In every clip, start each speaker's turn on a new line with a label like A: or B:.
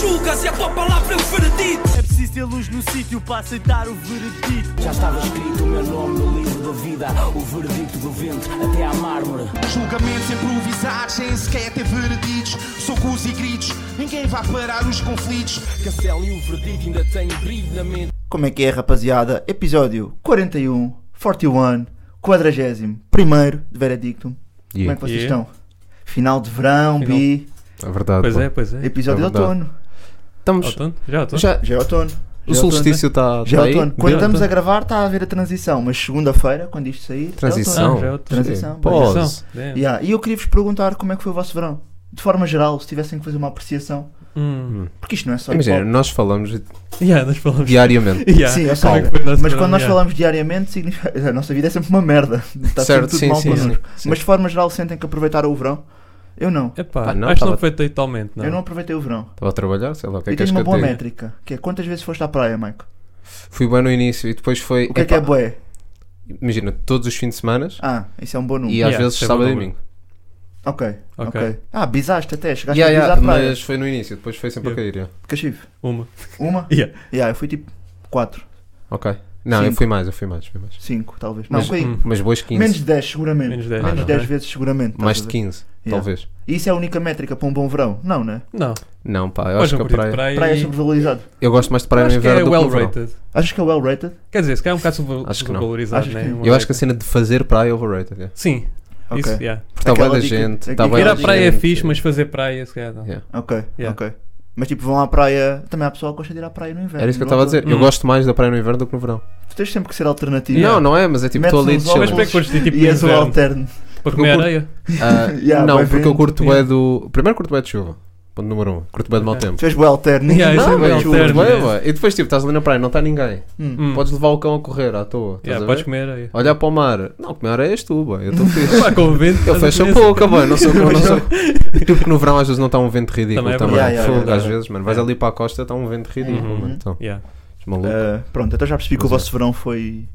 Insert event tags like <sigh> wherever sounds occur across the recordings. A: julgas e a tua palavra é o veredito.
B: É preciso ter luz no sítio para aceitar o veredito.
C: Já estava escrito o meu nome no livro da vida, o veredito do vento até à mármore.
D: Julgamentos improvisados, sem sequer ter vereditos. Socos e gritos, ninguém vai parar os conflitos.
E: Castelo e o veredito ainda têm brilho na mente.
F: Como é que é, rapaziada? Episódio 41, 41, 40, primeiro de Veredictum. Como é que vocês
G: Yeah.
F: estão? Final de verão,
G: Final.
F: bi,
H: É verdade.
G: Pois
H: pá.
G: é, pois é.
F: episódio
H: É
F: de
H: verdade.
F: outono.
H: Estamos.
G: Outono? Já <laughs> outono? né?
H: Já,
F: Já é outono.
H: o
F: Já é outono,
H: solstício está
F: Já é
H: tá aí.
F: outono. Quando
G: Já é
F: estamos a
G: outono.
F: gravar, está a haver a transição, mas segunda-feira, quando isto sair, é outono.
H: Transição.
G: Ah, já é outono.
F: Transição,
H: Sim.
F: pois.
H: Pause.
G: São? Damn.
F: Yeah, E eu queria vos perguntar como é que foi o vosso verão. De forma geral, se tivessem que fazer uma apreciação,
G: Hum.
F: porque isto não é só
H: Imagina,
F: hip-hop.
H: nós falamos
G: Yeah, nós falamos.
H: diariamente.
G: Yeah.
F: Sim, eu
G: Como
F: sei.
G: é que foi o nosso
F: Mas quando
G: verão?
F: nós
G: Yeah.
F: falamos diariamente, significa... <laughs> a nossa vida é sempre uma merda. Está sempre
H: Certo,
F: tudo
H: sim,
F: mal
H: sim,
F: connosco.
H: sim.
F: Mas de forma geral, sentem que aproveitaram o verão? Eu não.
G: Epá,
H: Ah, não,
G: acho que não
H: tava-
G: foi totalmente, não.
F: Eu não aproveitei o verão.
H: Estava a trabalhar, sei lá o que é
F: eu
H: que
F: tenho
H: és
F: uma
H: que eu
F: boa
H: te diga.
F: métrica, que é quantas vezes foste à praia, Maico?
H: Fui bem no início e depois foi.
F: O que é que é
H: epá,
F: boé?
H: Imagina, todos os fins de semana
F: Ah, isso é um bom número.
H: e às
G: Yeah,
H: vezes
G: isso é
H: sábado e
G: bom
H: domingo.
F: Ok, ok.
G: Ok.
F: Ah, bizaste até, chegaste
H: Yeah,
F: a
H: yeah,
F: bizar praia.
H: mas foi no início, depois foi sempre a cair. yeah.
F: Porque eu estive.
G: Uma.
F: Uma?
G: <laughs> Yeah.
F: Yeah, eu fui tipo 4,
H: Ok. Não, eu
F: Cinco.
H: fui mais, eu fui mais, fui mais.
F: 5 talvez. Não,
H: Mas-
F: foi
G: hum.
H: Mas boas 15.
F: menos de 10 seguramente.
G: Menos
F: Menos
G: de
F: 10,
G: dez.
H: Ah,
G: ok.
F: vezes seguramente. estás
H: Mais
F: a
H: de
F: ver?
H: 15,
F: Yeah.
H: talvez.
F: E isso é a única métrica para um bom verão? Não, né?
G: Não.
H: Não, pá, eu
G: Mas
H: acho
G: não
H: que a
G: curti de
H: praia.
F: Praia é sobrevalorizado.
H: Eu gosto mais de praia no
G: acho que é
H: inverno do que
G: well
H: no verão.
G: rated.
F: Achas que é well rated?
G: Quer dizer, se calhar é um bocado sobre-
H: Acho que não.
G: sobrevalorizado,
F: Acho
G: né?
F: que não.
G: Uma
H: Eu acho que a
G: beca.
H: cena de fazer praia é overrated. yeah.
G: Sim,
F: Ok.
G: isso, yeah.
H: Porque está
F: Aquela
H: bem da
F: dica-
H: gente.
F: aqui-
H: Tá bué
G: Ir
H: da
G: à praia é
H: gente.
G: fixe, mas fazer praia, se calhar não.
H: Yeah.
F: Ok,
G: Yeah.
F: ok. Mas tipo, vão à praia. Também há pessoal que gosta de ir à praia no inverno.
H: Era isso que
F: não
H: eu estava a
F: há-
H: dizer. Eu
G: Hum.
H: gosto mais da praia no inverno do que no verão.
F: Tu tens sempre que ser alternativo.
G: Yeah.
H: Não, não é, mas é tipo, estou ali de
F: Metes uns
G: Mas
F: óculos.
H: chill.
G: para que foste tipo
F: E
G: no
F: és o
G: inverno?
F: alterno.
G: Para comer
H: curto-
G: areia?
H: Ah,
F: Yeah,
H: não,
F: vai
H: porque
F: vendo.
H: eu curto
G: Yeah.
H: é do. Primeiro curto é de chuva. Ponto número um. Curto é de mau
G: Ok.
H: tempo. Ah,
F: Tu és bué alterno.
G: Yeah,
F: Não,
G: isso é bué
F: mas
H: eu
F: tu-
H: curto
G: alterno.
H: bué,
G: né?
H: bué. E depois, tipo, estás ali na praia, não está ninguém.
F: Hum.
G: Hum.
H: Podes levar o cão a correr à toa. estás
G: Yeah,
H: a
G: Podes
H: ver?
G: comer areia. <laughs>
H: Olhar para o mar. Não, comer areia és tu, bué. Eu estou fixe.
G: Pá, com o vento,
H: Eu
G: faz
H: fecho a
G: diferença.
H: boca, boy, não sou como não sou. Tipo que no verão às vezes não está um vento
G: Também
H: ridículo
G: é
F: verdade.
H: também.
F: Yeah, yeah,
H: Fogo,
F: yeah,
H: às
F: yeah.
H: vezes, mano. Vais ali para a costa, está um vento ridículo,
G: Uhum.
H: mano. Então,
G: Yeah.
H: és maluco. é
F: Ah, pronto, então já percebi que o vosso verão foi.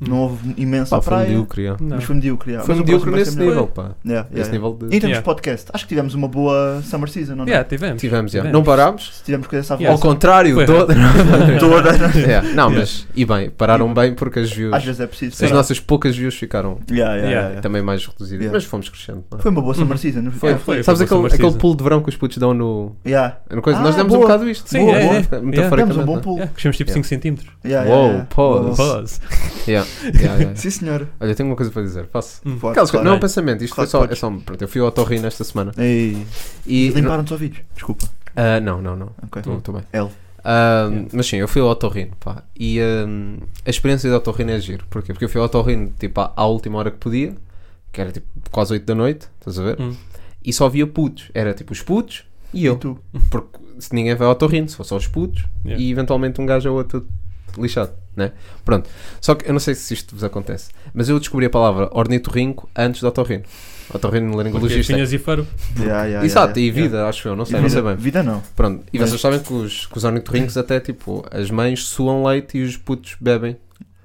G: Hum.
F: Não houve imensa
H: Pá, foi um
F: praia.
H: medíocre, yeah.
G: Não.
F: Mas foi medíocre. yeah.
H: Foi
F: Mas o próximo
H: medíocre
F: vai
H: nesse
F: ser melhor.
H: nível, pá.
F: Yeah, yeah,
H: Esse nível de.
F: yeah. E em termos
G: Yeah.
F: de podcast, acho que tivemos uma boa summer season, não é?
G: Yeah, tivemos.
H: Tivemos, já.
G: Tivemos.
H: Não parámos?
F: Se tivermos que essa
G: Yeah.
H: Ao contrário,
G: Foi
H: todo.
G: <laughs>
F: <laughs> toda.
H: Yeah, Não, mas. E bem, pararam bem porque as views.
F: Às vezes é preciso.
H: As
F: Será?
H: nossas poucas views ficaram
F: Yeah, yeah,
G: Yeah. Uhum.
F: yeah, yeah.
H: também mais reduzidas,
F: Yeah.
H: mas fomos crescendo. não é?
F: Foi uma boa summer season. não
G: Foi, foi.
H: Sabes
G: uma
H: aquele,
G: summer
H: aquele
G: season.
H: pulo de verão que os putos dão no.
F: Yeah.
H: no coisa?
F: Ah,
H: Nós demos
F: boa.
H: um bocado isto.
G: Sim,
H: boa,
G: é,
H: boa,
G: é.
H: fica-
G: Yeah.
F: Demos um
H: metaforicamente,
F: bom
H: não é?
F: pulo.
G: Yeah, Crescemos tipo
H: Yeah.
G: 5 centímetros.
F: Yeah, yeah,
H: Wow,
F: yeah.
H: pause.
G: Pause.
H: é?
F: <laughs>
H: Yeah, yeah, yeah.
F: Sim, senhor.
H: Olha, tenho uma coisa para dizer. Faço.
G: Hum.
F: Pode,
H: Aquelas coisas-
F: pode.
H: Não é um pensamento, isto
F: Claro,
H: foi só. É
F: podes.
H: só um- pronto, eu fui ao Torrino esta semana.
F: Ei,
H: E.
F: limparam-te os ouvidos. Desculpa.
H: Ah, não, não, não.
F: Ok.
H: Estou estou bem.
F: L.
H: Ah,
G: Hum. Yeah.
H: Mas sim, eu fui ao Torrino, pá. E ah, a experiência do Torrino é giro. Porquê? Porque eu fui ao Torrino, tipo, à, à última hora que podia, que era tipo quase 8 da noite, estás a ver?
G: Hum.
H: E só via putos. Era tipo os putos e eu.
F: E tu?
H: Porque se ninguém vai ao Torrino, são só os putos
G: Yeah.
H: e eventualmente um gajo ou outro lixado, né? Pronto. Só que eu não sei se isto vos acontece, mas eu descobri a palavra ornitorrinco antes de otorrino. Otorrino
G: Porque
H: laringologista.
G: Finhas e faro.
F: Yeah, yeah,
H: Exato,
F: yeah,
H: e vida, acho eu, não sei,
F: yeah.
H: não
F: Vida-
H: sei bem.
F: Vida não.
H: Pronto, e
F: Mas-
H: vocês sabem que os, que os ornitorrincos até, tipo, as mães suam leite e os putos bebem.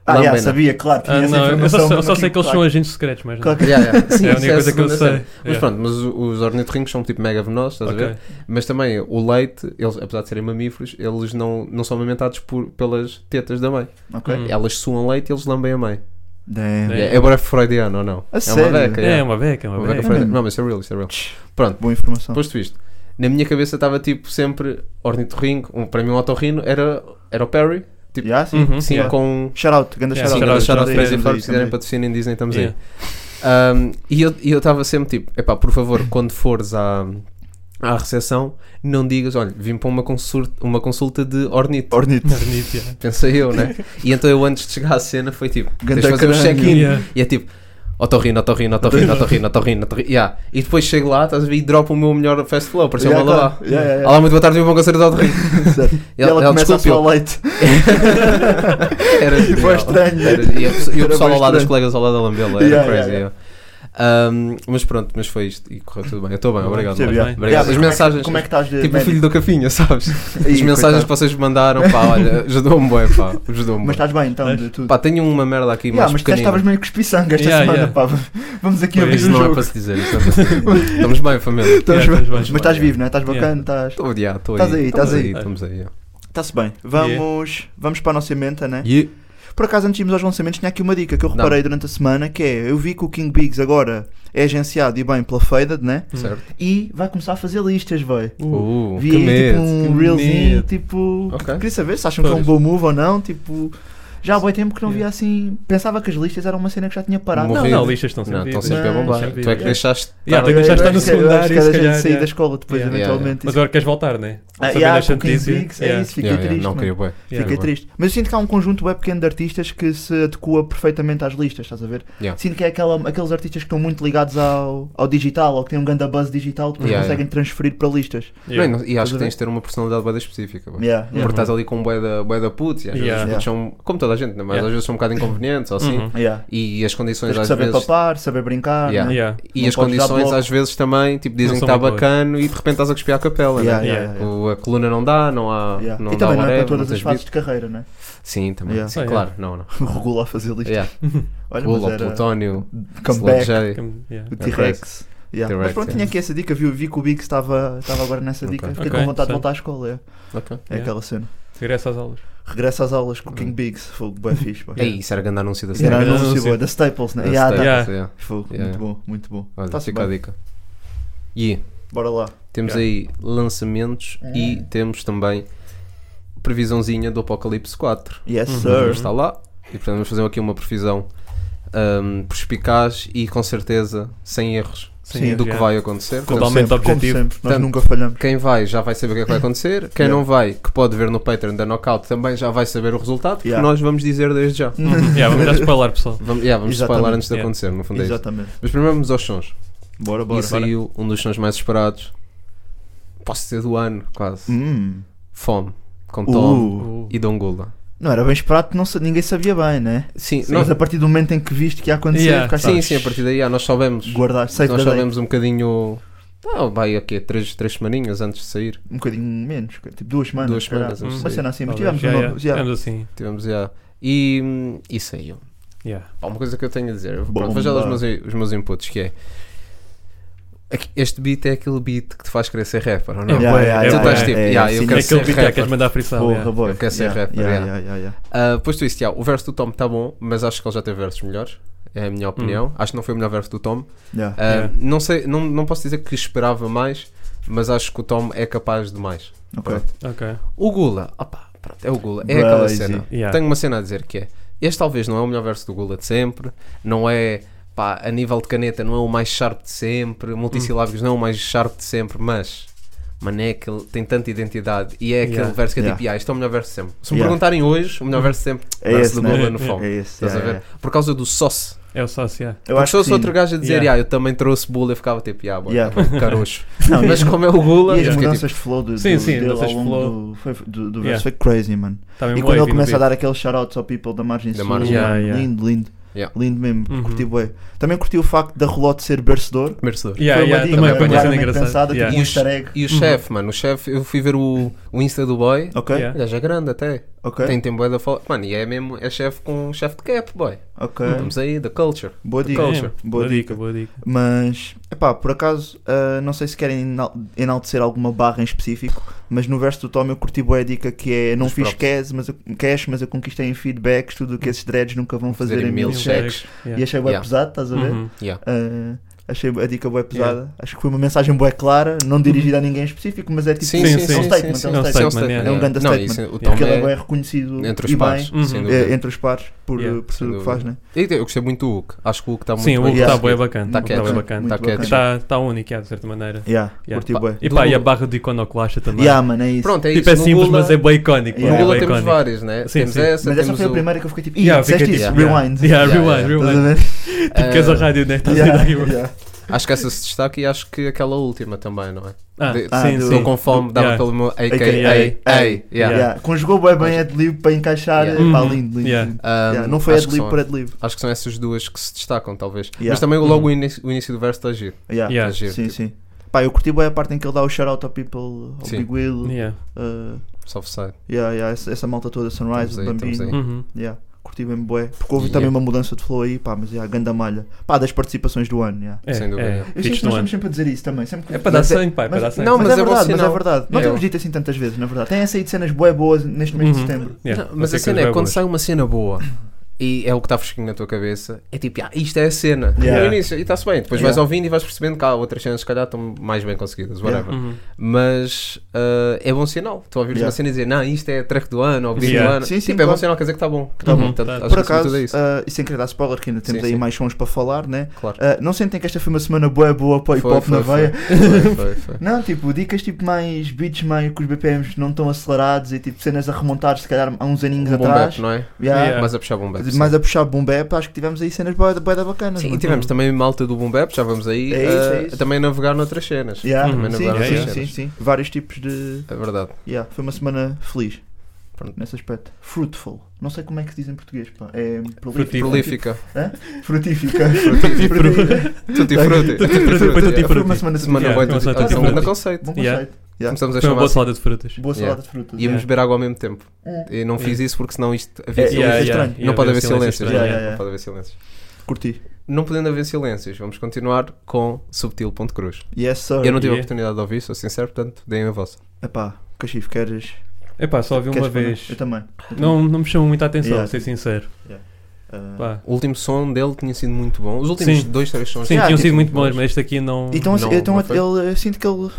F: Ah,
H: Lambem,
F: yeah,
H: não.
F: sabia, claro. tinha
G: Ah,
F: essa
G: não, eu só-
F: informação,
G: só
F: mas
G: só sei
F: aquilo,
G: que eles são
F: claro.
G: agentes secretos, mas não.
F: Claro que-
H: <laughs> Yeah, yeah. Sim,
G: É a
H: isso
G: única coisa que eu
H: segunda
G: sei.
H: cena. Mas pronto, mas o- os ornitorrincos são tipo mega venenosos, estás a ver? Mas também o leite, eles, apesar de serem mamíferos, eles não, não são amamentados por, pelas tetas da mãe.
F: Ok.
G: Hum.
H: Elas suam leite e eles lambem a mãe.
F: Damn.
G: É.
H: É, é agora freudiano ou não?
F: A
H: é
F: sério?
H: uma beca.
G: É,
H: é.
G: é uma beca, é uma
H: Uma beca
G: beca.
H: freudiana.
F: mesmo?
H: Não, mas isso é real, isso é real. Pronto,
F: Boa informação.
H: posto isto. Na minha cabeça estava tipo sempre ornitorrinco. Um, para mim, um otorrino era, era o Perry. tipo,
F: Yeah, sim.
G: Uhum.
H: Sim,
G: yeah.
H: com. um
F: Shout out, ganda
G: Yeah,
F: shout
H: Sim,
F: out.
G: shout out,
H: shout out
G: shout
F: Estamos
H: Crazy
F: aí,
H: Frog. Se quiserem
F: estamos
H: patrocínio em Disney, estamos
G: Yeah.
H: aí. Um, e eu e eu estava sempre tipo: epá, por favor, quando fores à, à recepção, não digas, olha, vim para uma consulta, uma consulta de ornito.
F: aí. Ornito.
G: Narnito, yeah.
H: Pensei eu, né? E então eu antes de chegar à cena foi tipo,
F: Ganda
H: tens de fazer um
F: crânio.
H: check-in.
G: Yeah.
H: E é tipo, otorrino, otorrino, otorrino, otorrino, otorrino, otorrino. Yeah. E depois chego lá, estás a ver, e dropo o meu melhor fast flow, parecia
F: Yeah,
H: uma lá.
F: claro. Yeah, yeah, yeah.
H: Olá, muito boa tarde, vim para um concerto de otorrino.
F: <laughs> Certo. E ela, começa a
H: desculpe, eu-
F: suar leite.
H: era
F: Foi estranho.
H: <laughs> Era- e, a, e o
F: Era
H: pessoal
F: bem
H: ao
F: estranho.
H: lado, os colegas ao lado da lambela, era
F: Yeah,
H: crazy.
F: yeah,
H: yeah. Ahm, mas pronto, mas foi isto e correu tudo bem. Eu estou bem, obrigado.
G: Sim,
H: Mário.
G: bem.
H: Obrigado. As mensagens.
F: Como é que estás de.
H: Tipo o
F: médico?
H: filho do
F: <laughs>
H: Cafinha, sabes?
F: Ih,
H: As mensagens
F: coitado.
H: que vocês me mandaram, pá, olha, ajudou-me bem, pá, ajudou-me
F: Mas
H: bué.
F: estás bem então, de tudo.
H: Pá, tenho uma merda aqui
F: Yeah,
H: mais
F: mas tu estavas
H: pequenina.
F: meio que espiçanga esta
G: Yeah,
F: semana,
G: yeah.
F: pá. Vamos aqui abrir
H: Isso
F: o
H: não é
F: jogo.
H: para se dizer, isso não é para se dizer.
F: <laughs>
H: Estamos bem, família.
F: Estás
G: Yeah,
F: bem.
G: estás bem.
F: Mas estás vivo, não é? Estás bacana,
G: Yeah.
F: estás.
H: Estou yeah, estou
F: Estás aí,
H: aí.
F: estás aí.
H: Estamos aí, yeah.
F: Está-se bem. Vamos, vamos para a nossa emenda, né?
H: Yeah.
F: Por acaso, antes de irmos aos lançamentos, tinha aqui uma dica que eu
H: Dá-me.
F: reparei durante a semana, que é, eu vi que o King Biggs agora é agenciado e bem pela Faded, né?
H: Certo.
F: E vai começar a fazer listas, vai.
H: Uh,
F: Vi
H: que
F: aí, tipo
H: medo.
F: um
G: que
F: reelzinho,
G: medo.
F: tipo...
H: Ok.
F: Queria saber se acham que é um
G: Pois.
F: bom move ou não, tipo... Já há boi tempo que não via assim... Pensava que as listas eram uma cena que já tinha parado.
H: Morreu.
G: Não,
H: Morrido.
G: não, listas estão sempre
H: Não, estão
G: vivas.
H: sempre a
F: Não,
H: bombar.
G: sempre
H: Tu é que
G: vivas.
H: deixaste.
G: Yeah,
H: tá
G: tu
H: bem.
G: deixaste- Já está no
F: Eu é acho
G: secundário,
F: que- eu acho que
G: se
F: a gente
G: calhar,
F: sair
G: yeah.
F: da escola depois,
G: Yeah.
F: eventualmente. tipo,
G: Mas agora queres voltar, né?
F: Ah,
G: Sabendo
F: yeah,
G: esta
F: com 15
G: notícia.
F: gigs, é
G: Yeah.
F: isso, fiquei
H: Yeah, yeah,
F: triste.
H: Não,
F: mano.
H: queria bué.
G: Yeah.
F: Fiquei triste. Mas eu sinto que há um conjunto web pequeno de artistas que se adequa perfeitamente às listas, estás a ver?
H: Yeah.
F: Sinto que é aquela- aqueles artistas que estão muito ligados ao, ao digital ou que têm um grande buzz digital que depois
H: Yeah,
F: conseguem transferir para listas.
G: Yeah.
H: Bem, não- E acho
F: Tudo
H: que
F: bem.
H: tens de ter uma personalidade bué da específica. bué.
F: Yeah,
H: Porque
F: yeah,
H: estás ali com bué da, bué da putz, e às vezes
G: Yeah.
H: os putos
F: Yeah.
H: são, como toda a gente, né? mas
G: Yeah.
H: às vezes são um bocado inconvenientes ou assim.
G: Uhum.
F: yeah.
H: E as condições
F: Tens que
H: às
F: saber
H: vezes.
F: papar, saber brincar.
H: Yeah.
F: né?
G: Yeah.
H: E
F: Não
H: as
F: podes dar
H: condições
F: bloco.
H: às vezes também, tipo, dizem
G: Não
H: que
G: são
H: está
G: muito boas.
H: bacana e de repente estás a cuspir a capela, né?
F: Yeah,
G: Yeah.
F: yeah, yeah.
H: O- A coluna não dá, não há.
F: Yeah.
H: Não
F: e
H: dá
F: também não é
H: whatever,
F: para todas
H: não
F: as
H: tens
F: fases
H: beat.
F: de carreira,
H: <laughs>
F: né?
H: Sim, também.
F: Yeah.
H: Sim,
G: Ah,
H: claro, não, não.
F: Regula a fazer listas.
H: Yeah.
F: Olha, mas
H: Pula,
F: era
H: Plutónio,
F: comeback,
H: Slot J.
G: Como- yeah.
F: o T-Rex. Yeah.
H: T-Rex,
F: Mas pronto,
H: yeah.
F: tinha aqui essa dica, vi, vi que o Big estava, estava agora nessa dica,
H: Ok.
F: fiquei
G: Ok,
F: com vontade de
G: sim.
F: voltar à escola. É,
H: Ok.
F: é
G: Yeah.
F: aquela cena.
G: Regresso às aulas.
F: Regressa às aulas com o
H: Hum.
F: King Biggs, fogo bem fixe. pá.
H: Ei, isso era grande anúncio da
F: Era
H: série.
G: Era
F: anúncio,
G: anúncio.
F: boa, da Staples, né?
H: Da
F: Yeah,
H: Staples,
F: tá.
G: Yeah.
H: yeah.
F: Fogo,
H: Yeah,
F: muito bom, muito bom.
H: Olha,
F: Tá-se
H: fica a
F: bem.
H: dica. E
F: Bora lá.
H: temos
G: Yeah.
H: aí lançamentos e temos também previsãozinha do Apocalipse 4.
F: Yes,
H: Mas não
F: sir.
H: está lá. E portanto vamos fazer aqui uma previsão ahm, perspicaz e com certeza, sem erros,
F: Sim,
H: do que
G: yeah.
H: vai acontecer.
G: Com
H: Portanto,
G: Totalmente
F: Sempre, como
G: objetivo.
F: sempre, nós
H: Portanto,
F: nunca falhamos.
H: quem vai já vai saber o que é que vai acontecer. Quem
F: Yeah.
H: não vai, que pode ver no Patreon da Knockout, também já vai saber o resultado, porque
F: Yeah.
H: nós vamos dizer desde já.
G: Uhum. Yeah, vamos já spoiler, pessoal.
H: Vamos, yeah, vamos
F: Exatamente.
H: spoiler antes de
G: Yeah.
H: acontecer, no fundo é isso.
F: Exatamente.
H: Mas primeiro vamos aos sons.
F: Bora, bora.
H: e saiu um dos sons mais esperados, posso dizer do ano, quase.
F: Hum.
H: Fome, com Tom
F: Uh.
G: Uh,
H: e Dongola.
F: Não era bem esperado, que não sa- ninguém sabia bem, né?
H: Sim,
F: Mas
H: nós-
F: a partir do momento em que viste que ia acontecer,
G: Yeah.
F: ficaste-
H: sim, sim, a partir daí ah, nós soubemos.
F: guardaste, safe
H: nós
F: da date.
H: soubemos um bocadinho. Ah, vai aqui, três, três semaninhas antes de sair.
F: Um bocadinho menos, tipo duas semanas.
H: Duas
F: se calhar.
H: semanas antes de
F: Uma
H: sair.
F: cena assim, mas
G: talvez.
F: tivemos um
G: Yeah,
F: novo.
G: yeah.
F: yeah.
G: Tivemos assim.
H: Tivemos já. E, hum, e saiu.
G: Yeah.
H: Há uma coisa que eu tenho a dizer.
F: Bomba.
H: Pronto, vou já dar os meus, os meus inputs, que é. aqui- Este beat é aquele beat que te faz querer ser rapper, ou não?
F: Yeah, yeah,
H: tu
G: yeah,
H: estás
G: yeah,
H: tipo,
F: yeah,
H: "Yeah,
F: sim,
H: eu
G: É
H: quero
G: aquele
H: ser
G: beat que
H: rapper.
G: quero mandar frição.
F: Porra,
G: yeah.
F: boy.
H: Eu quero ser
F: Yeah,
H: rapper,
F: yeah,
H: yeah.
F: yeah, yeah, yeah.
H: Ah, pois tu isso, Tiago, o verso do Tom está bom, mas acho que ele já teve versos melhores. É a minha opinião. Acho que não foi o melhor verso do Tom.
F: Yeah.
H: Ah,
G: Yeah.
H: Não sei, não, não posso dizer que esperava mais, mas acho que o Tom é capaz de mais.
F: Ok.
H: pronto.
G: Ok.
H: O Gula, opá, pronto, é o Gula, é
F: Brazy.
H: aquela cena.
G: Yeah.
H: Tenho uma cena a dizer que é: este talvez não é o melhor verso do Gula de sempre, não é, pá, a nível de caneta, não é o mais sharp de sempre, multissilábicos não é o mais sharp de sempre, mas. Mané, é que ele tem tanta identidade e é aquele
G: Yeah.
H: verso que é
F: Yeah.
H: tipo, yeah, este é o melhor verso de sempre. Se me
F: Yeah.
H: perguntarem hoje, o melhor verso de sempre
F: É
H: verso
F: esse,
H: do
F: né?
H: Gula no
G: É,
H: fome.
F: É esse.
H: Estás
F: yeah,
H: a ver?
F: yeah.
H: Por causa do sauce.
G: É o sócio. yeah.
F: Eu
H: Porque
F: acho
H: se fosse
F: que
H: outro
F: sim.
H: gajo a dizer,
G: Yeah.
H: ah, eu também trouxe bula, eu ficava tipo, ah, boy,
F: Yeah.
H: tá bom, caroxo.
F: <laughs> Não,
H: Mas
F: e-
H: como é o gula,
F: E
H: eu
F: as
H: fiquei
F: mudanças
H: tipo,
F: de flow do,
G: Sim,
F: do,
G: sim,
F: dele ao
G: mudanças de
F: longo
G: flow.
F: do, foi- do, do
G: Yeah.
F: verso foi crazy, mano.
G: Tá mesmo
F: E quando
G: wavy
F: ele
G: no
F: começa
G: beat.
F: a dar aqueles shoutouts ao people da Margem
H: Da
F: Sul,
H: Margem
F: mano,
G: Sul. Yeah, yeah.
F: lindo, lindo,
H: Yeah.
F: lindo mesmo,
G: Uhum.
F: curti bué. Também curti o facto da Relote ser bercedor,
H: merecedor.
G: Yeah,
F: foi uma
G: yeah,
F: dica
G: também
F: bem
G: foi uma cena
F: claramente
G: engraçada.
F: pensada,
G: Yeah.
F: tipo um easter egg.
H: E o chefe, mano, o chefe, eu fui ver o, o Insta do boy,
F: Ok,
G: Yeah.
H: o gajo é grande até.
F: ok,
H: Tem tempo da foto. Mano, e é mesmo, é chefe com chefe de cap, boy.
F: ok.
H: Estamos aí, da culture.
F: Boa dica,
H: culture.
F: boa dica.
G: boa dica.
F: Mas, epá, por acaso, ah, não sei se querem enal- enaltecer alguma barra em específico, mas no verso do Tom eu curti boa a dica que é não
H: Dos
F: fiz
H: props.
F: cash, mas, eu, cash, mas eu conquistei em feedbacks, tudo o que esses dreads nunca vão fazer,
H: Fazerem
F: em mil
H: mil checks.
G: Yeah.
F: E achei bué
H: Yeah.
F: pesado, estás a ver?
G: Uhum.
H: Yeah.
F: Ah, achei a dica bué pesada. Acho que foi uma mensagem bué clara, não dirigida a ninguém em específico, mas é tipo
H: Uhum.
G: sim,
H: Sim, sim,
G: sim,
H: sim.
G: é um
F: statement,
H: sim,
F: é um
H: sim.
G: statement,
F: é um grande
H: Não,
F: statement.
H: isso- o
F: porque
H: Tom
F: ele é bué
H: é
F: reconhecido
H: entre
F: e
H: os pares,
F: bem
G: Uhum.
H: sem
F: eh,
H: dúvida.
F: entre os pares por,
G: Yeah.
F: por tudo o que
H: Sem
F: faz, né?
H: E Eu gostei muito do Hulk. Acho que o Hulk está muito
G: Sim, o
H: bem
G: Hugo
F: Yeah.
G: está bem bacana.
H: Tá
G: Está
H: quieto.
G: bem
F: Muito
G: bacana.
H: Tá
F: bacana.
H: quieto.
G: Está tá único, yeah, de certa maneira.
F: Yeah,
G: Yeah.
F: curti
H: Pá,
F: bué.
G: E pá, e a barra do iconoclasta também.
F: Yeah, mano, é isso.
H: Pronto, é isso.
G: Tipo, é
H: No
G: simples,
H: Gula-
G: mas é bem icónico.
H: No
F: Yeah.
G: É
H: Gula
G: bem
H: temos
G: icónico.
H: várias, né?
G: Sim,
H: temos
G: sim.
H: essa,
F: Mas essa
H: temos
F: foi a
H: o-
F: primeira que eu fiquei tipo, "Ih,
G: Yeah,
F: disseste
G: fiquei
F: isso,
G: tipo,
F: rewind.
G: Yeah,
H: Yeah,
G: rewind,
F: Estás a
G: rewind.
F: ver?
G: Tipo, queres
H: Ah,
G: a rádio, né? Estás a
F: Yeah,
G: dar rewind.
F: yeah.
H: Acho que essa se destaca e acho que aquela última também, não é?
G: Ah,
H: De-
G: sim,
F: do-
H: Estou
G: sim.
H: com fome, dava
G: Yeah.
H: pelo meu AKA.
F: AKA.
H: Ei, yeah.
F: Yeah, Conjugou bem bem adlib para encaixar.
H: Yeah.
F: Pá,
G: Uhum.
F: lindo, lindo.
G: Yeah.
F: lindo.
H: Um,
F: Yeah, Não foi
H: acho que
F: adlib
H: são-
F: por adlib.
H: Acho que são essas duas que se destacam, talvez.
F: Yeah.
H: Mas também logo o, início, o início do verso está giro.
F: Yeah.
G: Uhum. Yeah.
H: Tá giro,
F: Sim,
H: tipo,
F: sim. Pá, eu curti bem a parte em que ele dá o shout out ao people, ao
H: Sim.
F: Big Will,
G: Yeah.
F: uh,
H: Soft side.
F: yeah, yeah, essa, essa malta toda, Sunrise,
H: Estamos aí,
F: o Bambino.
H: estamos
G: Uhum.
F: Yeah, curti bem bué. Porque houve
H: Yeah.
F: também uma mudança de flow aí, pá, mas yeah, a ganda malha. Pá, das participações do ano, yeah.
G: É,
H: Sem dúvida.
G: é.
H: Eu
F: Eu
G: Fitch
F: sei que
G: do
F: nós
G: ano.
F: estamos sempre a dizer isso também. Sempre que...
G: É para dar
F: Mas
G: sangue, pai, é para
F: mas-
G: dar sangue.
H: Não,
F: mas,
H: mas
F: é
H: é bom
F: verdade, mas é
H: sinal.
F: verdade. Não
H: É,
F: temos
H: eu-
F: dito assim tantas vezes, na verdade. Tem essa aí de cenas bué boas neste mês de
G: Uhum.
F: setembro.
G: Yeah,
H: Não, mas
G: você
H: a cena
G: quer
H: é
G: ver
H: quando
G: boas.
H: sai uma cena boa e é o que está fresquinho na tua cabeça, é tipo, ah, isto é a cena.
F: Yeah.
H: E no início, e está-se bem. Depois vais
F: Yeah.
H: ouvindo e vais percebendo que há outras cenas, se calhar, estão mais bem conseguidas, whatever.
G: Uhum.
H: Mas ah, é bom sinal. Tu ouvires
F: Yeah.
H: uma cena e dizer, não, isto é track do ano, ou vídeo
G: Yeah.
H: do ano.
F: Sim, sim,
H: tipo, é
F: claro.
H: bom sinal, quer dizer que está bom. Que
F: Tá
H: tá
F: bom.
H: Portanto,
F: Por
H: acho que acima de
F: acaso,
H: tudo é isso.
F: ah, e sem querer dar spoiler, que ainda temos
H: Sim,
F: aí
H: sim.
F: mais sons para falar, né?
H: Claro.
F: Ah, não sentem que esta foi uma semana boa, boa para o hip hop na veia?
H: foi, foi, foi.
F: <laughs> Não, tipo, dicas tipo mais beats mais que os BPMs não estão acelerados e tipo cenas a remontar se calhar há uns aninhos
H: Um bom
F: atrás.
H: bap, não é?
F: Yeah.
G: Yeah.
H: Mais a puxar bom bap. sim.
F: Mais a puxar boom bap, acho que tivemos aí cenas bué bué da bacanas.
H: Sim,
F: mano.
H: e tivemos também malta do Boom Bap, já vamos aí
F: É isso,
H: ah,
F: é isso.
H: também navegar noutras cenas.
F: Yeah.
G: Uhum.
H: Também
F: Sim,
H: navegar
G: Yeah,
F: sim,
H: noutras
G: yeah.
F: sim,
H: cenas.
F: sim. Vários tipos de.
H: É verdade.
F: Yeah, foi uma semana feliz.
H: Pronto.
F: Nesse aspecto. Fruitful. Não sei como é que se diz em português. Pá. É
G: Frutífero.
H: Prolífica.
G: tipo,
F: Frutífica.
H: Tutti frutti.
G: Tutti frutti, foi tutti
H: Yeah.
F: Foi uma
G: frutti.
F: semana de
H: Semana
G: Yeah, foi uma
H: boa, tutti-
G: semana
H: olha,
G: tutti
H: é um grande
G: frutti.
H: conceito.
F: Bom
G: Yeah.
F: conceito. Yeah.
H: Começamos a
G: Foi uma boa
H: chamar.
G: salada de frutas.
F: Boa salada
H: Yeah.
F: de frutas.
H: Íamos
G: Yeah.
H: beber água ao mesmo tempo.
F: Hum.
H: E não fiz
G: Yeah. É,
H: isso porque senão isto havia
F: Yeah,
H: silêncios.
F: yeah,
H: Não pode haver silêncios.
F: estranho,
H: não é?
F: yeah, yeah.
H: Não pode haver silêncios.
F: Curti.
H: Não podendo haver silêncios, vamos continuar com Subtil.cruz.
F: Yes, sir.
H: Eu não tive
G: Yeah.
H: a oportunidade de ouvir, sou sincero, portanto, deem a vossa.
F: Epá, Cachif, queres.
G: É pá, só vi uma
F: queres pôr, não?
G: vez.
F: Eu também.
G: Não, não me chamou muita atenção,
F: Yeah.
G: vou ser sincero.
F: Ah,
G: Pá.
H: O último som dele tinha sido muito bom. Os últimos
G: Sim.
H: dois, três sons
G: Sim,
F: Yeah,
G: tinham
F: tipo,
G: sido muito bons, mas este aqui não.
F: Então, assim,
H: Não,
F: então
H: não
F: ele-
H: foi?
F: ele, eu sinto que ele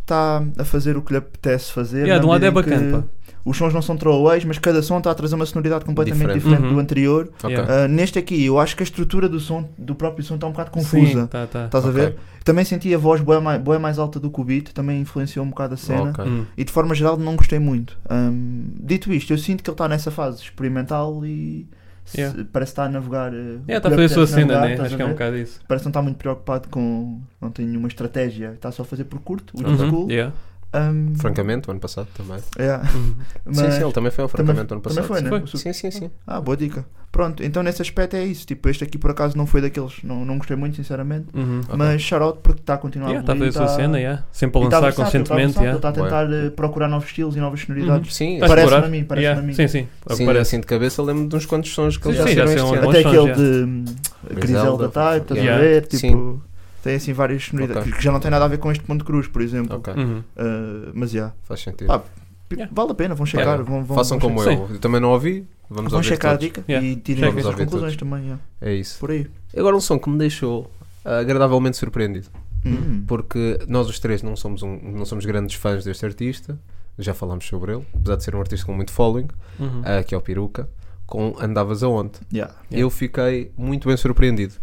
F: está a fazer o que lhe apetece fazer.
G: Yeah,
F: na
G: de um lado é
F: medida em que
G: bacana, pá.
F: Os sons não são throwaways, mas cada som está a trazer uma sonoridade completamente
H: Diferente.
F: diferente,
G: Uhum.
F: do anterior.
H: Ok.
G: Yeah.
F: Ah, neste aqui, eu acho que a estrutura do som, do próprio som, está um bocado confusa.
G: Sim, tá, tá.
F: Estás
H: Ok.
F: a ver? Também senti a voz boa mais, bué mais alta do que o beat, também influenciou um bocado a cena.
H: Ok.
G: Hum.
F: E de forma geral não gostei muito. Hum, dito isto, eu sinto que ele está nessa fase experimental e se-
G: Yeah.
F: parece estar a navegar. eh,
G: É, está
F: o
G: a
F: que lhe
G: fazer a sua
F: apetece
G: cena,
F: navegar,
G: né?
F: estás
G: Acho
F: a
G: que é um
F: ver?
G: bocado isso.
F: Parece não estar muito preocupado com. não tem nenhuma estratégia, está só a fazer por curto, o
G: Uhum.
F: cool.
G: Yeah.
F: Hum,
H: Francamente, o ano passado também.
F: yeah.
G: Uhum.
F: Mas-
H: Sim, sim, ele também foi ao
F: também-
H: francamente o ano
F: também
H: passado.
F: foi, né?
G: Foi.
F: O su-
H: Sim, sim, sim.
F: Ah, boa dica. Pronto, então nesse aspecto é isso. Tipo, este aqui por acaso não foi daqueles, não, não gostei muito, sinceramente.
G: Uhum.
H: Ok.
F: Mas shout-out porque está a continuar
G: Yeah,
F: a
G: Está a fazer
F: evoluir,
G: a sua
F: está-
G: cena, yeah. sempre a
F: tá- e está
G: lançar
F: versátil, está
G: constantemente.
F: versátil,
G: yeah.
F: Está a tentar eh, procurar novos estilos e novas sonoridades.
H: Sim,
G: Tá a
F: Parece-me
G: explorar.
F: a mim, parece-me
G: Yeah.
F: a mim.
G: Sim, sim. É o que
H: Sim,
G: parece.
H: assim de cabeça lembro de uns quantos sons que eles
G: Sim,
H: já
G: sim,
H: saíram
G: já
H: este
G: são
H: ano.
G: bons.
F: Até
G: sons,
F: aquele
G: já.
F: de hum, Griselda
H: Griselda,
F: Type, estás a
G: yeah.
F: ver? Tipo,
H: tá Sim.
F: tem assim várias sonoridades
H: Ok.
F: que já não tem nada a ver com este Ponto Cruz, por exemplo.
H: Ok,
G: Uhum.
F: Uh, mas já,
H: faz sentido.
F: Ah, p-
G: Yeah.
F: vale a pena, vão checar.
H: Yeah.
F: Vão, vão,
H: Façam
F: vão
H: como
G: checar.
H: eu. Eu também não ouvi.
F: checar,
H: Vamos
F: vão
H: ouvir
F: checar a
H: todos.
F: dica
G: Yeah.
F: e
G: Chequem.
F: tirem as vossas
H: Vamos ouvir
F: conclusões também. yeah.
H: É isso.
F: Por aí.
H: Agora um som que me deixou ah, agradavelmente surpreendido.
G: Uhum.
F: Hum.
H: Porque nós os três não somos, um- não somos grandes fãs deste artista. Já falámos sobre ele. Apesar de ser um artista com muito following,
G: Uhum.
H: ah, que é o Peruca. Com Andavas Aonde.
F: Yeah.
G: Yeah.
H: Eu fiquei muito bem surpreendido.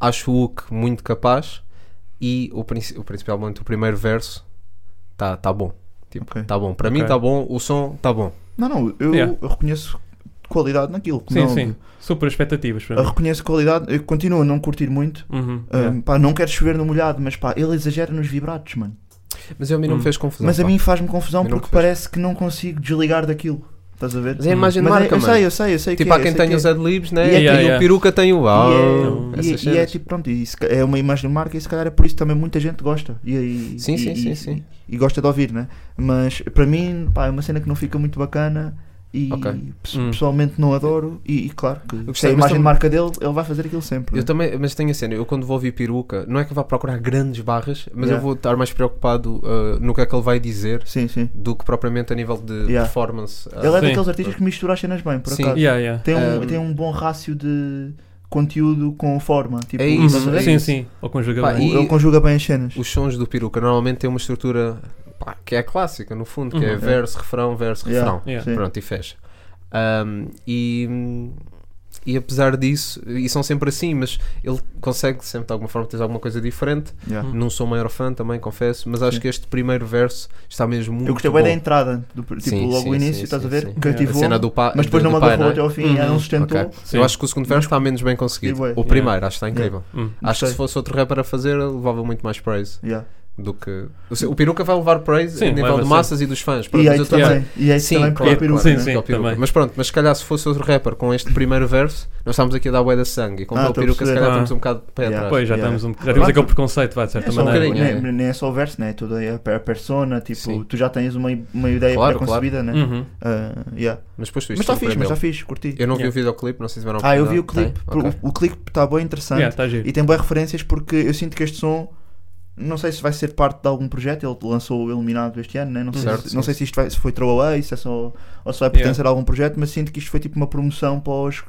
H: Acho o Uke muito capaz. E o, princi- o principalmente o primeiro verso está tá bom. Tipo,
F: Ok.
H: tá bom. Para
G: Ok.
H: mim está bom. O som está bom.
F: Não, não, eu,
G: Yeah.
F: eu reconheço qualidade naquilo.
G: Sim,
F: não,
G: sim. Super expectativas para
F: Eu
G: mim.
F: reconheço qualidade, eu continuo a não curtir muito.
H: Ah,
G: Uhum.
F: Um,
G: Yeah.
F: pá, não quero chover no molhado, mas pá, ele exagera nos vibratos, mano.
H: Mas a mim não me
G: Hum.
H: fez confusão.
F: mas a
H: pá.
F: mim faz-me confusão
H: A mim não
F: porque
H: me fez.
F: parece que não consigo desligar daquilo. Estás a ver?
H: Mas é a imagem de
F: Mas é-
H: marca,
F: eu
H: mano.
F: sei, eu sei, eu sei
H: Tipo,
F: que é,
H: há quem
F: eu sei
H: tenha os
F: que é.
H: adlibs, né?
F: E é-
H: e
G: Yeah,
H: o
G: yeah.
H: peruca tem o
F: E é-
H: uau.
F: e-
H: essas
F: e é
H: cenas.
F: tipo, pronto, e se ca- é uma imagem de marca e se calhar é por isso também muita gente gosta. E, e,
H: Sim,
F: e-
H: sim, sim,
F: e-
H: sim.
F: E, gosta de ouvir, né? Mas para mim, pá, é uma cena que não fica muito bacana e
H: Ok.
F: pe-
G: Hum.
F: pessoalmente não adoro. E, e claro, que se
H: gostei,
F: é a
H: mas
F: imagem de
H: também-
F: marca dele, ele vai fazer aquilo sempre.
H: Eu
F: né?
H: também, mas tenho a cena, eu quando vou ouvir peruca, não é que vá procurar grandes barras, mas
F: Yeah.
H: eu vou estar mais preocupado ah, no que é que ele vai dizer
F: Sim, sim.
H: do que propriamente a nível de
F: Yeah.
H: performance. ah.
F: Ele é
G: Sim.
F: daqueles artistas que mistura as cenas bem, por
H: Sim.
F: acaso.
G: Yeah, yeah.
F: Tem um,
H: Um,
F: tem um bom rácio de conteúdo com forma. Tipo,
H: É
G: Uhum.
H: isso,
F: estás a ver?
G: Sim, sim. Ou conjuga
H: Pá,
G: bem.
H: e-
F: Ele conjuga bem as cenas.
H: Os sons do peruca normalmente têm uma estrutura pá, que é clássica, no fundo, que é
G: Uhum.
H: verso, refrão, verso,
F: Yeah.
H: refrão.
G: Yeah.
F: Sim.
H: Pronto, e fecha. Ahm, e hum, E apesar disso, e são sempre assim, mas ele consegue sempre de alguma forma ter alguma coisa diferente.
F: Yeah.
G: Uhum.
H: Não sou o maior fã também, confesso, mas acho
F: Sim.
H: que este primeiro verso está mesmo muito
F: Eu gostei
H: bom.
F: bem da entrada, do, tipo,
H: Sim,
F: logo
H: sim,
F: o início,
H: sim,
F: estás
H: sim,
F: a ver?
H: sim.
F: Cativou,
H: A cena do pai,
F: mas depois
H: do,
F: não
H: do pai,
F: agarrou
H: não é?
F: até ao fim, ela não sustentou.
H: Ok.
G: Sim.
H: Eu acho que o segundo verso está menos bem conseguido.
F: Sim, bué.
H: O
G: Yeah.
H: primeiro, acho que está incrível.
G: Hum.
H: Acho que se
F: Gostei.
H: fosse outro rapper a fazer, ele levava muito mais praise
F: Yeah.
H: do que. O, seu- o peruca vai levar praise
G: Sim,
H: a nível
G: leva
H: de
G: sim.
H: massas e dos fãs. Pronto,
F: E
H: mas
F: aí
H: eu tô a dizer-
F: também, e aí
H: Sim,
F: também
H: claro,
F: para peruca,
H: claro,
G: sim,
F: né?
G: sim.
H: que é o peruca.
G: também.
H: Mas pronto, mas se calhar se fosse outro rapper com este primeiro verso, nós estamos aqui a dar bué da sangue. E com
F: Ah,
H: o
F: estou a
H: peruca, se
F: perceber.
H: calhar
G: Ah.
H: estamos um bocado de pé
F: Yeah.
H: atrás.
G: Pois, já,
F: Yeah.
G: estamos um, já temos aquele
F: Pronto.
G: preconceito, vai, de certa
F: É só um
G: maneira.
H: bocadinho,
F: bocadinho,
H: é.
F: né? nem é só o verso, né? é toda a per- persona, tipo,
H: Sim.
F: tu já tens uma, uma ideia
H: Claro,
F: pré-concebida, né?
G: Uhum.
F: Ah, yeah.
H: Mas depois tu
F: Mas
H: isto
F: está fixe, mas
H: surpreendeu.
F: está fixe, curti.
H: Eu não vi
G: Yeah.
H: o videoclipe, não sei se tiveram
F: Ah, eu vi o
H: oportunidade.
F: clipe,
H: Tem? Ok.
F: o, o clipe está bem interessante
G: Yeah, está giro.
F: e tem boas referências porque eu sinto que este som, não sei se vai ser parte de algum projeto, ele lançou o Iluminado este ano, né? não, sei,
H: Certo,
F: se, não
H: sim.
F: sei se isto vai- se foi throwaway, se é só, ou se vai pertencer a algum projeto, mas sinto que isto foi tipo uma promoção para os,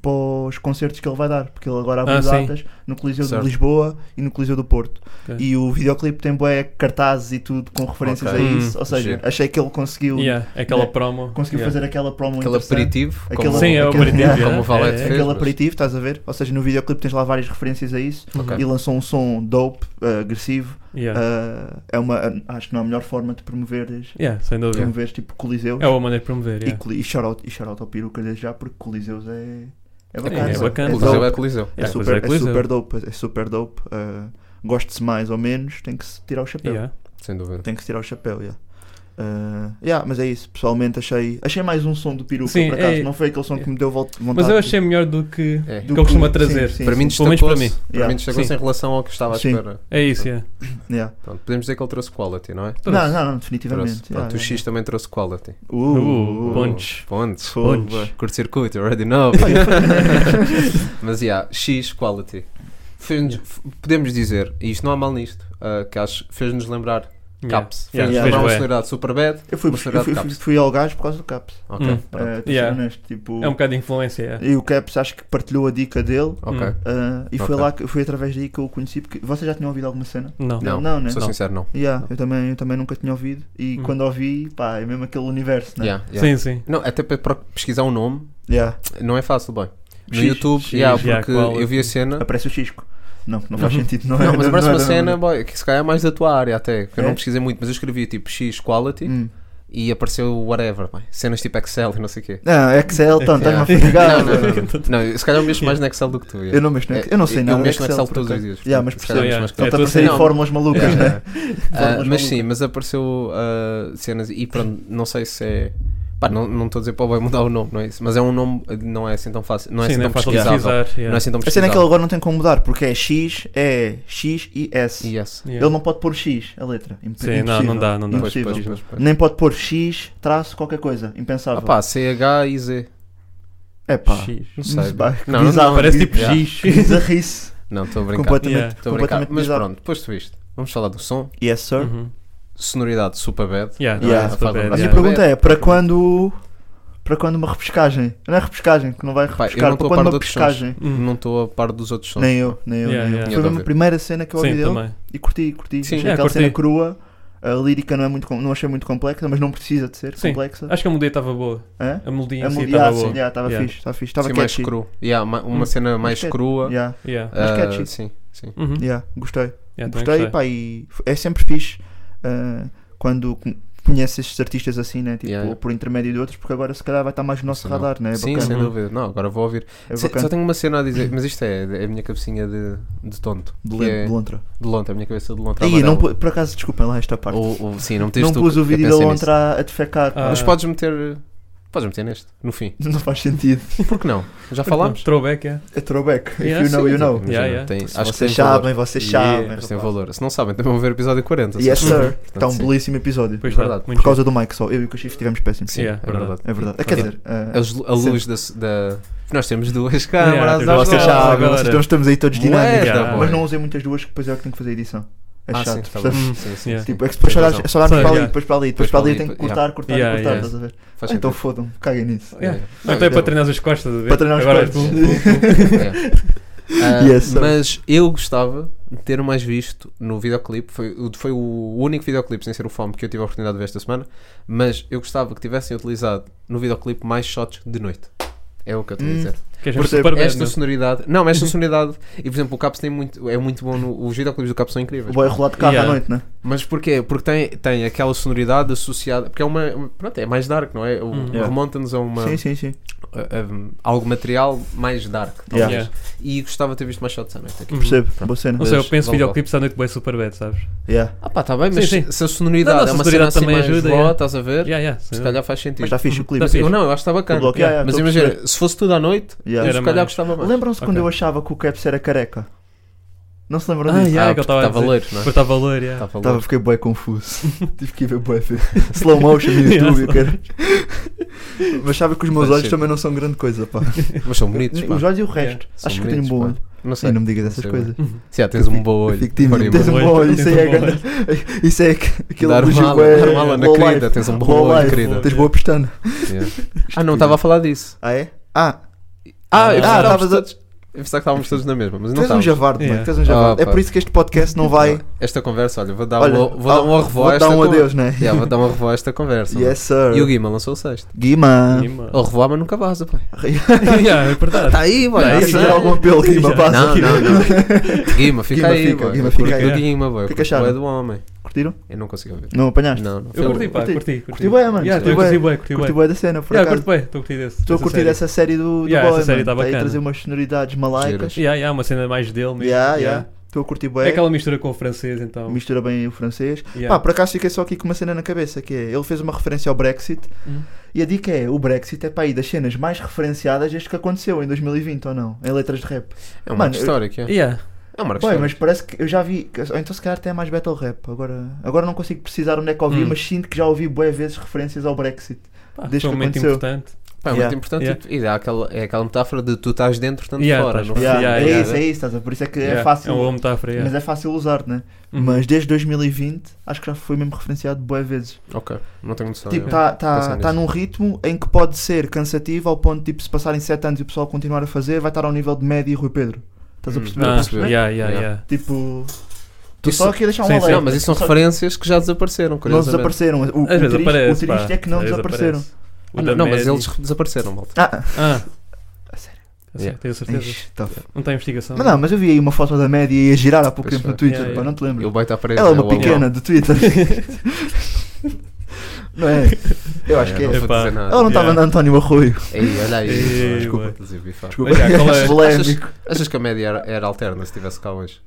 F: para os concertos que ele vai dar, porque ele agora abre
G: Ah, sim.
F: datas no Coliseu
H: Certo.
F: de Lisboa e no Coliseu do Porto.
G: Ok.
F: E o videoclipe tem boé cartazes e tudo com referências
H: Ok.
F: a isso,
G: Hum,
F: ou seja,
H: giro.
F: achei que ele conseguiu,
G: Yeah, aquela
F: né?
G: promo.
F: conseguiu
G: yeah.
F: fazer aquela promo
H: Aquele
F: interessante.
H: aperitivo.
F: Aquele-
H: como-
G: Sim, é o
F: aquele-
G: aperitivo.
F: Yeah.
G: yeah,
H: Como o Valete
G: é, é.
H: fez.
F: aquele
H: mas-
F: aperitivo, estás a ver? Ou seja, no videoclipe tens lá várias referências a isso
H: Ok.
F: e lançou um som dope, eh, agressivo.
G: Yeah.
F: eh, é uma, eh, acho que não é a melhor forma de promoveres,
G: Yeah, sem dúvida.
F: promoveres tipo Coliseus
G: É uma maneira de promover.
F: e,
G: Yeah.
F: coli- e shout-out e shout-out ao peruca desde já, porque Coliseus é, é bacana.
G: É bacana.
F: É
H: Coliseu é
F: dope,
H: Coliseu.
F: é
G: É, Coliseu é
F: super, é
G: Coliseu.
F: super dope, é super dope. eh, Goste-se mais ou menos, tem que se tirar o chapéu.
G: Yeah.
H: Sem dúvida.
F: Tem que se tirar o chapéu, yeah. Eh, yeah, mas é isso, pessoalmente achei achei mais um som do peruca
G: Sim,
F: por acaso,
G: é-
F: não foi aquele som que me deu vol- vontade.
G: Mas eu
F: de-
G: achei melhor do que
H: É.
G: que ele costuma
F: sim,
G: trazer.
F: sim,
H: Para
F: sim.
H: mim
G: Pelo menos para mim.
H: destacou-se. Para
F: Yeah.
H: mim destacou-se
G: Sim.
H: em relação ao que estava à
F: Sim.
H: espera.
G: É isso, yeah.
F: Yeah.
H: Pronto, podemos dizer que ele trouxe quality, não é?
F: Não, não, não,
H: Trouxe.
F: definitivamente.
H: Pronto,
F: Yeah,
H: o X também trouxe quality.
F: yeah. Uh,
G: Uh, Pontes.
H: Pontes.
F: Fogo.
H: Curto-circuito, already know. <laughs> Mas yeah, X quality. Fez-nos- f- Podemos dizer, e isto não há mal nisto, ah, que acho fez-nos lembrar
G: Yeah.
H: Caps.
G: Yeah,
H: Fez-nos
F: yeah.
H: lembrar uma
G: Fez bué.
H: sonoridade super bad.
G: <laughs>
F: Eu fui,
H: uma
F: eu
H: sonoridade
F: fui,
H: de
F: fui,
H: Caps.
F: fui ao gajo por causa do Caps.
H: Ok,
G: Hum.
H: pronto.
F: Eh, tô
G: Yeah.
F: sendo honesto, tipo,
G: É um bocado de influência. yeah.
F: E o Caps acho que partilhou a dica dele.
H: Ok.
G: Hum.
F: eh, e
H: Ok.
F: foi lá que foi através daí que eu o conheci porque vocês já tinham ouvido alguma cena?
G: Não.
H: Não,
F: Não, né?
H: sou
G: Não.
H: sincero, não.
F: Yeah, eu, também, eu também nunca tinha ouvido e
G: Hum.
F: quando ouvi, pá, é mesmo aquele universo, né?
H: Yeah, yeah.
G: Sim, sim.
H: Não, até para para pesquisar um nome,
F: Yeah.
H: não é fácil, bem. No
F: X,
H: YouTube,
F: X,
H: yeah,
G: yeah,
H: porque
G: quality.
H: eu vi a cena.
F: Aparece o Xisco. Não,
G: Uhum.
F: não faz sentido, não é?
H: Não, mas aparece
F: é
H: uma
F: da
H: cena,
F: mesma-
H: boy, que se calhar é mais da tua área até, que eu não
F: É?
H: pesquisei muito, mas eu escrevi tipo X quality
F: Hum.
H: e apareceu whatever, boy. cenas tipo Excel e não sei o quê.
F: Não, Excel, então, estás-me a
H: Yeah.
F: fabricar.
H: <laughs> Não, não, É não, não. Não, se calhar eu mexo mais no Excel do que tu. yeah.
F: Eu não mexo no
H: É,
F: Excel. Eu não sei
H: eu
F: nada. de
H: mexo no Excel
F: por
H: todos os
F: acaso.
H: dias.
F: Yeah, mas
H: Se calhar
F: percebes.
G: yeah.
H: mexo
G: É
H: no
F: Ele
G: a tua
F: está a aparecer
G: cena.
F: em fórmulas malucas,
H: Yeah.
F: né?
H: Ah,
F: Fórmulas
H: mas
F: malucas.
H: sim, mas apareceu ah, cenas e pronto, não sei se é. Pá, não não estou a dizer para vai mudar o nome, não é isso? Mas é um nome, não é assim tão fácil, não é
G: Sim,
H: assim
G: não
H: tão
G: é fácil de
H: pesquisável.
G: pesquisar.
H: Não é
G: yeah.
H: assim tão
F: A cena é que ele
H: pesquisável.
F: agora não tem como mudar, porque é X, é X e S.
H: Yes.
G: Yeah.
F: Ele não pode pôr X, a letra. Imp-
G: Sim, não,
F: impossível.
G: não dá, não dá.
H: Pois,
F: Impossível.
H: pois, pois, pois.
F: Nem pode pôr X, traço, qualquer coisa. Impensável.
H: Ah pá, CH e Z.
F: é pá.
G: X.
H: Não sei.
F: Bah, que
H: Não,
F: bizarro.
H: não,
G: Parece tipo
H: Yeah.
G: X.
F: Que bizarrice.
H: Não, estou a brincar.
F: completamente.
G: Yeah.
H: Estou a brincar.
F: completamente
H: Mas
F: bizarro.
H: pronto, depois tu isto. Vamos falar do som.
F: Yes, sir.
G: Uhum.
H: Sonoridade super bad.
G: Yeah,
F: Yeah.
G: yeah, super
H: Mas
F: A
G: bad,
F: minha
H: Yeah.
G: yeah.
F: pergunta é: para quando. Para quando uma repescagem? Não é repescagem, que não vai
H: Pá, eu
F: repescar.
H: não
F: Para
H: estou a par
F: quando
H: de
F: uma
H: outros sons.
F: pescagem?
G: Hum.
H: Não estou a par dos outros sons.
F: Nem eu, nem eu.
G: Yeah,
F: nem eu.
G: yeah.
F: Foi
H: Eu
F: mesmo
H: também.
F: a primeira cena que eu ouvi
G: Sim,
F: dele.
G: também.
F: E curti, curti.
H: Sim,
F: achei
G: é,
F: aquela cena
G: curti.
F: crua. A lírica não é muito com- não achei muito complexa, mas não precisa de ser
G: Sim.
F: complexa.
G: Acho que a melodia estava boa.
F: Hã?
G: A melodia
F: A
G: em si
F: melodia,
G: estava
F: sim,
G: boa.
F: yeah, estava
G: Yeah.
F: fixe, estava fixe, estava
H: Sim, mais
F: catchy.
H: cru. Yeah, ma- uma
G: Hum.
H: cena mais
F: catchy.
H: crua.
F: Yeah,
G: Yeah.
F: Mas
H: Ah,
F: catchy.
H: Sim, sim.
G: Uhum.
F: yeah, gostei.
G: Yeah, também
F: gostei, pá, e f- é sempre fixe ah, quando co- conheces estes artistas assim, né? Tipo,
H: Yeah, yeah.
F: por intermédio de outros, porque agora se calhar vai estar mais no nosso
H: Sim,
F: radar, né? É
H: sim,
F: bacana.
H: sem
G: Uhum.
H: dúvida. Não, agora vou ouvir.
F: É
H: Se-
F: bacana.
H: Só tenho uma cena a dizer, mas isto é, é a minha cabecinha de, de tonto.
F: De,
H: que
F: lon-
H: é-
F: de lontra.
H: de lontra, a minha cabeça de lontra.
F: Aí, não,
H: amarela.
F: pu- por acaso, desculpem lá esta parte.
H: Ou- ou- sim, não meteste
F: não
H: tu, é
F: pus o
H: eu
F: vídeo da
H: pensei nisso.
F: lontra a defecar, pá.
G: Ah.
H: Mas podes meter. Podes meter neste, no fim.
F: Não faz sentido.
H: Por que não? Já falámos?
G: Throwback, yeah.
F: É throwback.
G: Yeah,
F: If you know,
G: sim,
F: you know.
H: Mas
G: Yeah,
H: não,
G: yeah.
H: tem-
F: Se
H: acho que
F: vocês
H: tem valor.
F: sabem, vocês
H: Yeah,
F: sabem.
H: mas tem
F: rapaz.
H: valor. Se não sabem, também vão ver o episódio 40.
F: Yes,
H: se-
F: sir. Está um
H: sim.
F: belíssimo episódio.
G: Pois
H: É
G: está,
H: verdade.
G: muito
F: Por causa do Mike só. Eu e o Cachife estivemos péssimos.
H: Sim,
G: Yeah,
H: é verdade.
F: É verdade. Quer dizer, ah,
H: As lu- A luz da. da- Nós temos
G: <laughs>
H: duas câmaras. é
G: temos
H: às
G: duas
F: vocês
H: mãos.
G: câmaras.
F: sabem,
G: agora. é,
F: vocês então estamos aí todos dinâmicos.
H: Moeda,
G: Yeah.
H: boy.
F: Mas não usei muitas duas, que depois é o que tenho que fazer a edição. É
H: Ah, sim,
F: chato.
H: tá bom.
F: percebes?
G: Hum,
H: Sim, sim,
G: yeah.
H: sim.
F: Tipo, é que depois só
H: Tens
F: dar-
H: razão.
F: só darmos
G: Sim,
F: para ali,
G: yeah.
F: depois para ali, depois
H: Depois
F: para ali,
H: para
F: eu tenho
H: ali,
F: que cortar, cortar
G: Yeah,
F: e cortar,
G: yeah.
F: estás a ver? Ah,
H: Faz
F: Então
H: sentido.
F: fodam-me, caguem nisso.
G: Yeah.
H: Não,
G: Não, então é
H: eu-
G: para treinar as costas, a ver?
F: Para treinar
G: <laughs>
F: os
G: Agora, é
F: costas.
G: pum, pum, <laughs> pum.
F: <laughs>
H: Ah,
F: Yes, sir.
H: mas eu gostava de ter mais visto no videoclipe. Foi, o- foi o único videoclipe, sem ser o fome, que eu tive a oportunidade de ver esta semana. Mas eu gostava que tivessem utilizado no videoclipe mais shots de noite. É o que eu estou a
F: Hum.
H: dizer.
G: Que a gente
H: Porque
G: super bem,
H: esta
G: não? é?
H: sonoridade.
F: <laughs>
H: Não, mas esta sonoridade. E por exemplo, o Caps tem muito. É muito bom. No, os videoclipes do Caps são
F: O
H: incríveis.
F: boy rolado de carro
G: Yeah.
F: à noite, né?
H: Mas porquê? Porque tem, tem aquela sonoridade associada. Porque é uma. Pronto, é mais dark, não é? O-
G: Hum.
F: Yeah.
H: Remonta-nos a uma.
F: Sim, sim,
G: Uhum.
F: sim.
H: a- a- algo material mais dark. talvez.
F: Yeah.
G: Yeah.
H: E gostava de ter visto mais shots à noite aqui.
G: Uhum.
F: Percebo, boa cena.
G: Não sei, eu
H: Vês,
G: penso
H: vale,
G: videoclipes à noite bem super bad, sabes?
F: Yeah.
H: Ah pá, tá bem, mas
G: Sim, sim.
H: se a sonoridade
G: Não, não,
H: é
G: se a
H: uma cena
G: sonoridade
H: assim
G: também
H: mais
G: ajuda,
H: raw,
G: yeah.
H: estás a ver?
G: Yeah, yeah, sim.
H: Se calhar faz sentido.
F: Mas está fixe o clipe.
G: Tá fixe.
H: Eu não, eu acho que está
F: O
H: bacana.
F: bloco, yeah, yeah,
H: Mas
F: estou a
H: imagina,
F: perceber.
H: se fosse tudo à noite,
F: Yeah.
H: eu
G: Era
H: se calhar
G: mais.
H: gostava mais.
F: Lembram-se quando
G: Ok.
F: eu achava que o Caps era careca? Não se lembram
G: Ah,
F: disso?
G: yeah,
H: Ah,
G: é que eu
H: porque
G: estava a
H: estava
G: dizer.
H: loiro, não é?
G: Porque estava loiro, yeah.
H: Estava
F: Tava,
H: loiro.
F: fiquei bué confuso. <laughs> Tive que ir ver bué filme. <laughs> slow
G: <laughs>
F: motion no YouTube, cara. Mas sabe que os meus
H: Faz
F: olhos
H: sentido.
F: também não são grande coisa, pá.
H: Mas são bonitos, pá.
F: Os olhos e o resto.
H: É. São
F: Acho que eu tenho um bom
H: bonitos, pá.
F: olho.
H: Não
F: Sim,
H: sei.
F: não me digas essas
H: Sei
F: coisas.
H: Se há, tens um bom olho.
F: Fico tímido.
H: Faria
F: Tens um
G: bom
F: bom
G: olho,
F: olho. Isso aí é
G: tens um bom
F: grande. <laughs> Isso é que- aquele
H: Dar
F: elogio
H: mala,
F: bué-
H: dar mala na
F: low
H: querida,
F: life.
H: tens um bom
F: Low
H: olho,
F: life.
H: querida.
F: Tens boa pestana.
H: Yeah. Ah, não, estava a falar disso.
F: Ah, é? Ah,
H: Ah, eu
F: Ah,
H: pensava que
F: estavas a-
H: todos- eu pensava que estávamos todos na mesma, mas
F: tu
H: não
F: és um
H: estávamos.
F: javarde,
G: Yeah.
F: mano. Tu és um
H: Ah,
F: javarde. É
H: pá.
F: por isso que este podcast não vai.
H: Esta conversa, olha, vou dar
F: Olha,
H: um vou dar um
F: ah,
H: revó
F: vou
H: a esta
F: dar um
H: conversa.
F: adeus, né?
H: Yeah, Vou dar um revó a esta conversa. mano.
F: Yes, sir.
H: E o Guima lançou o sexto.
F: Guima.
G: E, mano.
H: Ele revoava, mas nunca vaza, pai.
G: Yeah, é verdade.
H: Está aí, boy.
G: Tá aí,
H: Isso
G: já.
H: é.
F: Tirar algum apelo, Guima.
G: Já.
F: Passa
H: Não,
F: aqui.
H: não, não. Guima, fica
F: Guima,
H: aí,
F: fica,
H: boy.
F: Guima, fica
H: Curto
F: aí.
H: do Guima, boy.
F: que
H: Curto
F: acharam?
H: bué do homem.
F: <laughs> Curtiram?
H: Eu não consigo ouvir.
F: Não apanhaste?
H: Não, um- não.
G: Eu curti, pá,
F: curti.
G: curti.
F: Curti bué, mano.
G: Yeah,
F: Curti
G: eu
F: bué.
G: curti bué, curti
F: Curti
G: bué.
F: bué da cena, por
G: Yeah,
F: acaso.
G: curto bué, estou a curtir desse.
F: Estou a
G: dessa
F: curtir
G: série.
F: essa série do, do
G: Yeah, essa
F: Boy,
G: série
F: mano.
G: tá
F: Tá aí a
G: bacana.
F: trazer umas sonoridades malaicas.
H: Giras.
G: Yeah, yeah, uma cena mais dele mesmo.
F: Yeah, yeah. Estou a curtir
G: É
F: bué.
G: aquela mistura com o francês, então.
F: Mistura bem o francês.
G: Yeah.
F: Pá, por acaso fiquei só aqui com uma cena na cabeça que é, ele fez uma referência ao Brexit
G: Hum.
F: e a dica é, o Brexit é para aí das cenas mais referenciadas desde que aconteceu em 2020 ou não, em letras de rap.
H: É um
F: Mano,
H: marco histórico, é.
G: Yeah.
H: É um marco
F: Ué, mas
H: histórico.
F: parece que eu já vi, ou então se calhar até é mais battle rap, agora, agora não consigo precisar onde é que ouvi,
G: Hum.
F: mas sinto que já ouvi bué vezes referências ao Brexit.
G: Pá,
F: Desde
G: foi um
F: que
G: momento
F: aconteceu.
G: importante.
H: Pá, É
F: Yeah.
H: muito importante.
G: Yeah.
H: E dá aquela- é aquela metáfora de tu estás dentro, tanto
G: Yeah,
H: fora.
G: estás
H: não
G: fora.
H: é?
F: Yeah,
G: yeah,
F: é
G: yeah.
F: isso, é isso, estás a ver? por isso é que
G: Yeah,
F: é fácil,
G: É uma boa metáfar, yeah.
F: mas é fácil usar, né?
G: Uhum.
F: Mas desde 2020 acho que já foi mesmo referenciado bué vezes.
H: Ok, não tenho noção.
F: Tipo,
H: eu-
F: está tá,
H: pensando
F: tá
H: nisso.
F: num ritmo em que pode ser cansativo ao ponto de tipo, se passarem 7 anos e o pessoal continuar a fazer, vai estar ao nível de Médio e Rui Pedro. Estás a
H: Hum,
F: perceber?
H: não,
G: Ah,
H: percebi.
G: yeah, yeah,
H: Yeah.
G: yeah.
F: Tipo, tu
H: Isso-
F: só aqui a deixar um
G: sim, sim.
F: alerta.
H: Não, mas isso são
F: Só-
H: referências que já desapareceram,
F: Não
H: curiosamente.
F: desapareceram. O, o,
G: Às vezes
F: triste,
G: aparece,
F: o triste
G: pá.
F: é que não
G: Às vezes
F: desapareceram.
G: aparece. O
H: Ah,
G: da
H: Não, não, mas
G: Medi.
H: eles desapareceram, malta.
F: Ah,
G: Ah.
F: A sério?
G: Eu sei,
H: Yeah.
G: Tenho certeza.
F: ixi, tá.
G: Não tem investigação.
F: Mas não, mas eu vi aí uma foto da Média e a girar há pouco
H: Pois
F: tempo no
H: foi.
F: Twitter,
G: Yeah,
F: pá,
G: yeah.
F: não te
H: E o
F: lembro.
H: baita à frente.
F: Ela é
H: né,
F: uma
H: o Alonso.
F: pequena do Twitter. não é? Eu acho que
H: Não
F: é.
H: vou
G: Epá.
H: dizer nada.
F: Ela não estava
G: Yeah.
F: na António Arroio.
H: Ei, olha aí.
G: Ei,
H: Desculpa,
G: ué.
H: estás a bifar.
F: Desculpa.
G: Mas já,
H: <laughs>
G: aquela-
F: Polémico.
H: Achas que a média era, era alterna se tivesse cá hoje?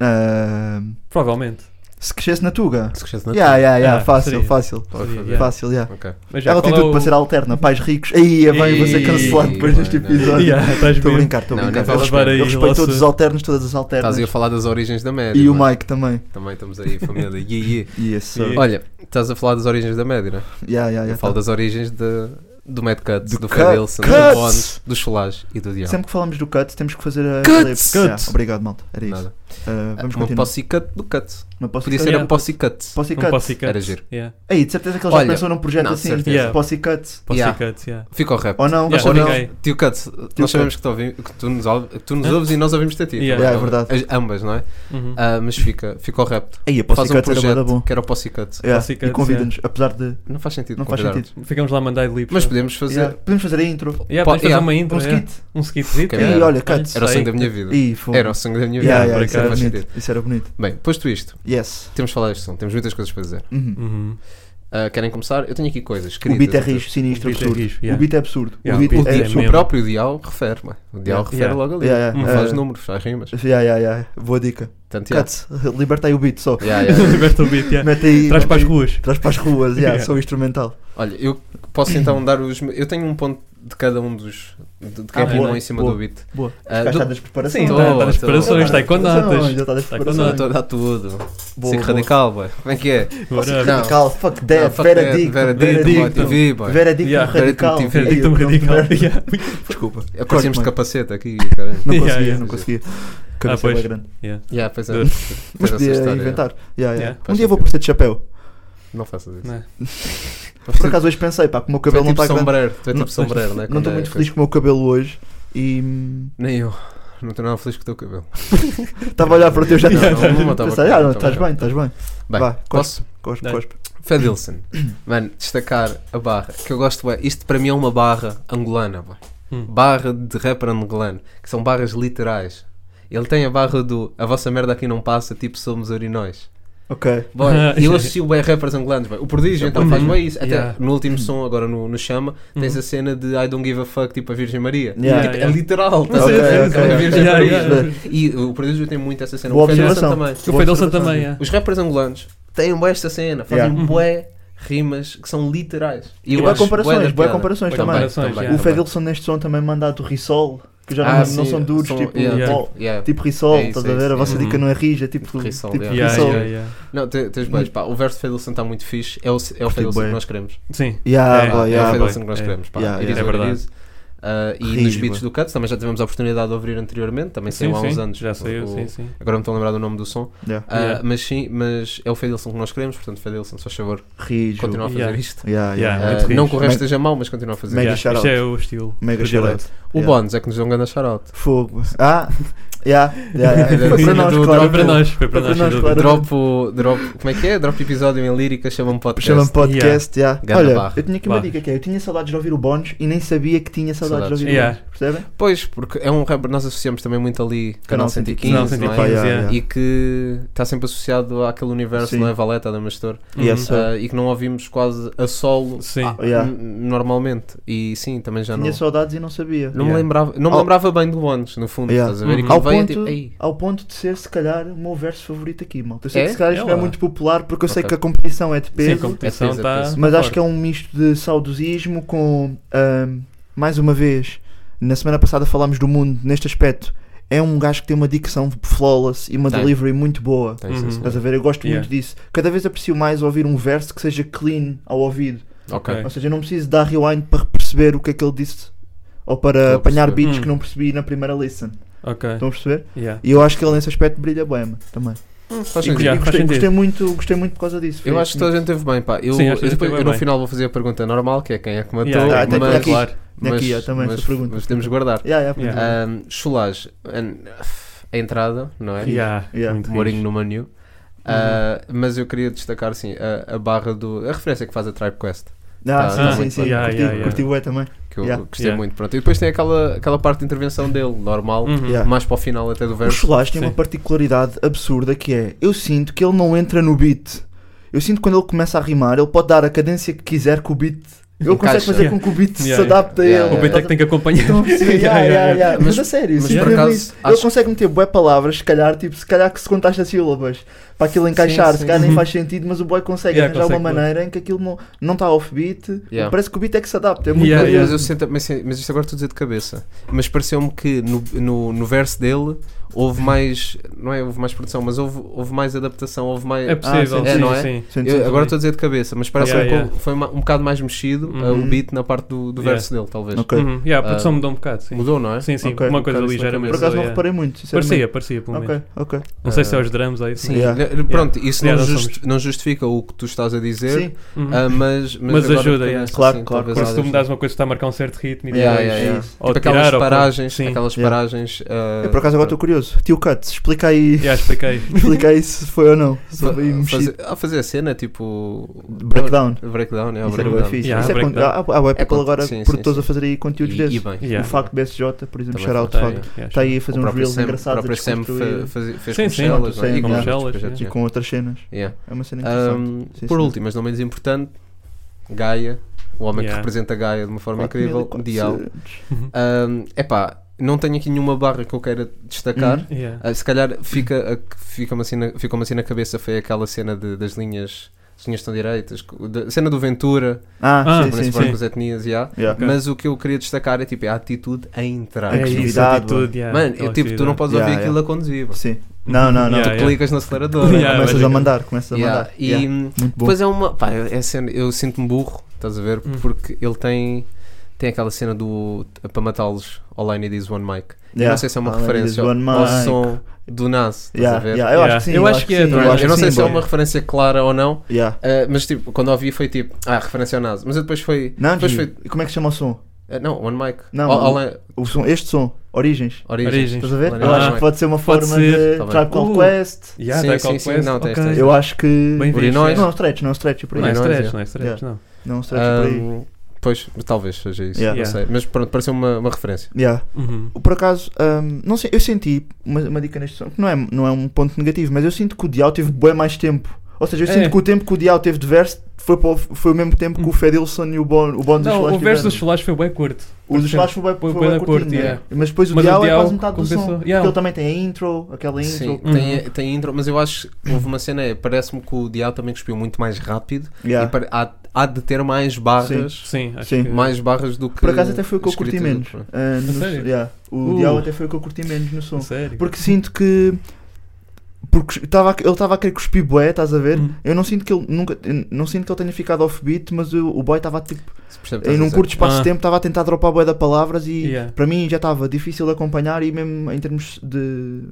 F: Ah,
G: Provavelmente.
F: Se crescesse na Tuga.
H: Se crescesse na
F: Yeah, É, yeah, yeah,
G: Ah,
F: fácil,
G: seria.
F: fácil.
H: tua- Pode
G: Seria,
H: fazer.
G: yeah.
F: Fácil, yeah.
H: Ok.
G: Mas
F: Ela tem tudo para ser alterna, pais ricos. Aí, a mãe, vou ser
G: é Ih,
F: cancelado depois
H: mano,
F: deste
H: não.
F: episódio. Estou a
G: brincar.
F: brincar, estou a
H: Não,
F: brincar.
H: nem
F: Eu
H: fala
F: respeito,
G: para aí,
F: eu respeito todos os
G: Lasso.
F: alternos, todas as
H: Estás
F: alternas.
H: aí a falar das origens da média.
F: E o
H: mano.
F: Mike também.
H: Também estamos aí, família. Yeah, <laughs> yeah.
F: Yes, sir.
H: Olha, estás a falar das origens da média, né?
F: Yeah, yeah,
H: Eu
F: yeah,
H: falo
F: tá.
H: das origens de- do Mad Cut,
F: Do
H: do
F: Cut-
H: Fred Wilson, do
F: Cuts!
H: Bones, do Cholage e do Diabo.
F: Sempre que falamos do cut, temos que fazer a
H: Cut!
F: clip.
H: Cut!
F: Yeah, obrigado, malta. Era isso.
H: Nada.
F: Ah, vamos
H: Uma
F: continuar.
H: posse cut do cut.
F: Uma posse
H: Podia
F: cut.
H: ser a
G: Yeah.
H: posse cut.
F: Posse
G: Um
F: cut.
G: posse cut.
H: Era giro.
G: Yeah.
F: Aí, de certeza que eles já
H: Olha,
F: pensou num projeto
H: não, de
F: assim.
H: certeza.
G: Yeah.
F: Posse cut.
G: Posse
H: Yeah.
G: cut, yeah.
H: Fica o rap.
F: Ou não,
G: Yeah,
F: ou
G: já
F: não.
G: fiquei.
H: Tio Cut,
F: Cut.
H: nós sabemos que, tu ouvi- que tu nos, ouve- que tu nos
G: Hã?
H: ouves e nós ouvimos-te a ti. tá
G: Yeah.
F: Yeah, é verdade.
H: As- ambas, não é?
G: Uhum.
H: Ah, mas fica, fica o rap.
F: Aí, a
H: Faz
F: posse cut
H: um
F: era
H: projeto
F: nada bom.
H: que era o Posse Cut.
F: Yeah,
G: Posse
F: E
G: cuts,
F: convida-nos, apesar de.
H: Não faz sentido.
F: Não faz
H: convidar-te.
F: sentido.
G: Ficamos lá a mandar de lips.
H: Mas podemos fazer.
F: Yeah, Podemos fazer a intro.
G: Yeah,
H: Pá,
G: podemos fazer
H: yeah.
G: uma
F: Um
G: intro. yeah.
F: skit.
G: Um skitzito.
H: Quem
F: Ei,
H: dera.
F: olha, cuts.
H: Era o
G: Sei.
H: sangue da minha vida.
F: Ih, fogo.
H: Era o sangue da minha vida. é
G: Yeah,
F: Yeah, yeah,
G: por
F: isso era
G: acaso.
F: bonito. Isso era bonito.
H: Bem, posto isto,
F: Yes.
H: temos de falar deste som. Temos muitas coisas para dizer.
F: Uhum.
G: Uhum.
H: Ah, querem começar? Eu tenho aqui coisas.
F: O
H: queridas,
F: beat é
H: até.
F: rijo, sinistro,
G: O beat é
F: absurdo.
G: rijo, yeah.
F: O beat é absurdo.
G: Yeah,
F: o beat
H: O,
G: beat
F: é
H: di-
G: É
H: o
G: mesmo.
H: próprio Dial refere, mano. O Dial
G: Yeah.
H: refere
G: Yeah.
H: logo ali.
F: Yeah, yeah.
H: Não
F: Eh,
H: faz números, faz rimas.
F: yeah, yeah, yeah. Boa dica.
H: Portanto, yeah.
F: Cuts, liberta aí o beat só.
H: Yeah, yeah, yeah.
G: Liberta o beat, yeah.
F: <laughs> Mete aí.
G: Traz para as ruas.
F: Traz para as ruas, yeah,
G: Yeah.
F: só o instrumental.
H: Olha, eu posso então dar os. me- Eu tenho um ponto de cada um dos. de, de quem
F: Ah, boa,
H: rimou em cima
F: boa.
H: do beat.
F: Boa. Os
H: Ah, do- tá
F: caixadas das preparações.
G: Sim,
H: Tô,
G: está nas
H: tô.
G: preparações, está aí com notas.
F: Já está das
G: Tá com
F: preparações.
G: notas.
H: Estou a dar tudo.
F: Boa,
H: Sigo
F: boa.
H: radical, boy. Como é que é?
G: Bora.
H: Não.
F: Radical, fuck
H: Ah,
F: that,
H: fuck that,
F: veredicto.
H: Veredicto, boy, TV, boy.
F: Veredicto
G: Yeah,
F: radical.
H: veredicto,
F: Ei,
G: Veredicto
F: eu não-
G: radical. Yeah. <laughs>
F: Desculpa.
H: Aparecemos de
F: Corte, mano.
H: capacete aqui, <laughs> caralho.
F: Não <laughs>
G: Yeah,
F: conseguia,
G: yeah.
F: não conseguia.
G: Ah,
F: Cabeça
G: pois.
F: bué grande.
G: Yeah.
H: Yeah, pois é.
G: Doido.
F: Mas
H: Tens essa
F: podia
H: história,
F: inventar. Yeah,
G: Yeah.
F: yeah. Um
H: Faz
F: dia vou
H: sentido.
F: parecer de chapéu.
H: Não faças isso.
G: Não.
F: Por acaso hoje pensei, pá, que o meu cabelo
H: tu
F: não
H: é tipo
F: está grande.
H: sombreiro, tu é
F: Não-
H: tipo sombreiro, né?
F: Não
H: Quando
F: estou
H: é
F: muito
H: coisa-
F: feliz com o meu cabelo hoje e hum,
H: Nem eu. Não estou nada feliz com o teu cabelo.
F: estava a olhar para o teu já
H: Não, não, não, não, tava
F: pensei, ah,
H: cá,
F: não,
H: não,
F: estás
H: tava
F: bem, estás bem.
H: Bem,
F: Vá,
H: posso?
F: Cospe,
G: Dá.
F: cospe.
H: Fedilson. Mano, destacar a barra. Que eu gosto, bué. Isto para mim é uma barra angolana, bué. barra de rapper angolano, que são barras literais. Ele tem a barra do A vossa merda aqui não passa, tipo somos urinóis.
F: Ok. <laughs>
H: Boy,
G: Ah,
H: eu
G: yeah.
H: assisti o Bem Rappers Angolanos, boy. o Prodígio então faz bem isso. Até
G: Yeah.
H: no último som, agora no, no Chama, tens a cena de I don't give a fuck, tipo a Virgem Maria.
F: Uhum. Yeah,
H: Tipo,
G: yeah.
H: É literal, estás
F: Ok,
H: a ver?
F: ok,
H: É a Virgem
G: ok.
H: Maria.
G: Yeah, yeah.
H: E o Prodígio tem muito essa cena.
F: Boa
H: o Fred Nelson
F: observação.
H: também.
G: O Fedelson também, é.
H: Os rappers angolanos têm bué esta cena, fazem
F: Yeah.
H: bué rimas que são literais.
F: E
H: eu
F: bué
H: acho
F: comparações,
H: bué da
F: bué
H: piada.
F: comparações
H: Bué
F: também.
G: Comparações, yeah.
F: O Fedelson neste som também manda a do Rissol, que já não, não
H: Ah, sim,
F: são duros,
H: são-
F: tipo,
H: yeah,
F: bom,
H: tipo, yeah.
F: tipo Rissol,
H: É isso,
F: estás
H: é
F: a ver?
H: isso,
F: a vossa
H: é.
F: dica não é rija, tipo
H: Rissol,
F: tipo
H: yeah.
G: Yeah,
F: Rissol.
G: yeah, yeah.
H: Não, te- tens bué, pá, o verso Fedelson está muito fixe, é o, é o
F: Curti
H: Fedelson
F: bué.
H: que nós queremos.
G: Sim.
F: Yeah,
G: É,
F: boy,
H: é o
F: yeah,
G: boy.
H: Fedelson que nós
G: é.
H: queremos, pá.
F: Yeah,
H: It
F: yeah.
H: is
G: É
H: what it
G: verdade.
H: is. Ah, e nos
F: Horrível.
H: beats do Cuts também já tivemos a oportunidade de ouvir anteriormente, também saiu há uns anos.
G: Já saiu,
H: o-
G: sim, sim.
H: Agora não estou a lembrar do nome do som.
F: yeah.
H: Ah,
G: Yeah.
H: Mas sim, mas é o Fedelson que nós queremos, portanto, Fedelson, se faz favor,
F: Rijo.
H: continua a fazer
G: Yeah.
H: isto.
F: Yeah,
G: Yeah.
F: yeah.
H: Ah,
G: muito
H: não
G: fixe.
H: que o resto
F: Mega-
H: esteja mal, mas continua a fazer.
F: Mega
G: Yeah,
F: shout-out.
G: Isto é o estilo.
F: Mega
G: predileto.
F: shout-out.
H: O
F: Yeah.
H: Bones é que nos deu um grande shout-out.
F: Fogo. Ah, yeah, yeah,
H: Ainda
F: yeah. Foi para
H: tinha
F: nós,
H: do
F: claro.
G: Foi para nós, foi para
F: Foi
G: nós.
F: para
G: sem
F: nós,
G: dúvida.
F: claro.
H: Dropo, drop, como é que é? Drop episódio em lírica, chama-me podcast.
F: Chama-me podcast, yeah.
H: Ganda
F: Olha,
H: barra.
F: eu tinha aqui uma
G: Barra.
F: dica que é, eu tinha saudades de ouvir o Bones e nem sabia que tinha saudades, de
G: Saudades.
F: ouvir o Bones, percebem?
H: Pois, porque é um rapper, nós associamos também muito ali Canal 115,
G: Não,
H: não é?
G: 115, yeah.
H: E que está sempre associado àquele universo,
F: Sim.
H: não é? Valeta da Mastor.
F: Yes,
G: Uhum.
F: sir.
H: Ah, e que não ouvimos quase a solo
G: Sim.
H: ah,
F: Yeah.
H: n- normalmente. E sim, também já não.
F: Tinha saudades e não sabia.
H: Não, me
G: Yeah.
H: lembrava, não me
F: Ao-
H: lembrava bem do Bones, no fundo,
F: Yeah.
H: estás a ver? E
G: Uhum.
H: quando
F: Ao
H: veio é
F: ponto-
H: tipo, ei,
F: Ao ponto de ser, se calhar, o meu verso favorito aqui, malta. Eu sei
H: É?
F: que se calhar isto não é
G: Ela.
F: muito popular porque eu sei
H: Ok.
F: que a competição é de
G: Sim, a
F: peso,
G: competição
H: peso, é
G: está.
H: peso.
F: mas acho que é um misto de saudosismo com, ahm, mais uma vez, na semana passada falámos do mundo neste aspecto. É um gajo que tem uma dicção flawless e uma
H: Tem.
F: delivery muito boa.
H: tem sim,
G: Uhum.
H: senhor.
F: Estás a ver? Eu gosto
G: Yeah.
F: muito disso. Cada vez aprecio mais ouvir um verso que seja clean ao ouvido.
H: Ok.
G: Ok.
F: Ou seja, eu não preciso dar rewind para perceber o que é que ele disse ou para
H: Estou a
F: apanhar
H: perceber.
F: beats
G: Hum. É.
F: que não percebi na primeira listen.
G: Ok.
F: Estão a perceber?
G: Yeah.
F: E eu acho que ele nesse aspecto brilha bem mano, também.
H: Faz
F: E
H: sentido.
F: gostei,
G: Yeah, faz
F: gostei-
G: sentido.
F: gostei muito, gostei muito por causa disso.
H: Eu acho que toda a gente teve bem, pá. Eu,
G: Sim, acho que teve
H: eu depois- eu
G: bem.
H: no final vou fazer a pergunta normal, que é quem é que matou,
G: Yeah,
F: Ah, tem-
H: mas,
F: tem aqui,
G: claro.
F: tem aqui,
H: mas-
F: eu também,
H: mas-
F: essa pergunta.
H: mas temos de guardar.
F: Yeah, yeah,
G: Yeah. Ah,
F: yeah.
H: Ahm, Cholage, an- a entrada, não é?
G: Yeah,
F: Yeah. Uhum.
G: muito
H: Morinho
G: fixe.
H: no menu. Ah, mas eu queria destacar, sim, a, a barra do. a referência que faz a Tribe Quest,
F: Ah, sim,
H: tá
F: sim,
H: muito
F: sim.
H: bem.
G: Yeah,
F: curti,
G: yeah, yeah.
F: curti bué também.
H: que eu
F: Yeah.
H: gostei
G: Yeah.
H: muito. Pronto. E depois tem aquela, aquela parte de intervenção dele, normal,
G: Uhum.
F: Yeah.
H: mais para o final até do
F: O
H: verso.
F: Solage tem
G: Sim.
F: uma particularidade absurda que é: eu sinto que ele não entra no beat. Eu sinto que quando ele começa a rimar, ele pode dar a cadência que quiser com o beat. Ele
H: Encaixa.
F: consegue fazer
G: Yeah.
F: com que o beat se
G: Yeah, yeah.
F: adapte a ele.
G: O
H: Yeah, yeah.
G: Beto é que tem que acompanhar.
F: Estão a perceber?
G: <laughs> Yeah,
F: Yeah,
G: yeah,
F: yeah,
G: yeah.
F: yeah. Mas
H: Mas-
F: a sério,
H: mas
F: sim,
H: por
F: mesmo
H: acaso,
F: isso.
H: acho-
F: ele consegue meter bué palavras, se calhar, tipo, se calhar que se contaste as sílabas para aquilo encaixar,
H: Sim,
F: se
H: sim.
F: calhar nem
G: Uhum.
F: faz sentido, mas o boy consegue
G: Yeah,
F: arranjar uma
G: consegue,
F: maneira em que aquilo não- não está off-beat,
H: Yeah.
F: parece que o beat é que se adapta, é muito
G: Yeah,
H: Mas,
F: curioso.
H: eu sinto- mas, mas isto agora estou a dizer de cabeça. Mas pareceu-me que no, no, no verso dele houve mais. Não é? Houve mais produção, mas houve, houve mais adaptação, houve mais.
G: É possível,
F: Ah, sim,
G: sim,
H: é, não é?
G: sim.
F: Sim,
H: Eu-
F: sim.
H: agora estou a dizer de cabeça, mas parece
G: Yeah,
H: que
G: yeah.
H: foi ma- um bocado mais mexido uh,
F: Uhum.
H: o beat na parte do, do
G: Yeah.
H: verso dele, talvez.
F: Ok.
G: Uhum. Yeah, a produção
H: Ah,
G: mudou um bocado, sim.
H: Mudou, não é?
G: Sim, sim,
F: Ok,
G: uma coisa
H: um bocado isso na
G: ligeiramente.
H: cabeça.
F: Por acaso não
G: yeah.
F: reparei muito, sinceramente.
G: Parecia, parecia, pelo menos.
F: Ok, ok.
G: Não sei se é os drums aí.
H: Sim,
F: Yeah.
H: n- pronto, isso
G: Yeah,
H: não,
G: nós
H: just-
G: somos-
H: não justifica o que tu estás a dizer,
F: Sim,
G: Uhum.
H: ah, mas,
G: Mas
H: agora
G: ajuda,
H: que
G: yeah.
H: penso,
F: Claro, claro,
H: sim, talvez
G: Porque se tu
H: ajude.
G: me das uma coisa que está a marcar um certo ritmo e
H: Yeah,
G: depois-
H: yeah,
F: é
H: yeah.
F: isso.
G: Ou
H: Tipo aquelas
G: tirar, ou pôr.
H: Tipo paragens,
G: Sim.
H: aquelas
F: Yeah.
H: paragens. ah,
F: Eu, por acaso agora estou curioso. Tio Cuts, explica aí,
G: <laughs> Yeah, expliquei.
F: <laughs> explica aí se foi ou não. Se
H: fa-
F: foi <laughs> mexido.
H: fazer- A fazer a cena, tipo.
F: Breakdown.
H: Breakdown, é o
F: Isso era bué
H: breakdown.
F: fixe.
G: Yeah,
F: Isso é con-
G: breakdown.
F: Há há bué people
H: conteúdo,
F: agora,
H: sim, sim,
F: produtores
H: sim.
F: a fazer aí conteúdos
H: E, e
F: desses.
H: bem.
G: Yeah.
F: O Facto BSJ, por exemplo,
H: Também
F: shout-out,
H: foi.
F: Facto.
G: Yeah, yeah,
F: Está tá aí a fazer
H: o
F: uns
H: próprio
F: reels
H: Sam, o
F: engraçados a
H: próprio Sam fe-
F: desconstruir
H: faze- fez
G: Sim,
H: com
G: sim,
H: chelas, não é?
F: com
H: E com
F: chelas,
H: chelas,
G: yeah.
F: e
H: yeah.
F: com outras cenas.
H: Yeah.
F: É uma cena interessante.
H: Ahm,
F: Sim,
H: por
F: senhor.
H: último, mas não menos importante, Gaia, o homem que
G: Yeah.
H: representa Gaia de uma forma incrível, Dial.
F: Diabo.
H: Ahm, epá, não tenho aqui nenhuma barra que eu queira destacar.
F: Uhum.
G: Yeah.
H: Ah, se calhar fica a, que fica uma cena, ficou uma cena na cabeça foi aquela cena de- das linhas, as linhas estão direitas, co- da- a cena do Ventura,
F: Ah,
G: Ah,
F: sim,
H: por
F: sim,
H: esse
F: sim.
H: barco das etnias, yeah.
F: Yeah.
G: Ok.
H: mas o que eu queria destacar é tipo, é a atitude a entrar. Tipo,
F: É
G: É isso,
F: Agressividade,
G: atitude, yeah,
H: Mano, eu,
G: aquela
H: tipo, tu não podes
F: Yeah,
H: ouvir
F: yeah.
H: aquilo a conduzir. bro.
F: Sim. Não, não, não.
G: Yeah,
H: Tu clicas no acelerador.
G: Yeah,
H: mano.
F: Começas
G: mas
F: a
G: eu-
F: mandar, começas a
H: Yeah,
F: mandar.
H: E
F: Yeah. Muito bom.
H: depois é uma. Pá, é cena, eu sinto-me burro, estás a ver?
G: Hum.
H: Porque ele tem, tem aquela cena do. Para matá-los, all I need is one mic. Eu
F: Yeah.
H: não sei se é uma
F: All I need is
H: referência ao
F: one
H: ao
F: mic.
H: som do Nas, estás a
F: Yeah,
H: ver?
F: yeah, Eu
G: Yeah.
F: acho que sim.
G: Eu acho que é,
F: sim,
G: também.
F: acho
H: Eu não
F: que
H: sei
F: sim,
H: se é
F: boy.
H: uma referência clara ou não,
F: Yeah.
H: ah, mas tipo, quando ouvi foi tipo, ah, referência ao Nas. Mas eu depois foi.
F: Não,
H: depois
F: Gio,
H: foi
F: e como é que se chama o som?
H: ah, não, One Mic.
F: Não,
H: All- all
F: o-
H: I-
F: O som- Este som, Origens.
H: Origins.
G: Origins.
F: Estás a ver?
H: All I
F: Eu
H: need is
F: acho
H: one
F: que pode ser uma
G: Pode
F: forma
G: ser.
F: de
H: Tá bem.
F: Tribe Call
G: Uh.
F: Quest.
G: Yeah,
H: Sim,
G: Dark
H: sim,
G: Hall
H: sim,
G: Quest,
H: não, tem,
G: ok.
H: tem.
F: Eu acho que.
G: Bem visto,
H: Urinóis.
G: yeah.
F: Não, é um stretch, não é um stretch. é por aí.
G: Não é
H: Urinóis,
G: stretch,
H: é.
G: não é stretch,
F: Yeah.
G: não.
F: Não é um stretch por aí.
H: Um, Pois, talvez seja isso.
F: Yeah.
H: Não sei. Mas pronto, pareceu uma, uma referência.
F: Yeah.
G: Uhum.
F: Por acaso, hum, não sei, eu senti uma, uma dica neste som, que não é, não é um ponto negativo, mas eu sinto que o Dial teve bem mais tempo. Ou seja, eu
G: É. Hum.
F: sinto que o tempo que o Dial teve de verso foi, para o- foi o mesmo tempo que o Fedilson e o Bon o Bond dos
G: Não,
F: Flash
G: o verso dos
F: tiveram.
G: Flash foi bem curto.
F: O dos Flash foi bem, foi
G: foi
F: bem
G: bem
F: curtinho,
G: curto,
F: né?
G: yeah.
F: Mas depois o
G: Mas o
F: Dial é
G: Dial
F: quase metade do som.
G: compensou,
F: Porque
G: yeah.
F: ele também tem a intro, aquela intro.
H: Sim,
G: Uhum.
H: tem, tem intro, mas eu acho que houve uma cena, é, parece-me que o Dial também cuspiu muito mais rápido
F: Yeah.
H: e pare- há, há de ter mais barras,
G: Sim, acho
F: Sim.
G: que.
H: mais barras do que.
F: Por acaso até foi o que eu
H: escrita
F: curti
H: do-
F: menos. ah, no-
G: sério?
F: yeah. O
G: Uh.
F: Dial até foi o que eu curti menos no som.
G: Sério.
F: um. Porque sinto que. Porque tava, a- ele estava a querer cuspir bué, estás a ver?
G: Uhum.
F: Eu não sinto que ele nunca. eu Não sinto que ele tenha ficado off-beat, mas o, o boy estava tipo.
H: Se percebe o que
F: Em
H: estás a
F: um
H: dizer.
F: curto espaço
G: Ah.
F: de tempo estava a tentar dropar bué de palavras e
G: Yeah.
F: para mim já estava difícil de acompanhar e mesmo em termos de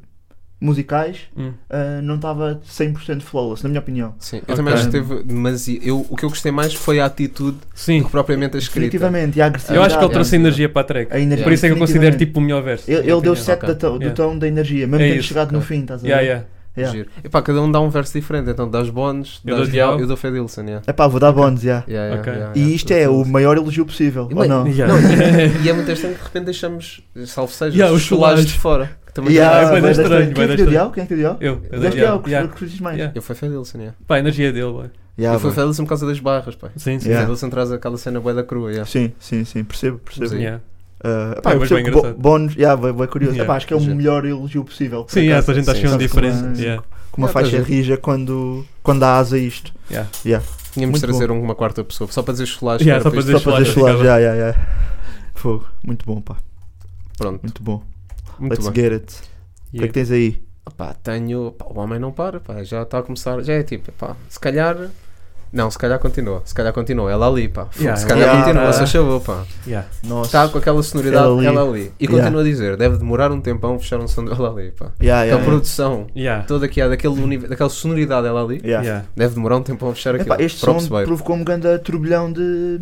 F: musicais
G: Hum.
F: ah, não estava 100% flawless, na minha opinião.
H: Sim, eu
G: Ok.
H: também acho que teve. Mas eu, o que eu gostei mais foi a atitude
G: Sim.
H: do que propriamente a escrita.
F: Definitivamente, e a agressividade.
G: Eu acho que ele trouxe
H: Yeah.
G: energia para a track.
F: a energia,
G: Por isso é que eu considero
F: definitivamente.
G: tipo o melhor verso.
F: Ele,
G: na
F: ele
G: minha
F: deu né?
G: opinião.
F: 7
H: Ok.
F: do,
G: Yeah.
F: tom da energia, mesmo
G: É
F: tendo
G: isso.
F: chegado no
H: Ok.
F: fim, estás a ver?
G: Yeah, yeah.
F: Yeah.
H: Giro. E pá, cada um dá um verso diferente. Então dás Bones,
G: Eu
H: dás
G: dou
H: Dial
G: Dial.
H: eu dou Fedilson. Yeah.
F: Epá, vou dar bons, yeah.
H: Yeah, yeah,
G: Ok.
H: yeah,
F: E
H: yeah.
F: isto é o
H: Fedilson.
F: maior elogio possível,
H: E,
F: ou
G: <laughs>
H: bem,
F: não?
G: Yeah.
H: E é muito estranho que de repente deixamos, salvo seja,
G: Yeah,
H: os
G: os chulares.
H: chulares de fora. que também
F: Yeah,
G: É bué
F: bué da
G: estranho,
F: estranho. Quem
G: bué da
F: é que deu
G: estranho.
F: dial? Quem é que deu dial?
G: Eu. eu dei-
F: Deste dial,
G: yeah,
F: que
G: yeah.
F: que curtes mais.
G: Yeah.
H: Eu fui Fedilson. Yeah.
G: Pá, a energia dele, ué.
F: Yeah,
H: eu fui
F: bué.
H: Fedilson por causa das barras. Pá.
G: Sim, sim.
F: Yeah.
H: Fedilson traz aquela cena boa da crua. Yeah.
F: Sim, sim, sim, percebo, percebo.
H: Sim.
G: Yeah.
F: Uh, pá,
G: É,
F: eu
G: mas
F: percebo
G: bem
F: que bo-
G: engraçado.
F: bônus, yeah, bué- bué curioso.
G: Yeah.
F: Epá, acho que é o
H: Sim.
F: melhor elogio possível. por
G: Sim, yeah,
F: acaso.
G: essa gente acha que é uma
F: Sabes como é-
G: diferença. Yeah.
F: Como uma
H: Yeah,
F: faixa
H: pois é.
F: rija quando, quando há asa isto.
G: Yeah.
H: Tínhamos de
F: Muito
H: trazer uma quarta pessoa, só para dizer chulares.
G: Yeah,
H: que era
G: só para
H: isto.
G: dizer
F: Só para
G: chulares,
F: deixar lá,
G: ficava-
F: já, já, já. Fogo, muito bom, pá,
H: Pronto,
F: muito bom.
H: muito
F: Let's
H: bem.
F: get it. O que é que
G: Yeah.
F: tens aí?
H: Pá, tenho. Pá, o homem não para, pá, já está a começar. Já é tipo, pá, se calhar. Não, se calhar continua, se calhar continua, ela ali, pá.
G: Yeah,
H: se calhar
F: yeah.
H: continua,
F: Yeah.
H: só chavou, pá.
G: Yeah.
F: Nossa.
H: Está com aquela sonoridade,
F: Ela ali.
H: ela ali. E
F: Yeah.
H: continua a dizer, deve demorar um tempão fechar um som dela ali, pá.
F: Yeah,
H: Aquela
F: yeah, yeah.
H: produção
G: Yeah.
H: toda que há daquele univ- daquela sonoridade dela ali,
F: Yeah.
G: Yeah.
H: deve demorar um tempão a fechar
G: é
H: aquilo.
F: Epá, este som
H: Props, babe.
F: provocou um grande turbilhão de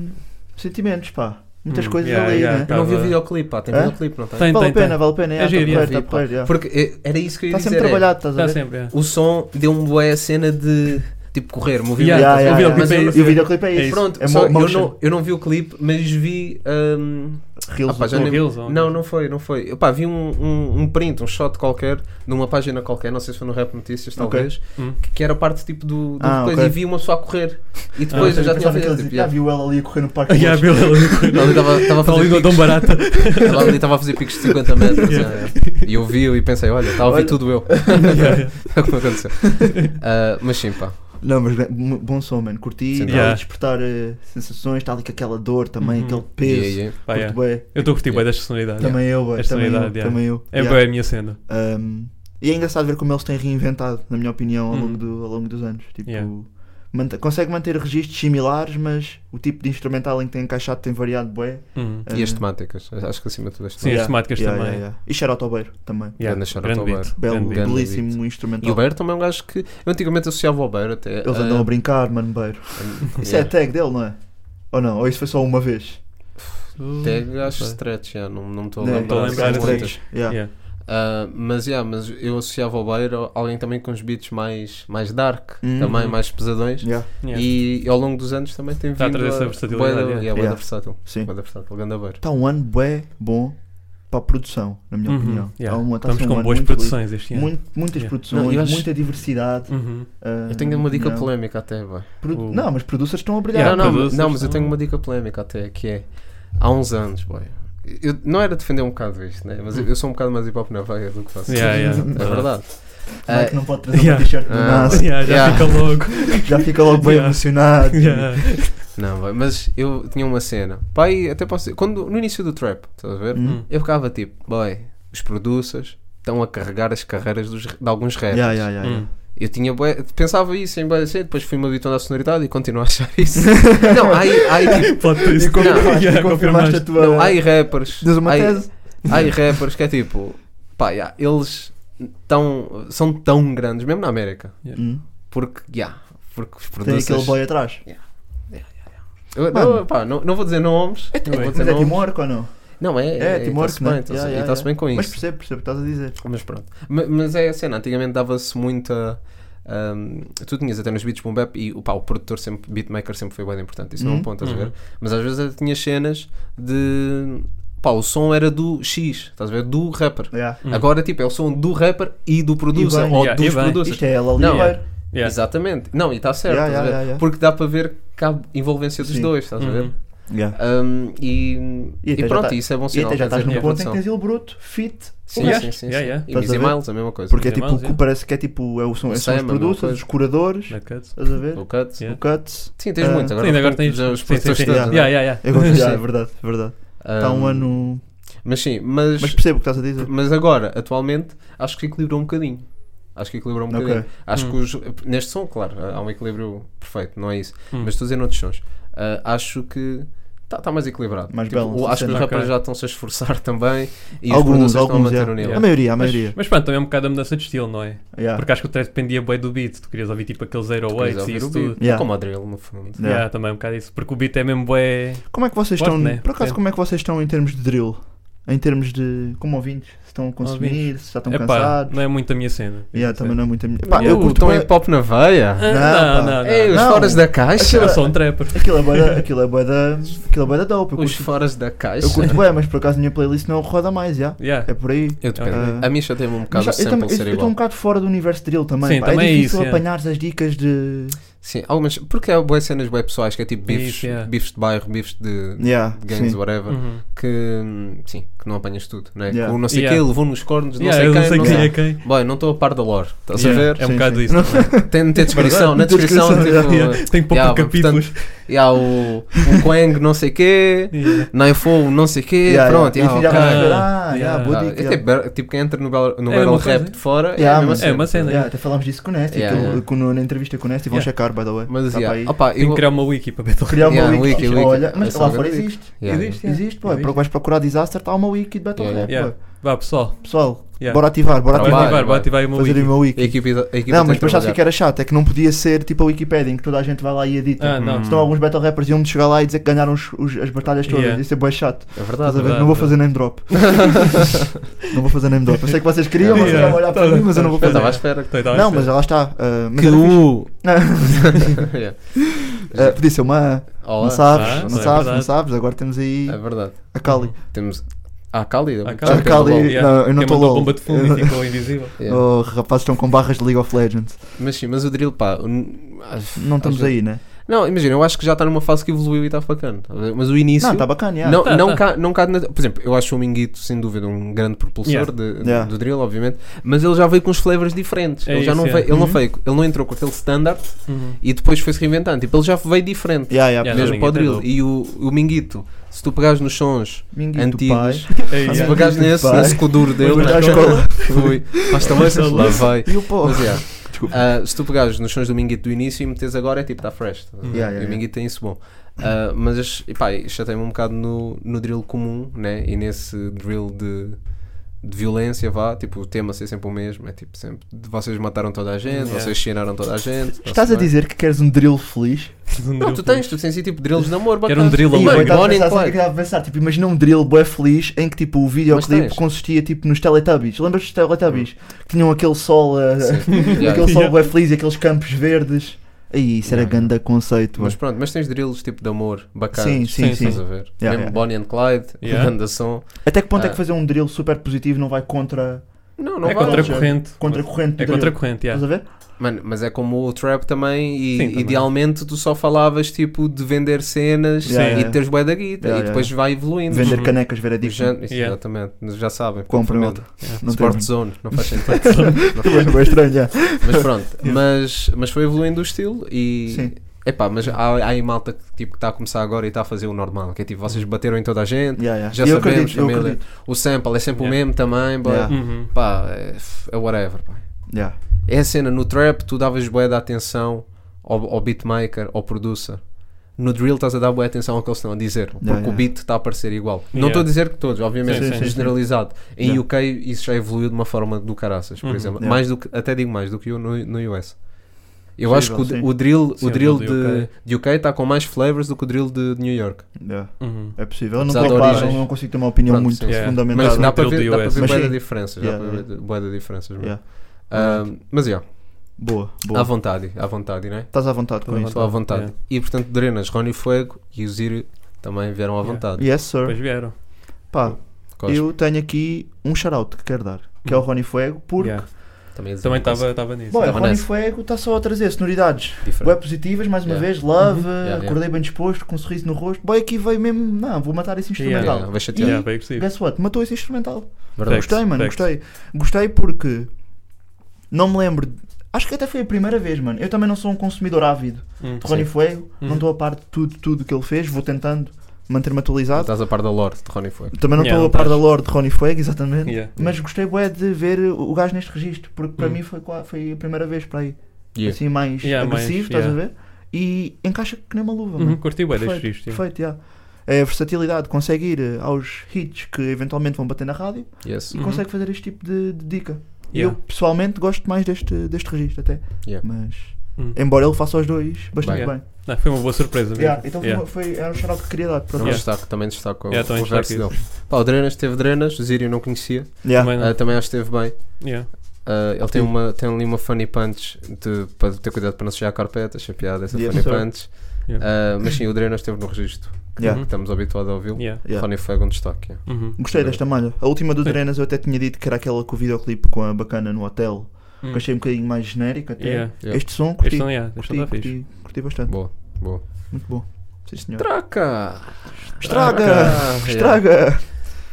F: sentimentos, pá. Muitas
G: Hum,
F: coisas
G: yeah,
F: ali,
G: yeah,
F: né?
H: Eu não vi o
G: Tava-
H: videoclipe, pá, tem
F: Hã?
H: videoclipe, não tem?
G: Tem,
F: Vale
G: tem,
F: a pena,
G: tem.
F: vale a pena.
G: É
F: é, Está
G: giro, yeah,
F: porreiro,
H: vi,
F: está
H: pá.
F: porreiro, yeah.
H: Porque eh, era isso que eu ia
F: Está Tá
H: dizer.
F: sempre
H: é,
F: trabalhado, estás a
G: Está
F: ver?
G: sempre, yeah.
H: o som deu-me boa a cena de tipo correr, movimento.
F: Yeah,
G: Yeah,
F: yeah,
G: o videoclipe
F: yeah.
H: Mas
G: é
F: E o videoclipe é
G: É
F: isso.
G: isso.
H: Pronto,
F: é
H: só-
F: mo-
H: eu,
F: motion.
H: não, eu não vi o clipe, mas vi. hum,
F: Reels
H: Ah, pá,
F: do
H: já
F: corpo.
H: nem-
G: Reels, ou-
H: não, não foi, não foi. Eu, pá, vi um, um, um print, um shot qualquer, numa página qualquer, não sei se foi no Rap Notícias, talvez,
G: Hum.
H: que, que era parte tipo do, do
F: Ah,
H: coisa
F: ok.
H: e vi uma pessoa a correr. E depois eu já tinha
F: Pensava que
H: feito.
F: eles-
H: Tipo,
F: Já
H: yeah.
F: viu ela ali a correr
G: <laughs>
F: no parque.
G: Yeah,
F: de
G: Bill,
H: Ela ali estava- estava a
G: Está ali
H: fazer
G: no Dom
H: picos.
G: Barata.
H: Ela ali estava a fazer picos de 50 metros. yeah, yeah. E eu vi e pensei, olha, estava a ouvir
F: Olha.
H: tudo
F: <laughs>
H: eu. é o que me aconteceu. Ah, mas sim, pá.
F: luz. Não, mas gran- mu- bom som, mano. Curti,
H: Sim,
F: tá
G: yeah.
F: ali a despertar eh, sensações, está ali com aquela dor também,
G: Uhum.
F: aquele
H: Yeah,
F: peso.
H: yeah.
G: Pá, yeah.
F: Curto bué.
G: Eu estou a curtir bem desta sonoridade.
F: Também eu, bué,
G: Esta
F: também eu,
G: unidade, yeah.
F: também eu.
G: É
F: Yeah.
G: bem a minha cena.
F: Um, e é engraçado ver como eles têm reinventado, na minha opinião, ao,
G: Hum.
F: longo, do- ao longo dos anos. Tipo,
G: Yeah.
F: manta- consegue manter registros similares, mas o tipo de instrumental em que tem encaixado tem variado bué.
G: Hum.
H: E as
F: Eh,
H: temáticas, acho que acima de tudo as
G: Sim,
H: temáticas.
G: as temáticas
F: yeah,
G: também.
F: yeah, yeah. E Xarota ao Beiro também.
G: Yeah,
H: Grande shout
G: grande
H: out ao
G: beat.
H: Beiro.
F: Belo,
G: Grande beat.
F: belíssimo
H: E
F: instrumental.
H: o Beiro também é um gajo que. Eu antigamente associava ao Beiro ah, até.
F: Eles andam a brincar, mano, Beiro.
H: brincar.
F: Isso é tag dele, não é? Ou não? Ou isso foi só uma vez?
H: Tag acho
G: Não sei.
H: stretch, já, não não me estou a
F: Não,
H: lembrar.
G: Hum, não estou a lembrar
H: São
G: de
H: muitas.
F: Yeah.
G: Yeah.
H: Ah, mas, já, mas eu associava ao Beiro alguém também com os beats mais, mais dark,
G: Hum.
F: Uhum.
H: também mais pesadões.
F: Yeah,
G: Yeah.
H: E ao longo dos anos também tem
G: Hum. Está a
H: vindo.
G: trazer essa versatilidade,
H: bué da-
G: yeah.
H: yeah, bué da
F: Yeah.
H: versátil.
F: Sim.
H: bué da versátil, ganda Beiro.
F: Está um ano bué bom para a produção, na minha
G: Uhum,
F: opinião.
G: yeah.
F: Tá um, tá a
G: Estamos
F: ser um
G: com
F: ano
G: boas
F: muito feliz.
G: produções este ano.
F: Muito- muitas
G: Yeah.
F: produções,
H: Não, eu acho-
F: muita diversidade.
G: Uhum.
F: ah,
H: Eu tenho uma dica
F: não.
H: polémica até, vai.
F: Produ-
G: O-
F: Não, mas producers estão a brilhar.
G: Yeah,
H: não, não,
G: producers
H: não, mas eu
G: são-
H: tenho uma dica polémica até, que é há uns anos, boy. Eu não era defender um bocado isto, né? mas eu, eu sou um bocado mais hip hop na veia do que faço.
G: Yeah, yeah.
H: É verdade.
F: Como é que
H: Ah,
F: não pode trazer
G: Yeah.
F: uma t-shirt do
H: Ah,
F: NASA?
G: Yeah, já
H: Yeah.
G: fica logo.
F: Já fica logo bem
G: Yeah.
F: emocionado.
G: Yeah.
H: não, boy, mas eu tinha uma cena. Pai, até posso dizer, quando, no início do trap, estás a ver?
F: Hum.
H: Eu ficava tipo, boy, os producers estão a carregar as carreiras dos, de alguns rappers.
F: Yeah, yeah, yeah, yeah.
G: Hum.
H: Eu tinha bué- pensava isso em boa cena, depois fui-me habituando à sonoridade e continuo
F: <laughs>
H: a achar isso. não, há, aí- há, aí, tipo,
G: Pode ter
F: E
G: isso.
F: confirmaste,
G: Yeah,
F: e confirmaste
G: confirmaste.
F: a tua.
H: não, há aí rappers.
F: Tens uma
H: há aí-
F: tese?
H: Há aí rappers que é tipo, pá, yeah, eles tão, são tão grandes, mesmo na América,
F: Hum.
H: porque, yeah, porque os
F: Tem
H: produtos.
F: aquele boy atrás.
H: Eu-
F: Mano.
H: não, pá, não, não vou dizer nomes, não vou
F: Mas
H: dizer
F: é
H: nomes.
F: Timorco ou não?
H: Não, é,
F: É,
H: é,
F: Timor,
H: está-se
F: né?
H: bem, está-se
F: Yeah, yeah,
H: e está-se
F: yeah.
H: bem com
F: Mas
H: isso.
F: percebo, percebo o que estás a dizer.
H: Mas pronto. Ma- Mas, é a cena, antigamente dava-se muita Ahm, tu tinhas até nos beats boom bap e pá, o produtor sempre, beatmaker sempre foi bem importante, isso não é um
F: Uhum.
H: ponto, estás a
G: Uhum.
H: ver? Mas às vezes tinha cenas de pá, o som era do X, estás a ver? Do rapper.
F: Yeah.
G: Hum.
H: Agora tipo, é o som do rapper e do producer,
F: bem.
H: ou
G: Yeah,
H: dos
G: e bem.
H: producers.
F: Isto é ela ali.
H: Não,
F: Oliveira.
G: Yeah.
H: Exatamente, não, e está certo,
F: Yeah, yeah,
H: estás a ver?
F: yeah, yeah.
H: porque dá para ver que há envolvência dos
F: Sim.
H: dois, estás a ver?
G: Uhum.
F: Yeah.
H: Um, e,
F: E até já
H: e pronto,
F: tá-
H: isso é bom
F: E
H: sinal.
F: até já
H: quer
F: estás
H: dizer,
F: num
H: a
F: ponto em que
H: produção.
F: tens ele bruto, fit,
H: Sim,
F: o resto.
H: sim, sim.
G: Yeah, yeah.
H: sim. E
F: Estás a
H: Busy
F: ver?
H: Miles, a mesma coisa.
F: Porque é
G: Sim,
F: tipo,
G: Miles,
F: o-
G: é.
F: parece que é tipo, é o, são, são
H: O Sam, a
F: os
H: mesma
F: producers,
H: coisa. Oh.
F: os curadores,
G: Dead Cuts.
F: estás a ver?
H: O cut.
G: Yeah.
F: O cut.
H: Sim, tens
F: Ah.
H: muito. Agora,
G: Sim, agora tens.
H: tens os
G: Sim, sim,
H: produtores
G: sim.
H: todos,
G: Yeah,
H: não é?
G: yeah, yeah.
F: É, <laughs> gosto- yeah, é
H: Sim.
F: verdade, é verdade.
H: Um,
F: Está um ano.
H: Mas sim, mas,
F: Mas
H: mas,
F: percebo o que estás a dizer.
H: agora, atualmente, acho que equilibrou um bocadinho. Acho que equilibrou um
F: Ok.
H: bocadinho. Acho
G: Hum.
H: que os, neste som, claro, há um equilíbrio perfeito, não é isso.
G: Hum.
H: Mas estou a dizer noutros sons. Ah, acho que está mais equilibrado.
F: Mais
H: Tipo,
F: balanced,
H: acho que
F: sim.
H: os rappers
G: Ok.
H: já estão-se a esforçar <laughs> também e os
F: alguns,
H: produtores estão a
F: alguns.
H: manter
F: yeah.
H: o nível.
F: A maioria, a maioria.
G: Mas, mas pronto, também é um bocado a mudança de estilo, não é?
F: Yeah.
G: Porque acho que o trap dependia bem do beat. Tu querias ouvir tipo aquele
H: Tu
G: 08
H: queres
G: e
H: ouvir
G: isso
H: o beat.
G: tudo.
F: Yeah.
H: Como o drill, no fundo.
F: Yeah.
G: Yeah, também é um bocado isso. Porque o beat é mesmo bué.
F: Como é que vocês
G: Forte,
F: estão.
G: né?
F: Por acaso,
G: Sim.
F: como é que vocês estão em termos de drill? Em termos de. Como ouvintes? Se estão a consumir, se já estão
G: Epá,
F: cansados.
G: não é muito a minha cena.
F: Yeah, também não é muito a minha. Pá,
H: Pá,
F: eu curto
H: estão
F: bué-
H: em pop na veia.
G: Ah, Não,
F: Não,
G: não, não.
H: Ei, os
F: Não.
H: foras da caixa.
G: Eu sou um trapper.
F: Aquilo é bué da. Aquilo é bué da. Aquilo é bué da dope. Eu
H: Os
F: curto,
H: foras da caixa.
F: eu curto bem, mas por acaso a minha playlist não roda mais, já.
G: Yeah.
F: É por aí.
H: Eu dependo.
F: Ah.
H: A minha já tem um
F: Mas
H: bocado
F: já-
H: de
F: eu
H: sample
F: também- eu-
H: ser
F: eu estou um
H: igual.
F: bocado fora do universo drill também.
G: Sim,
F: pá.
G: também é
F: é difícil
G: isso, é.
F: apanhares as dicas de.
H: Sim, algumas. Porque há boas cenas bem pessoais, que é tipo bifes,
G: Isso, yeah.
H: bifes de bairro, bifes de
F: Yeah,
H: de gangs, É,
F: sim.
H: whatever.
G: Uhum.
H: Que hum, sim, que não apanhas tudo, né?
F: Yeah.
H: Que O não sei
G: Yeah.
H: quê levou nos cornos, não
G: Yeah, eu
H: sei
G: não
H: quem.
G: sei
H: não
G: quem
H: sei-
G: é quem.
H: Boy, não estou a par da lore. Estás
G: Yeah,
H: a ver?
G: É um É
F: Sim,
G: bocado
F: sim.
G: isso.
F: Não-
H: Tem de ter descrição, na
F: Tem
H: descrição,
F: descrição,
G: <laughs>
H: tipo.
G: Yeah. Tem que pôr
H: yeah,
G: por capítulos.
H: E há o, o Quang não sei quê,
G: <laughs> Yeah.
H: Naifou não sei quê,
F: Yeah,
H: pronto,
F: yeah.
H: yeah,
F: E assim já vais
H: ok.
F: ver, ah, yeah,
G: Yeah.
F: boa
H: Ah,
F: dica,
H: é
F: yeah.
H: tipo, ber- tipo, quem entra no battle, no
G: É a
H: battle
G: mesma
H: rap
G: coisa.
H: de fora é,
F: Yeah,
H: a mesma
F: mas-
G: É uma cena.
F: Yeah, até falámos disso com o Nasty,
H: Yeah,
F: aquilo-
H: yeah.
F: com- na entrevista com o Nasty, vão
G: Yeah.
F: checar, by the way.
H: Mas
F: Tá
H: yeah,
F: para aí.
H: opa,
G: Tem
H: eu,
G: que criar uma wiki para Battle
F: Criar uma
H: Yeah, um
F: wiki,
H: wiki, wiki.
F: olha, mas
H: Essa
F: lá
H: é uma
F: fora
H: grande
F: existe.
H: Yeah,
G: Existe, yeah.
F: Existe, pô, é
G: Existe.
F: para o que vais procurar disaster, está uma wiki de Battle
H: Yeah,
F: Rap.
G: yeah.
F: pô.
G: Vá pessoal,
F: Pessoal,
G: Yeah.
F: bora ativar, bora
H: Trabalho,
G: vai
F: ativar,
G: ativar, vai
H: vai.
G: ativar uma
F: fazer
G: wiki.
F: uma
H: a
F: wiki.
H: equipe, a equipe
F: Não,
H: tem
F: mas
H: que
F: depois sabes o que é que
H: trabalhar.
F: era chato? É que não podia ser tipo a Wikipedia em que toda a gente vai lá e edita.
G: Ah, não.
F: Senão alguns Battle Rappers iam-me chegar lá e dizer que ganharam os- os- as batalhas todas.
G: Yeah.
F: Isso é bem chato.
H: É
F: Estás
H: verdade.
F: a ver?
G: verdade,
F: Não vou
G: verdade.
F: fazer name
H: <laughs>
F: drop. não vou fazer name drop. Eu sei que vocês queriam,
G: Yeah.
F: vocês estavam a olhar para
G: Tá-
F: mim, mas eu não vou
G: tá-
H: Eu
F: fazer.
H: estava à espera. que-
G: Então, então,
F: Não,
G: é
F: mas
G: isso.
F: lá está. ah, mas
H: Que
F: era fixe.
H: o. <laughs> Yeah.
F: Ah, podia ser uma.
H: Olá.
F: Não sabes,
G: Ah,
F: não
G: sim, é
F: sabes, não
G: verdade.
F: sabes. Agora temos aí
H: É verdade.
F: a Kali.
H: Temos. Ah, Cali.
G: Ah, Cali.
F: A Kali,
G: Yeah.
F: não, eu não
G: Quem
F: estou
G: mandou
F: LOL.
G: bomba de fumo e ficou
F: <laughs>
G: invisível.
H: Yeah.
F: Oh, rapazes estão com barras de League of Legends.
H: Mas sim, mas o drill, pá. n- ah,
F: Não estamos
H: acho-
F: aí, né?
H: Não, imagina, eu acho que já está numa fase que evoluiu e está bacana. tá a ver? Mas o início.
F: Não, está bacana, yeah.
H: Não,
G: Tá,
H: não,
G: tá.
H: Ca, não cade na- Por exemplo, eu acho o Minguito, sem dúvida, um grande propulsor
G: Yeah.
H: de-
F: Yeah.
H: do drill, obviamente. Mas ele já veio com os flavors diferentes.
G: É
H: ele já
G: isso,
H: não
G: yeah.
H: veio, ele, não
F: Uhum.
H: veio, ele não entrou com aquele standard
G: Uhum.
H: e depois foi-se reinventando. Tipo, ele já veio diferente.
F: Yeah, yeah,
G: Yeah,
F: pois.
G: não,
H: mesmo para o
G: Minguito é
H: drill. E o, o Minguito, se tu pegares nos sons,
F: Minguito do pai.
H: <laughs> Antigos.
G: É
H: se
G: isso.
F: Minguito
H: pegares
F: do
H: nesse,
F: pai.
H: nesse coduro dele,
F: Mas
H: na
F: à
H: cara, <laughs> fui. Mas também
G: Mas
H: lá vai.
F: E o pó.
H: Mas, yeah.
F: Oh. Desculpa.
H: Ah, se tu pegares nos sons do Minguito do início e metes agora, é tipo, está fresh. tá a ver?
F: Yeah, yeah,
H: e o
F: yeah.
H: Minguito tem isso bom. Ah, mas, pá, isto tem me um bocado no, no drill comum, né? E nesse drill de, de violência, vá, tipo, o tema ser sempre o mesmo. É tipo, sempre, de vocês mataram toda a gente,
G: Yeah.
H: vocês chinaram toda a gente.
F: Estás
H: tá-se
F: a
H: bem.
F: dizer que queres um drill feliz?
H: Não, tu tens, tu tens assim, tipo, drills de namoro,
G: Quero
H: bacana.
G: um drill
F: Ih,
G: Mano,
F: eu
H: Mano,
F: estava a
H: Bonnie
F: pensar,
H: and
F: sabe o que é que
H: Clyde.
F: estava a pensar? Tipo, imagina um drill bué feliz em que tipo o videoclipe
H: tens. Hum.
F: consistia tipo nos Teletubbies. Lembras dos Teletubbies? Que tinham aquele sol, uh,
H: Sim.
F: <laughs>
H: Yeah.
F: aquele sol
G: Yeah.
F: bué feliz e aqueles campos verdes. Aí, isso era
H: Yeah,
F: ganda conceito.
H: Mas
F: Mas,
H: pronto, mas tens drills tipo de amor, bacanas.
F: sim, sim,
G: Sim,
F: sim.
H: Estás a ver?
F: Yeah,
H: Mesmo
F: yeah.
H: Bonnie and Clyde,
G: Yeah.
H: grande som.
F: Até que ponto é
H: Ah.
F: que fazer um drill super positivo não vai contra,
H: Não, não
G: É
H: vai.
G: contra a corrente.
F: contra a corrente do
G: É
F: drill?
G: contra a corrente,
F: Estás
G: yeah.
F: a ver?
H: Mano, mas é como o trap também e
G: Sim, também.
H: idealmente tu só falavas tipo de vender cenas
F: Yeah,
H: e
F: yeah.
H: de teres bué da guita
F: Yeah,
H: e depois vai evoluindo.
F: Vender
G: Uhum.
F: canecas veredictas.
H: Os gen- isso,
G: Yeah.
H: Exatamente, já sabem.
F: Comprem
H: complemento.
F: outra. Não tem. É
H: Sport Zone, não
F: <laughs>
H: faz sentido. Não faz
F: Bem estranho,
H: <laughs>
F: yeah.
H: Mas pronto, mas, mas foi evoluindo o estilo e.
F: Sim.
H: Epá, mas há, há aí malta que tipo, está a começar agora e está a fazer o normal, que é tipo, vocês bateram em toda a gente,
F: Yeah, yeah.
H: já
F: E eu
H: sabemos,
F: acredito, eu
H: família.
F: acredito.
H: o sample é sempre
G: Yeah.
H: o mesmo também, boy.
F: Yeah.
G: Uhum.
H: pá, é, f- é whatever. pá.
F: Yeah.
H: É a cena, no trap tu davas bué de atenção ao, ao beatmaker, ao producer. No drill estás a dar boa atenção ao que eles estão a dizer, porque
F: yeah.
H: o beat está a parecer igual.
G: Yeah.
H: Não estou a dizer que todos, obviamente,
G: Sim, sim,
H: mas
G: sim.
H: generalizado. Em
F: Yeah.
H: UK isso já evoluiu de uma forma do caraças, por
G: Uhum.
H: exemplo.
F: Yeah.
H: Mais do que, até digo mais do que eu no, no US. Eu
F: Sim,
H: acho que o,
F: sim.
H: o drill,
G: Sim,
H: o
G: o
H: drill
G: drill do
H: de,
G: UK.
H: de UK está com mais flavors do que o drill de, de New York.
F: Yeah.
G: Uhum.
F: É possível. Eu não,
H: Apesar
F: tenho
H: da
F: claro,
H: origem.
F: não consigo ter uma opinião
H: Pronto,
F: muito
H: sim,
G: sim.
F: fundamentada.
H: Mas dá
G: o
H: para
G: drill
H: ver,
G: do
H: dá para
G: US.
H: ver
F: Mas
H: bué de
F: sim.
H: diferenças.
F: Yeah,
H: dá para ver bué de diferenças. mesmo.
F: Yeah.
H: Ah, mas yeah.
F: Boa,
H: À
F: boa.
H: vontade, à vontade, não é?
F: Estás à vontade com isso.
H: Estou à vontade. E portanto, Drenas, Rony Fuego e o Ziro também vieram à
G: Yeah.
H: vontade.
F: Yes, sir.
G: Depois vieram.
F: Pá,
H: Cosme,
F: eu tenho aqui um shout-out que quero dar, que é o Rony Fuego, porque.
G: Hum. Yeah. é
H: também ia dizer
G: Também
H: uma
G: estava
H: coisa
G: estava nisso.
F: Bom, o
H: Tava
F: Rony
H: nessa.
F: Fuego está só a trazer sonoridades.
H: diferente.
F: Bué positivas, mais uma
H: Yeah.
F: vez,
G: Uhum.
F: love,
H: yeah.
F: acordei bem disposto, com um sorriso no rosto. Boy, aqui veio mesmo, não, vou matar esse
G: Yeah.
F: instrumental.
H: Yeah, vai chatear.
G: Yeah, bem agressivo.
F: Guess what? Matou esse instrumental.
H: Verdade.
F: Gostei, mano,
G: Facts.
F: gostei. Gostei porque não me lembro. Acho que até foi a primeira vez, mano. Eu também não sou um consumidor ávido
G: Hum.
F: de Rony Fuego,
G: Uhum.
F: não estou a par de tudo, tudo que ele fez, vou tentando manter-me
H: Não
F: atualizado.
H: Estás a par da Lorde de Rony Fuego.
F: Também não
G: Yeah,
F: estou
G: não
F: a par da
G: estás.
F: lore de Rony Fuego, exatamente.
G: Yeah.
F: Mas gostei bué de ver o gajo neste registro, porque para
G: Uhum.
F: mim foi, qua- foi a primeira vez para aí.
H: Yeah.
F: Assim mais
G: Yeah, mais-
F: agressivo, estás a ver? E encaixa que nem uma luva,
G: Uhum,
F: mano.
G: Curti bem
F: Perfeito,
G: deste registro. yeah.
F: perfeito, yeah. É a versatilidade, consegue ir eh, aos hits que eventualmente vão bater na rádio
H: Yes.
F: e
G: Uhum.
F: consegue fazer este tipo de, de dica. E
G: Yeah.
F: Eu pessoalmente gosto mais deste, deste registro até.
H: Yeah.
F: Mas
G: Uhum.
F: embora ele faça os dois bastante
G: Bem.
F: bem.
G: Não, Foi uma boa surpresa mesmo.
F: Yeah, Então foi
G: Yeah.
F: uma- foi, era um shout que queria dar. por
H: Também
F: acaso.
H: destaco, também destaco o-
G: Yeah, também
H: o verso
G: destaco
H: dele. Pá, o Drenas teve Drenas, o Zírio eu não conhecia,
F: Yeah.
G: Também não.
H: Ah, também acho que esteve bem.
G: Yeah.
H: Ah, ele tem, uma, tem ali uma funny punch de- para ter cuidado para não sujar carpetas, a piada, essa
F: Yes,
H: funny
F: sir.
H: punch. Ah, mas sim, o Drenas esteve no registro,
F: Yeah.
H: que estamos habituados a ouvi-lo.
G: Yeah.
F: Yeah.
H: Rony Fuego um destaque. yeah.
G: Uhum.
F: Gostei desta malha. A última do
G: Sim.
F: Drenas eu até tinha dito que era aquela com o videoclipe com a bacana no hotel.
G: Hum.
F: Que achei um bocadinho mais genérico até.
G: Yeah.
H: Yeah. é
F: Este som
G: Este
F: curti.
G: não yeah, este
F: curti,
G: não está fixe.
F: curti, curti bastante.
H: Boa, boa.
F: Muito bom. Sim, senhor.
H: Traca!
F: Estraga! Estraga!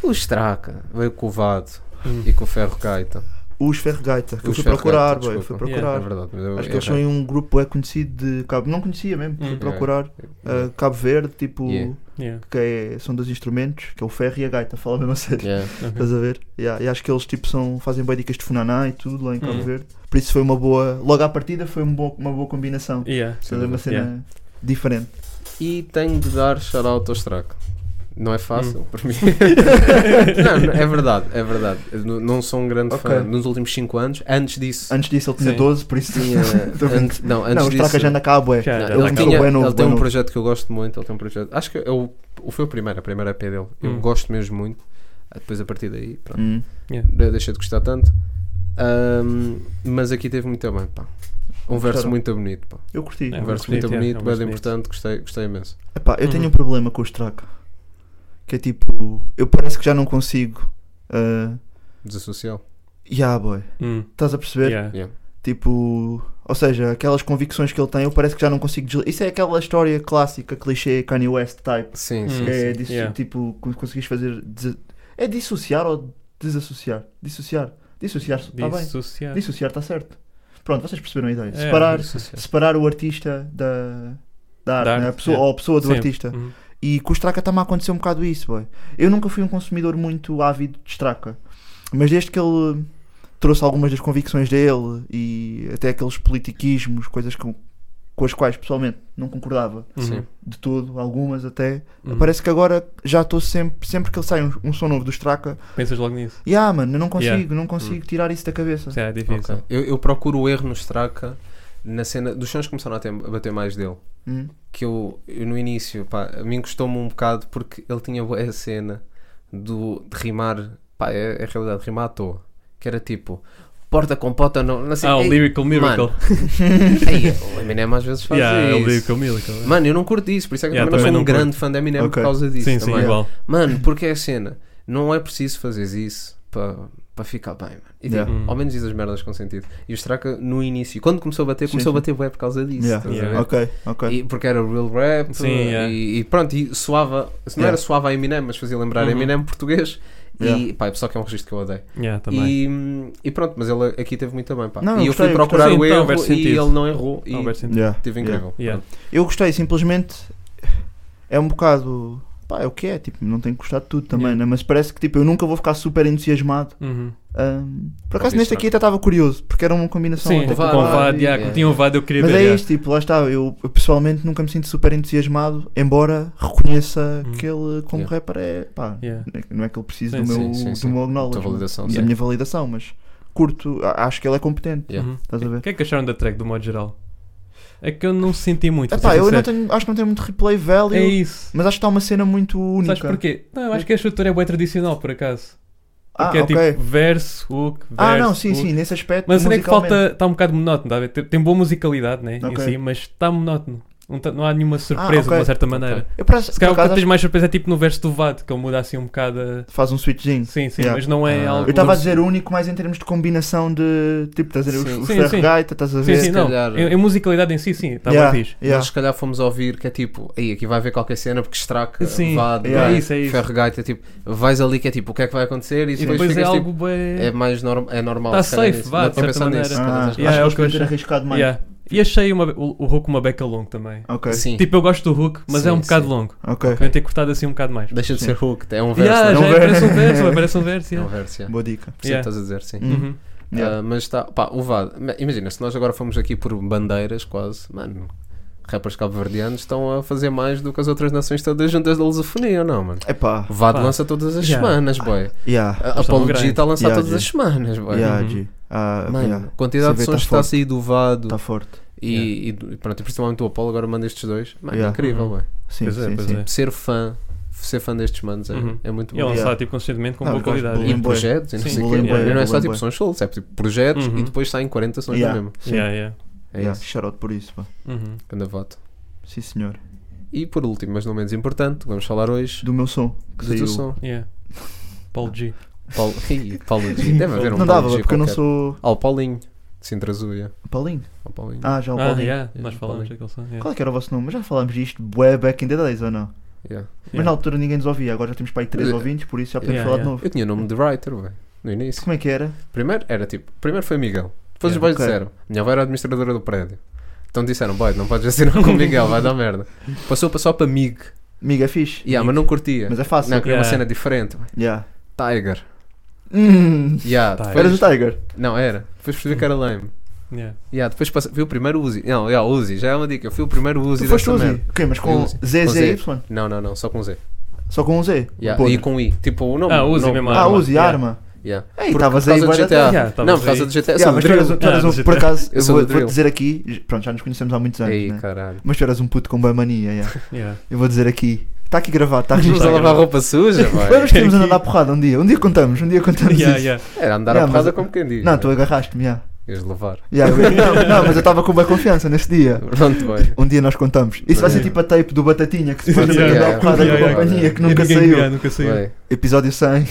H: O Straca veio com o Vado
G: Hum.
H: e com o Ferro então. É Gaita.
F: Os Ferregaita, que eu
H: Os
F: fui
H: Ferro
F: procurar,
H: Gaita,
F: boy, fui
H: desculpa.
F: procurar.
H: É verdade, mas eu
F: Acho que eles são
H: errei.
F: em um grupo é conhecido de Cabo. Não conhecia mesmo, fui
G: Hum.
F: procurar
H: Yeah.
F: uh, Cabo Verde, tipo,
H: Yeah.
G: Yeah.
F: que é- são dois instrumentos, que é o ferro e a gaita, fala mesmo a sério.
H: Yeah.
G: uhum.
F: Estás a ver? Yeah, E acho que eles tipo, são, fazem bem dicas de Funaná e tudo lá em Cabo
G: Hum.
F: Verde. Por isso foi uma boa. Logo à partida foi um bo- uma boa combinação.
G: Yeah.
F: Estás a ver? Uma cena
G: Yeah.
F: diferente.
H: E tenho de dar shout-out ao Straca. Não é fácil
F: Hum.
H: para mim. <laughs> não, não, é verdade, é verdade. Eu n- não sou um grande
F: Ok.
H: fã. Nos últimos 5 anos, antes disso.
F: Antes disso ele tinha
G: Sim.
F: 12, por isso <laughs>
H: tinha-
F: tinha. Tô brincando.
H: antes- não, antes
F: não, os
H: disso.
F: tracas já anda cá, bué.
G: Já, já
H: Ele,
G: dá cá.
F: tinha-
H: tinha-
F: é novo,
H: ele tem
F: é
H: um
F: novo.
H: projeto que eu gosto muito. Ele tem um projeto. Acho que é o, o foi o primeiro, a primeira EP dele. Eu
G: Hum.
H: gosto mesmo muito. Ah, Depois a partir daí, pronto.
F: Hum.
H: De- deixei de gostar tanto. Ahm, mas aqui teve muito bem, pá. Um verso
F: Gostaram?
H: muito bonito, pá.
F: Eu curti.
G: É,
H: Um verso
G: verso
H: muito
G: bonito, é,
H: bonito,
G: é um
H: bem
G: verso bonito.
H: importante, gostei, gostei imenso.
F: Epá, eu
G: Uhum.
F: tenho um problema com os tracas. Que é tipo. Eu parece que já não consigo. Uh,
H: Desassocial.
F: yeah, boy.
G: Hum.
F: Estás a perceber?
G: Yeah.
H: Yeah.
F: Tipo, ou seja, aquelas convicções que ele tem, eu parece que já não consigo desligar. Isso é aquela história clássica, clichê Kanye West type.
H: Sim,
G: Hum.
H: sim.
F: que é
G: sim,
F: disso,
G: yeah.
F: tipo, con- conseguis fazer. desa- É dissociar ou desassociar? Dissociar. Dissociar, está Tá bem.
G: Dissociar.
F: Dissociar, está certo. Pronto, vocês perceberam a ideia.
G: É,
F: separar,
G: dissociar.
F: separar o artista da, da arte,
G: Da
F: né? a
G: arte,
F: pessoa,
G: é.
F: ou a pessoa do
G: Sim.
F: artista.
G: Uhum.
F: E com o Straka está-me a acontecer um bocado isso, boy. Eu nunca fui um consumidor muito ávido de Straka, mas desde que ele trouxe algumas das convicções dele e até aqueles politiquismos, coisas com, com as quais pessoalmente não concordava
H: Sim.
F: de todo, algumas até,
G: Uhum.
F: parece que agora já estou sempre, sempre que ele sai um, um som novo do Straka,
G: Pensas logo nisso.
F: e ah, mano, eu não consigo,
G: Yeah. Hum.
F: não consigo tirar isso da cabeça.
G: Isso é difícil.
H: Ok. Eu, eu procuro o erro no Straka na cena dos sons que começaram a, ter- a bater mais dele.
F: Hum?
H: Que eu, eu no início, pá, a mim gostou-me um bocado porque ele tinha bué a cena do, de rimar, pá, é, é a realidade, rimar à toa. Que era tipo, porta com pota, não, não sei
G: Ah, o
H: ei,
G: Lyrical Miracle.
H: é- mano, ei, o Eminem às vezes faz
G: Yeah, é o
H: isso.
G: Lyrical Miracle.
H: Mano, eu não curto isso, por isso é que eu
G: Yeah,
H: também não sou um
G: também não
H: grande fã da Eminem por
F: Ok.
H: causa disso.
G: Sim, sim,
H: também.
G: igual.
H: Mano, porque é a cena, não é preciso fazeres isso para para ficar bem, mano. E tipo,
F: Yeah.
G: Hum.
H: ao menos diz as merdas com sentido. E o Straka no início, quando começou a bater,
F: Sim,
H: começou a
F: sim.
H: bater bué por causa disso.
F: Yeah.
H: estás a
G: Yeah.
H: ver?
F: Ok, ok.
H: E- porque era real rap
G: Sim,
H: e,
G: yeah.
H: e pronto, e suava, se não
F: Yeah.
H: era suava a Eminem, mas fazia lembrar
G: Uhum.
H: Eminem português. E
F: Yeah.
H: pá, pessoal que é um registro que eu odeio.
G: Yeah, também.
H: E, hum, e pronto, mas ele aqui teve muito bem, pá.
F: Não,
H: e eu
F: gostei,
H: fui
F: eu
H: procurar
G: gostei.
H: o
G: Então,
H: erro
G: faz
H: e
G: sentido.
H: ele não errou. E
G: Não, vai ser-
F: Yeah,
H: teve
F: yeah.
H: incrível.
G: Yeah.
H: pronto.
F: Eu gostei, simplesmente é um bocado. Pá, é o que é, tipo, não tenho que gostar de tudo também,
G: Yeah.
F: né? mas parece que tipo, eu nunca vou ficar super entusiasmado.
G: Uhum.
F: Ahm, por acaso
H: Ouviste,
F: neste aqui até estava curioso, porque era uma combinação
G: é? Sim,
F: até
G: com
H: com
F: com
H: Vado.
G: o Vado,
F: e-
G: yeah, como tinha o Vado eu queria
F: Mas
G: ver.
F: é
G: yeah.
F: isto, tipo, lá está, eu, eu pessoalmente nunca me sinto super entusiasmado, embora reconheça
G: Hum.
F: que ele, como
H: Yeah.
F: rapper, é pá,
G: Yeah.
F: não é que ele precise
G: Sim,
F: do meu,
H: sim, sim, sim.
F: Do meu
H: Tua
F: acknowledge,
H: validação,
F: mas-
H: sim.
F: da minha validação, mas curto, a- acho que ele é competente,
H: Yeah.
G: Uhum.
F: estás a ver?
G: O que é que acharam da track, do modo geral? É que eu não senti muito. vou
F: Epá,
G: ser
F: eu não
G: sincero.
F: tenho, um acho que não tem muito replay value,
G: É isso.
F: mas acho que está uma cena muito única.
G: Sabes porquê? Não, eu acho que a estrutura é bem tradicional, por acaso.
F: Ah,
G: que é
F: ok.
G: tipo verso, hook, verso.
F: ah, não, sim,
G: hook.
F: sim, nesse aspecto.
G: Mas a cena é que
F: musicalmente.
G: falta. Está um bocado monótono, está a ver? Tem, tem boa musicalidade, né? em
F: Ok. Ah,
G: si, mas está monótono. Não, tá- não há nenhuma surpresa, de
F: ok.
G: uma certa maneira.
F: Eu, por,
G: Se
F: por
G: calhar o que
F: acaso,
G: tens mais surpresa é tipo no verso do Vado, que ele muda assim um bocado. a-
F: acho que faz um switchzinho.
G: Sim, sim,
F: Yeah.
G: mas não é
H: Ah.
G: algo.
F: Eu estava a dizer único, mas em termos de combinação de. Tipo, estás a ver
H: Sim.
F: o, o
G: Sim,
F: ferro
G: sim.
F: gaita, estás a
G: Sim,
F: ver.
G: sim,
H: se
G: não.
H: calhar-
G: Em, em musicalidade em si, sim, estava
F: Yeah,
G: fixe.
F: yeah.
H: Mas se calhar fomos ouvir que é tipo, aí aqui vai haver qualquer cena porque estraca,
G: Sim,
H: vado,
F: yeah.
G: É isso, é isso.
H: ferro gaita, tipo, vais ali que é tipo, o que é que vai acontecer? E,
G: E depois é
H: ficas, tipo,
G: algo bué-
H: é mais norm é normal.
G: Tá
H: se calhar,
G: safe,
H: nisso.
G: vá,
H: Não
G: de
H: tinha
G: certa
H: pensado nisso,
G: maneira.
H: por
F: Ah,
H: acaso.
G: Yeah, é o
F: acho
G: que
F: que
G: eu
F: eles ter
G: achei.
F: arriscado mais.
G: Yeah. E achei uma- o, o hook uma beca longo também.
F: Ok,
H: Sim,
G: Tipo, eu gosto do hook, mas é
H: Sim,
G: um bocado
H: sim.
G: longo.
F: ok.
G: Eu ia ter cortado assim um bocado mais.
H: deixa de
F: Sim.
H: ser hook, é um verso.
G: Yeah,
H: não
G: já
H: é?
F: um
G: é,
F: verso.
G: parece um verso, parece um verso.
H: É um <laughs>
G: yeah.
H: verso, yeah.
F: Boa dica.
H: Sim,
G: Yeah.
H: estás a dizer, sim.
F: Uhum.
G: Uhum.
F: Yeah.
H: Ah, mas está, pá, o VAD, ma- imagina, se nós agora fomos aqui por bandeiras, quase, mano, rappers cabo-verdianos estão a fazer mais do que as outras nações todas juntas da lusofonia, ou não, mano?
F: Epá,
H: VAD
G: Pá.
H: lança todas as
G: Yeah.
H: semanas, boy.
F: yeah.
H: A
G: estão
H: Apolo
G: grandes.
H: Digital lança
F: Yeah,
H: todas as semanas, boy.
F: Yeah,
G: Uhum.
F: G. Ah,
H: Mano,
F: yeah.
H: a quantidade
F: CV
H: de sons
F: tá
H: que está a
F: forte. Tá,
H: sair do VAD
F: Está forte.
H: e, e do- e pronto, e principalmente o Apolo agora manda estes dois, mano,
F: Yeah.
H: incrível,
G: Uhum.
H: boy.
F: Sim,
G: Pois é,
F: sim,
G: pois
F: sim.
G: é.
H: Ser fã, ser fã destes manos é,
G: Uhum.
H: é muito
G: E é
H: bom.
F: Yeah.
G: lançado tipo, consistentemente com
F: Não,
G: boa
F: eu gosto de
G: qualidade.
H: E
F: Bullying Boy.
H: projetos, e não
G: Sim.
H: sei o quê.
F: Bullying
H: Yeah.
F: Boy,
H: E não é só
F: Bullying
H: tipo
F: Boy.
H: sons solos, é tipo projetos
G: Uhum.
H: e depois saem 40 sons
F: Yeah.
H: do mesmo.
F: Sim.
G: Yeah, yeah.
H: É
F: Yeah,
H: isso,
F: Shout out por isso, pá.
G: Uhum.
H: grande voto.
F: Sim, senhor.
H: E por último, mas não menos importante, vamos falar hoje
F: Do meu som. Que
H: do
F: saiu.
H: teu som.
G: Yeah. Paulo G.
H: Paulo, <laughs> Ih, Paulo G. Deve
F: <laughs>
H: haver um
F: Não
H: Paulo
F: dava,
H: G
F: porque eu não
H: qualquer.
F: sou.
H: Ao Paulinho, de Sintra Zuia.
F: Paulinho.
H: Ao Paulinho.
F: Ah, já o
G: Ah,
F: Paulinho.
G: yeah, nós
H: Yeah,
G: falamos
H: Paulinho.
G: daquele som. yeah.
F: Qual é que era o vosso nome? Mas já falámos disto, bué, back in the days ou não?
H: Yeah. é.
F: Mas na
G: Yeah.
F: altura ninguém nos ouvia, agora já temos para aí 3
H: Yeah.
F: ouvintes, por isso já podemos
G: Yeah,
F: falar de
G: yeah.
F: novo.
H: Eu tinha o nome de writer, ué, no início.
F: Como é que era?
H: Primeiro era tipo, primeiro foi Miguel. Depois os
G: Yeah,
H: boys
F: ok.
H: disseram, minha avó era administradora do prédio. Então disseram, boy, não podes assinar com o Miguel, vai dar merda. Passou para- só para Mig.
F: Miga é fixe?
H: Yeah, mas não curtia.
F: Mas é fácil.
H: Não, queria uma
G: Yeah.
H: cena diferente. ué.
F: Yeah.
H: Tiger.
F: Hum,
H: Yeah,
G: Tiger.
F: eras o
H: depois,
F: Tiger?
H: não, era. Depois percebi que era lame.
G: Yeah.
H: Yeah, depois passa, fui o primeiro Uzi. Não, yeah, Uzi, já é uma dica. Eu fui o primeiro Uzi
F: Tu foste
H: desta
F: o
H: merda.
F: Uzi? Ok, mas com
H: Uzi.
F: ZZY?
H: Não, não, não, só com Z.
F: Só com um Z?
H: Yeah,
F: Pô.
H: e com I. Tipo, o nome.
G: Ah, Uzi
H: o nome-
G: mesmo,
F: Ah,
G: arma.
F: Uzi,
G: Yeah.
F: arma.
H: Yeah.
F: Ei,
H: Por
F: estavas aí
H: causa do
F: bué da
H: GTA.
G: Yeah, estavas
H: não, por causa
G: aí.
H: do GTA.
F: Yeah,
H: sou
F: mas
H: do
F: tu eras, um-
H: É, drill.
F: tu eras
G: Ah,
F: um,
G: mas
F: por
G: eu-
F: acaso,
H: eu
F: eu
H: sou
F: vou,
H: do
F: vou
H: drill.
F: dizer aqui, j- pronto, já nos conhecemos há muitos anos,
G: <laughs>
H: Ei,
F: né?
H: caralho.
F: mas tu eras um puto com bem mania, yeah.
G: Yeah.
F: eu vou dizer aqui, está aqui gravado, está
H: Vamos a
F: registrado.
H: lavar roupa suja,
F: Olha, nós
H: vai.
F: queremos andar à porrada um dia, um dia contamos, um dia contamos
G: Yeah,
F: isso.
G: yeah.
H: Era andar a
F: Yeah, mas-
H: porrada como quem diz.
F: Não,
H: né?
F: tu agarraste-me, yeah.
H: Ias levar.
F: Yeah, eu-
G: <laughs>
F: não, não, mas eu estava com boa confiança nesse dia.
H: Pronto, vai.
F: <laughs> Um dia nós contamos. Isso vai ser tipo a tape do Batatinha que se faz
G: Yeah,
F: yeah,
H: yeah,
F: a porrada
G: yeah,
F: com a
G: yeah.
F: companhia que
G: E
F: nunca
G: ninguém- yeah,
F: saiu.
G: nunca saiu.
H: vai.
F: Episódio 100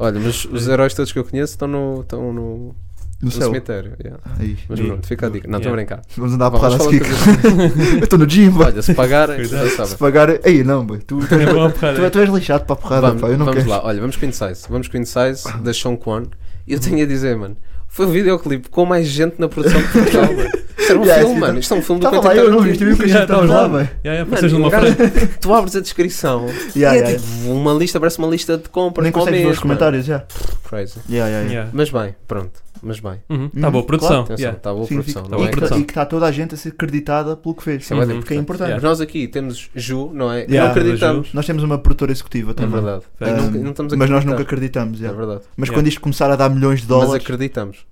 H: Olha, mas os heróis todos que eu conheço estão no, estão no, no
F: no céu.
H: cemitério. yeah.
F: Aí,
H: Mas
G: Yeah.
H: pronto, fica a dica. Não, estou a brincar.
F: vamos andar à
H: Vá,
F: porrada
H: mas
F: a
H: fala
F: seguir. <laughs>
H: outra vez.
F: Eu estou no gym, pá.
H: assim. Olha, se pagarem,
G: Cuidado.
H: já
F: Se
H: sabem.
F: pagar. Ei, não, boy. Tu, tu,
G: É boa porrada.
F: <laughs> tu- tu és lixado para a porrada,
H: Vamos,
F: pá. Eu não
H: vamos
F: quero.
H: lá, olha, vamos com Insights. Vamos com Insights da Sean Kwan. E eu tenho a dizer, mano, foi um videoclipe com mais gente na produção de Portugal. mano. Isto era
F: <laughs>
H: um
F: Yeah,
H: filme,
F: sim,
H: mano.
F: tá-
H: Isto é um filme do
F: Estava
H: Quentin
F: lá, eu não vi.
H: Tarantino.
F: Isto que a gente
G: Yeah,
F: estava
G: estavas
F: lá,
G: lá.
F: boy.
G: Yeah, yeah,
H: Mano,
G: passas numa
H: o gajo- <laughs>
G: frente.
H: tu abres a descrição
F: Yeah,
H: e é
F: yeah.
H: tipo uma lista, parece uma lista de compras.
F: Nem
H: para né? o
F: consegues ver
H: mês,
F: os comentários, já.
H: mano. Crazy.
F: Yeah, yeah, yeah.
G: Yeah.
H: Mas bem, pronto. Mas bem.
G: Uhum. Tá
F: Uhum,
G: boa,
F: claro,
G: produção.
H: Atenção,
G: Yeah.
H: está boa
F: Significa-
H: produção.
G: tá
H: Não
G: boa
F: E que
H: é?
F: tá-
G: produção.
F: e que está toda a gente a ser creditada pelo que fez.
H: Isso é bué de
G: Uhum.
F: Porque é importante.
G: Yeah.
H: Nós aqui temos Ju, não é?
F: Yeah.
H: não acreditamos.
F: Nós temos uma produtora executiva
H: É
F: também.
H: verdade. E
F: Ahm,
H: nunca- não estamos a
F: mas nós
H: acreditar.
F: nunca acreditamos.
H: É
F: yeah.
H: verdade.
F: Mas
G: Yeah.
F: quando isto começar a dar milhões de
H: Mas
F: dólares,
H: acreditamos.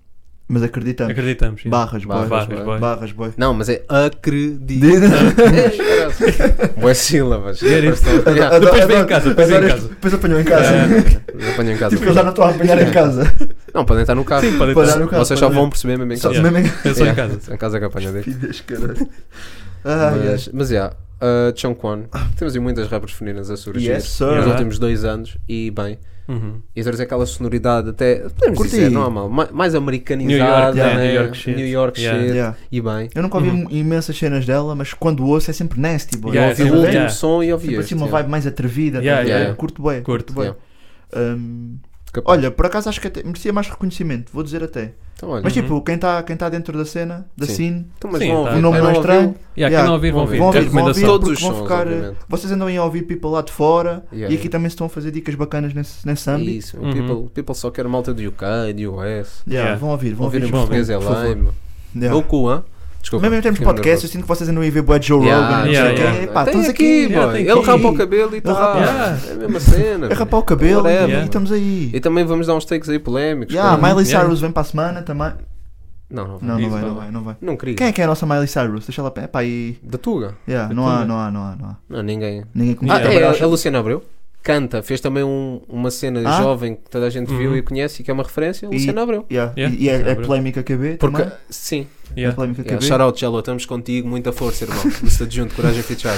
F: mas acreditamos.
G: Acreditamos. yeah.
F: Barras,
H: Barras,
F: barras,
G: Barras,
H: boy.
G: boy.
F: barras, boy.
H: Não, mas é <laughs> acreditamos.
F: Depois
H: Boas sílabas.
G: Get it.
H: Yeah.
G: Depois vem em casa, depois vem em casa.
F: Depois apanhou em casa.
H: Não apanham em casa.
F: Tipo, eu já não estou a apanhar em casa.
H: Não, podem estar no carro.
G: Sim, pode
F: Pode
G: estar.
F: dar no carro, pode
H: Vocês só
F: dar.
H: vão perceber mesmo em
F: Só
H: casa.
G: Yeah.
F: mesmo em casa.
G: É só em
H: Yeah.
G: casa.
H: Em casa é que apanha dele.
F: Filhas, caralho. Ah, Ai,
H: Mas, mas yeah, uh, Chong Kwan, temos aí muitas rappers femininas a surgir
F: Yes, sir.
H: nos
G: Yeah.
H: últimos dois anos e bem,
G: Uhum.
H: e trazer aquela sonoridade até, podemos
F: Curti.
H: dizer, não há mal, mais, mais
G: New York,
H: americanizada,
G: yeah,
H: né?
G: New York shit.
H: New York
G: Yeah.
H: shit,
F: yeah.
H: e bem.
F: Eu nunca ouvi imensas cenas dela, mas quando ouço é sempre nasty, boy.
G: Uhum. Yeah,
F: Eu ouvi
G: yeah.
F: o
H: Ouvi o último
F: velho,
H: som e ouvi
F: Sempre
H: este.
F: assim uma
H: yeah.
F: vibe mais atrevida.
G: Yeah,
F: tá
H: yeah,
F: bem?
H: yeah.
F: Curto bem.
G: Curto.
F: bem.
H: Yeah.
F: Hum,
H: Capaz.
F: Olha, por acaso acho que até merecia mais reconhecimento, vou dizer até.
H: então, olha.
F: Mas
G: Uhum.
F: tipo, quem está quem tá dentro da cena, da
H: Sim.
F: scene,
H: então, mas
G: Sim,
H: vão
G: tá.
H: ouvir,
F: O nome
H: quem
F: não é
H: ouviu,
F: estranho.
G: Yeah,
F: Yeah.
G: Quem não ouvir, vão
H: Vão
G: ouvir. É
H: ouvir, vão
F: ouvir
G: recomendação.
H: todos
F: porque
H: os
F: vão
H: sons,
F: ficar,
H: obviamente.
F: Vocês andam aí a ouvir people lá de fora
H: Yeah,
F: e
H: yeah.
F: aqui também se estão a fazer dicas bacanas nesse, nesse
H: É
F: âmbito.
H: Isso,
G: Uhum.
H: people, people só quer malta do UK, do US.
F: Yeah,
G: Yeah.
F: Vão ouvir, vão
H: Ouvir
F: ouvir.
H: em
G: Vão ouvir,
H: português é
F: por favor.
H: lame.
F: Yeah.
H: Ou cu, hã? Desculpa.
F: Mesmo em termos de
H: fiquei
F: podcast, eu
H: nervoso.
F: sinto que vocês andam aí ver boa Joe Rogan. não
G: yeah,
F: sei o quê.
G: yeah.
F: Pá,
H: Tem
F: estamos
H: aqui,
F: aqui.
H: boy.
G: yeah, tem
H: Ele
G: aqui.
H: rapa o cabelo e
F: Ele rapa-
H: tá.
G: Yeah.
H: É a mesma cena.
F: É
H: mano.
F: rapar o cabelo e-
H: Whatever.
F: e estamos aí.
H: E também vamos dar uns takes aí polémicos.
F: Yeah,
H: como-
F: Miley
G: Yeah.
F: Cyrus vem para a semana também.
H: Não, não,
F: Não, não
G: Isso,
F: vai,
G: não
F: não
G: vai.
F: vai, não vai.
H: Não queria.
F: Quem é que é a nossa Miley Cyrus? Deixa ela. É pá, aí.
H: Da Tuga?
F: Yeah,
H: Eu
F: não há,
H: também.
F: não há, não há, não há.
H: Não, ninguém.
F: Ninguém comigo.
H: Ah,
G: Yeah.
H: é, é a Luciana Abreu? canta, fez também um- uma cena
F: Ah?
H: jovem que toda a gente viu
G: Uhum.
H: e conhece e que é uma referência,
F: E-
H: Luciano Abreu.
F: Yeah.
G: Yeah.
F: E, e é, é
G: Abreu.
F: polémica que B
H: Porque,
F: também.
H: sim,
F: É
G: Yeah.
F: polémica que
H: yeah,
F: B.
H: shout out, Jello, estamos contigo, muita
F: <laughs>
H: força, irmão. Lista de junto, coragem fichar.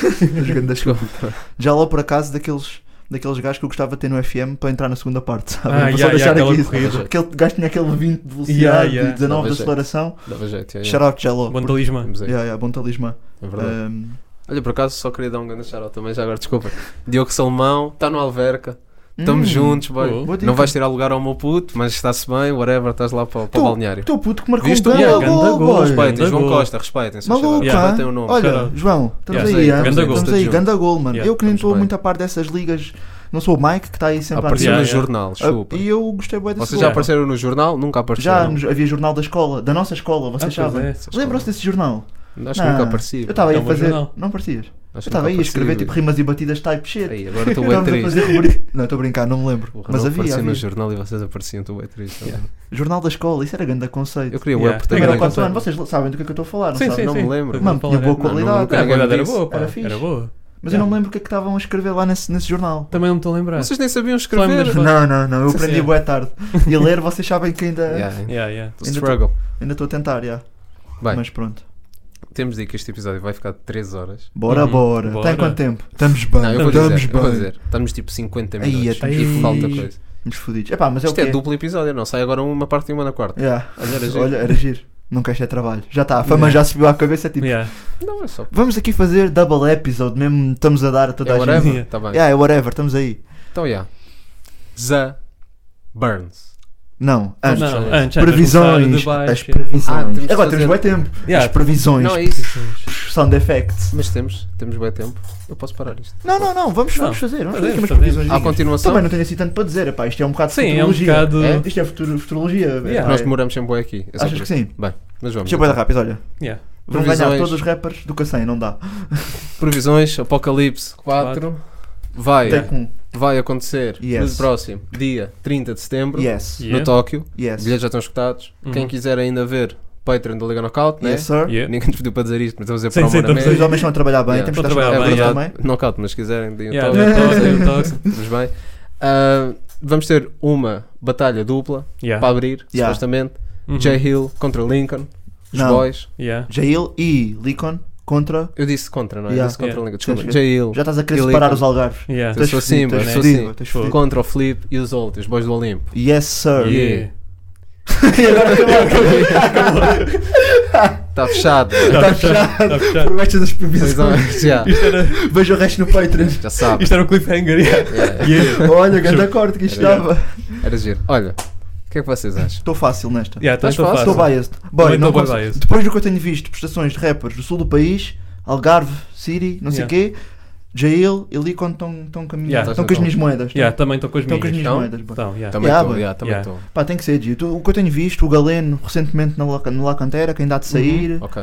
F: Já lá por acaso daqueles, daqueles gajos que eu gostava de ter no FM para entrar na segunda parte, sabe?
G: Ah,
F: Para
G: yeah, yeah, aquela
F: aqui.
G: corrida.
F: Aquele gajo tinha aquele 20 de velocidade
G: Yeah, yeah.
F: e 19 de
H: Dava jeito.
F: aceleração.
H: Dava jeito, yeah, yeah.
F: Shout out Jello.
G: Bom talismã.
H: Vamos aí,
F: Yeah, yeah, bom talismã.
H: é verdade.
F: Um,
H: Olha, por acaso só queria dar um grande shout out também, já agora, desculpa. Diogo Salmão, está no Alverca, estamos
F: hum,
H: juntos, boy.
G: boa
F: boa dica.
H: Não vais tirar lugar ao meu puto, mas está-se bem, whatever, estás lá para, para
F: Tu-
H: o balneário.
F: Teu puto que marcou
H: Viste o
F: um
G: yeah,
F: grande
G: ganda
F: gol,
G: gol,
F: boy.
G: respeito.
H: Respeitem,
G: Ganda
H: João
G: gol.
H: Costa, respeitem.
F: Maluco,
G: Yeah. um
F: há?
H: tem o nome.
F: Olha,
G: Shout out.
F: João, estamos
G: Yeah,
F: aí,
H: sei,
F: hein?
G: ganda gol.
F: estamos aí,
H: Estamos
F: ganda gol, mano.
G: Yeah,
F: eu que nem
H: estamos
F: estou
H: bem. Ah,
F: muito a par dessas ligas, não sou o Mike que está aí sempre a Ah,
H: Apareceu
G: Yeah,
H: no
G: yeah.
H: jornal, chupa.
F: E eu gostei bem desse
H: Vocês
F: gol.
H: já apareceram no jornal? Nunca
F: Já
H: apareceram.
F: nos- havia jornal da escola, da nossa escola, vocês
G: Ah, pois
F: sabem.
G: é.
H: Essas
F: Lembram-se desse jornal?
H: coisas. Acho que nunca
F: Não.
H: apareci.
F: Eu estava aí
G: É
F: a
G: um bom
F: fazer.
G: jornal.
F: Não parecias. Eu
H: Acho que
F: estava
H: nunca
F: aí a escrever
H: apareci.
F: tipo rimas e batidas type shit.
H: Aí, agora estou bem
F: Estávamos a
H: triste.
F: fazer rubrica. <laughs> Não, estou a brincar, não me lembro.
H: Porra,
F: Mas
H: não
F: havia.
H: apareci
F: havia.
H: no jornal e vocês apareciam, estou bem triste.
F: Jornal da escola, isso era grande conceito.
H: Eu queria o
G: Yeah.
H: web
G: Primeiro
F: Primeiro ao
H: também.
G: contato.
F: quarto ano, vocês sabem do que é que eu estou a falar, não
G: Sim,
F: sabem?
G: sim,
H: não
G: sim.
H: me lembro.
F: Mano, tinha boa qualidade.
H: nunca
G: Ah, a
H: ninguém me
G: qualidade era
H: disse.
G: boa, pá.
F: Era fixe.
G: Era boa.
F: Mas eu não me lembro o que é que estavam a escrever lá nesse, nesse jornal.
G: Também não me estou a lembrar.
H: Vocês nem sabiam
G: Só
H: escrever.
G: lembras-
F: Não, não, não, eu
G: Sim,
F: aprendi
G: sim.
F: boa tarde. E a ler, vocês sabem que ainda
H: Yeah, yeah.
G: Yeah, yeah.
F: Ainda
H: Struggle.
F: ainda estou a tentar, já.
H: Bem.
F: Mas pronto.
H: Temos de ir que este episódio vai ficar de 3 horas.
F: Bora,
G: Uhum.
F: bora.
G: Bora.
F: Tem quanto tempo? Estamos bem,
H: Não, eu vou
F: estamos
H: dizer, eu
F: bem.
H: vou dizer. Estamos tipo 50
F: Aí,
H: minutos
F: até
H: e
F: fiz.
H: falta coisa.
F: Estamos fodidos. Epá, mas é o
H: Isto
F: que
H: é duplo episódio, não sai agora uma parte e uma na quarta.
F: Yeah.
H: Olha, era giro.
F: Olha, era giro. Nunca achei trabalho. Já está, a fama já subiu à cabeça. é Tipo,
G: Yeah.
H: Não, é só.
F: vamos aqui fazer double episode mesmo. Estamos a dar a toda
H: É
F: a gente.
H: whatever,
G: Yeah.
H: tá bem.
F: Yeah, é whatever, estamos aí.
H: Então, yeah. The Burns.
F: Não, antes.
G: Não,
H: antes.
G: antes, antes, começar
F: Previsões.
G: de baixo,
F: As
G: yeah.
F: previsões.
H: Ah, temos de
F: Agora
H: fazer-
F: temos bem tempo.
G: Yeah.
F: As previsões.
H: Não, é isso.
F: Sound effects.
H: Mas temos, temos bem tempo. Eu posso parar isto.
F: Não, não, não. Vamos,
G: Não.
F: vamos fazer. Vamos fazer aqui
G: Fazemos,
F: umas previsões.
H: À continuação,
F: Também não tenho assim tanto para dizer. Epá, isto é um bocado de
G: Sim, é um
F: futurologia.
G: bocado.
H: É?
F: Isto é futuro, futurologia.
G: Yeah.
F: epá,
H: nós
F: é-
H: demoramos sempre bem aqui. É só
F: Achas
H: por
F: que
H: isso.
F: sim?
H: Bem, mas vamos. então.
F: Deixa eu boiar rápido, olha.
G: Yeah.
F: Vão
H: Previsões.
F: ganhar todos os rappers do Cassem, não dá.
H: Previsões, Apocalipse 4. Vai,
F: Take um.
H: vai acontecer
F: Yes.
H: no próximo dia 30 de setembro
F: Yes.
H: no
G: Yeah.
H: Tóquio. Os
F: Yes.
H: bilhetes já estão escutados.
G: Uhum.
H: Quem quiser ainda ver, Patreon da Liga Knockout, né?
F: Yes, sir.
G: Yeah.
H: Ninguém nos pediu para dizer isto, mas estamos a
G: Sim,
H: dizer para
G: sim,
H: amor à
G: estamos
F: Os
H: média.
F: homens estão a trabalhar bem,
H: Yeah.
F: temos que estar
G: Estão a
H: É
G: trabalhar
F: escutados
G: bem,
H: verdade,
F: também.
H: knockout, mas se quiserem, deem
G: Yeah,
H: o
G: deu
H: toque,
G: toque,
H: <laughs>
G: deu toque.
H: estamos bem. Ah, vamos ter uma batalha dupla
G: Yeah.
H: para abrir,
F: Yeah.
H: supostamente.
G: Uhum.
H: Jay Hill contra Lincoln, os
F: Não.
H: boys.
G: Yeah.
F: Jail e Licon contra.
H: Eu disse contra, não é?
F: Yeah.
H: Eu disse contra
G: Yeah.
H: Lincoln, desculpa.
F: Sim, sim.
H: Jay Hill
F: Já estás a querer
H: E
F: separar
H: Lincoln.
F: os algarves.
G: Yeah.
H: Eu
F: Tens
H: sou
F: fudido,
H: Simba,
F: tens
H: né?
F: fudido,
H: Sim.
F: tens fudido.
H: contra o Flip e os outros, os boys do Olimpo.
F: Yes, sir.
G: Yeah.
F: E
G: <laughs>
F: agora <laughs> acabou, acabou.
H: Está fechado. <laughs>
G: Tá fechado. Tá fechado.
F: Por baixo das previsões.
H: Previsões, já,
G: Isto era,
H: é.
F: Veja o resto no
G: <laughs>
F: Patreon.
H: já sabe.
G: isto era um cliffhanger. Yeah.
H: Yeah,
G: Yeah.
F: Olha, grande acorde que isto
H: Obrigado.
F: dava.
H: Era giro. Olha, o que é que vocês acham?
F: Estou fácil nesta.
G: Yeah, tá-
H: Mas
G: tá
H: fácil.
F: Estou
G: fácil.
F: biased. Boy,
G: Também
F: não
G: estou bem
F: consigo-
G: biased.
F: Depois do que eu tenho visto, prestações de rappers do sul do país, Algarve, Siri, não sei o
G: Yeah.
F: quê, Jail e Licon estão
G: Yeah.
F: caminhando. Estão com as minhas moedas.
G: Yeah, também estou com as
F: Estão com as
G: minhas.
F: minhas moedas.
H: Então?
F: boy.
G: Então, yeah.
H: Também
F: Yeah,
H: estou,
F: boy.
H: yeah, também
G: Yeah.
H: estou.
F: Pá, tem que ser dito. O que eu tenho visto, o Galeno recentemente na La, no La Cantera, que ainda há de sair.
H: Uhum. Ok.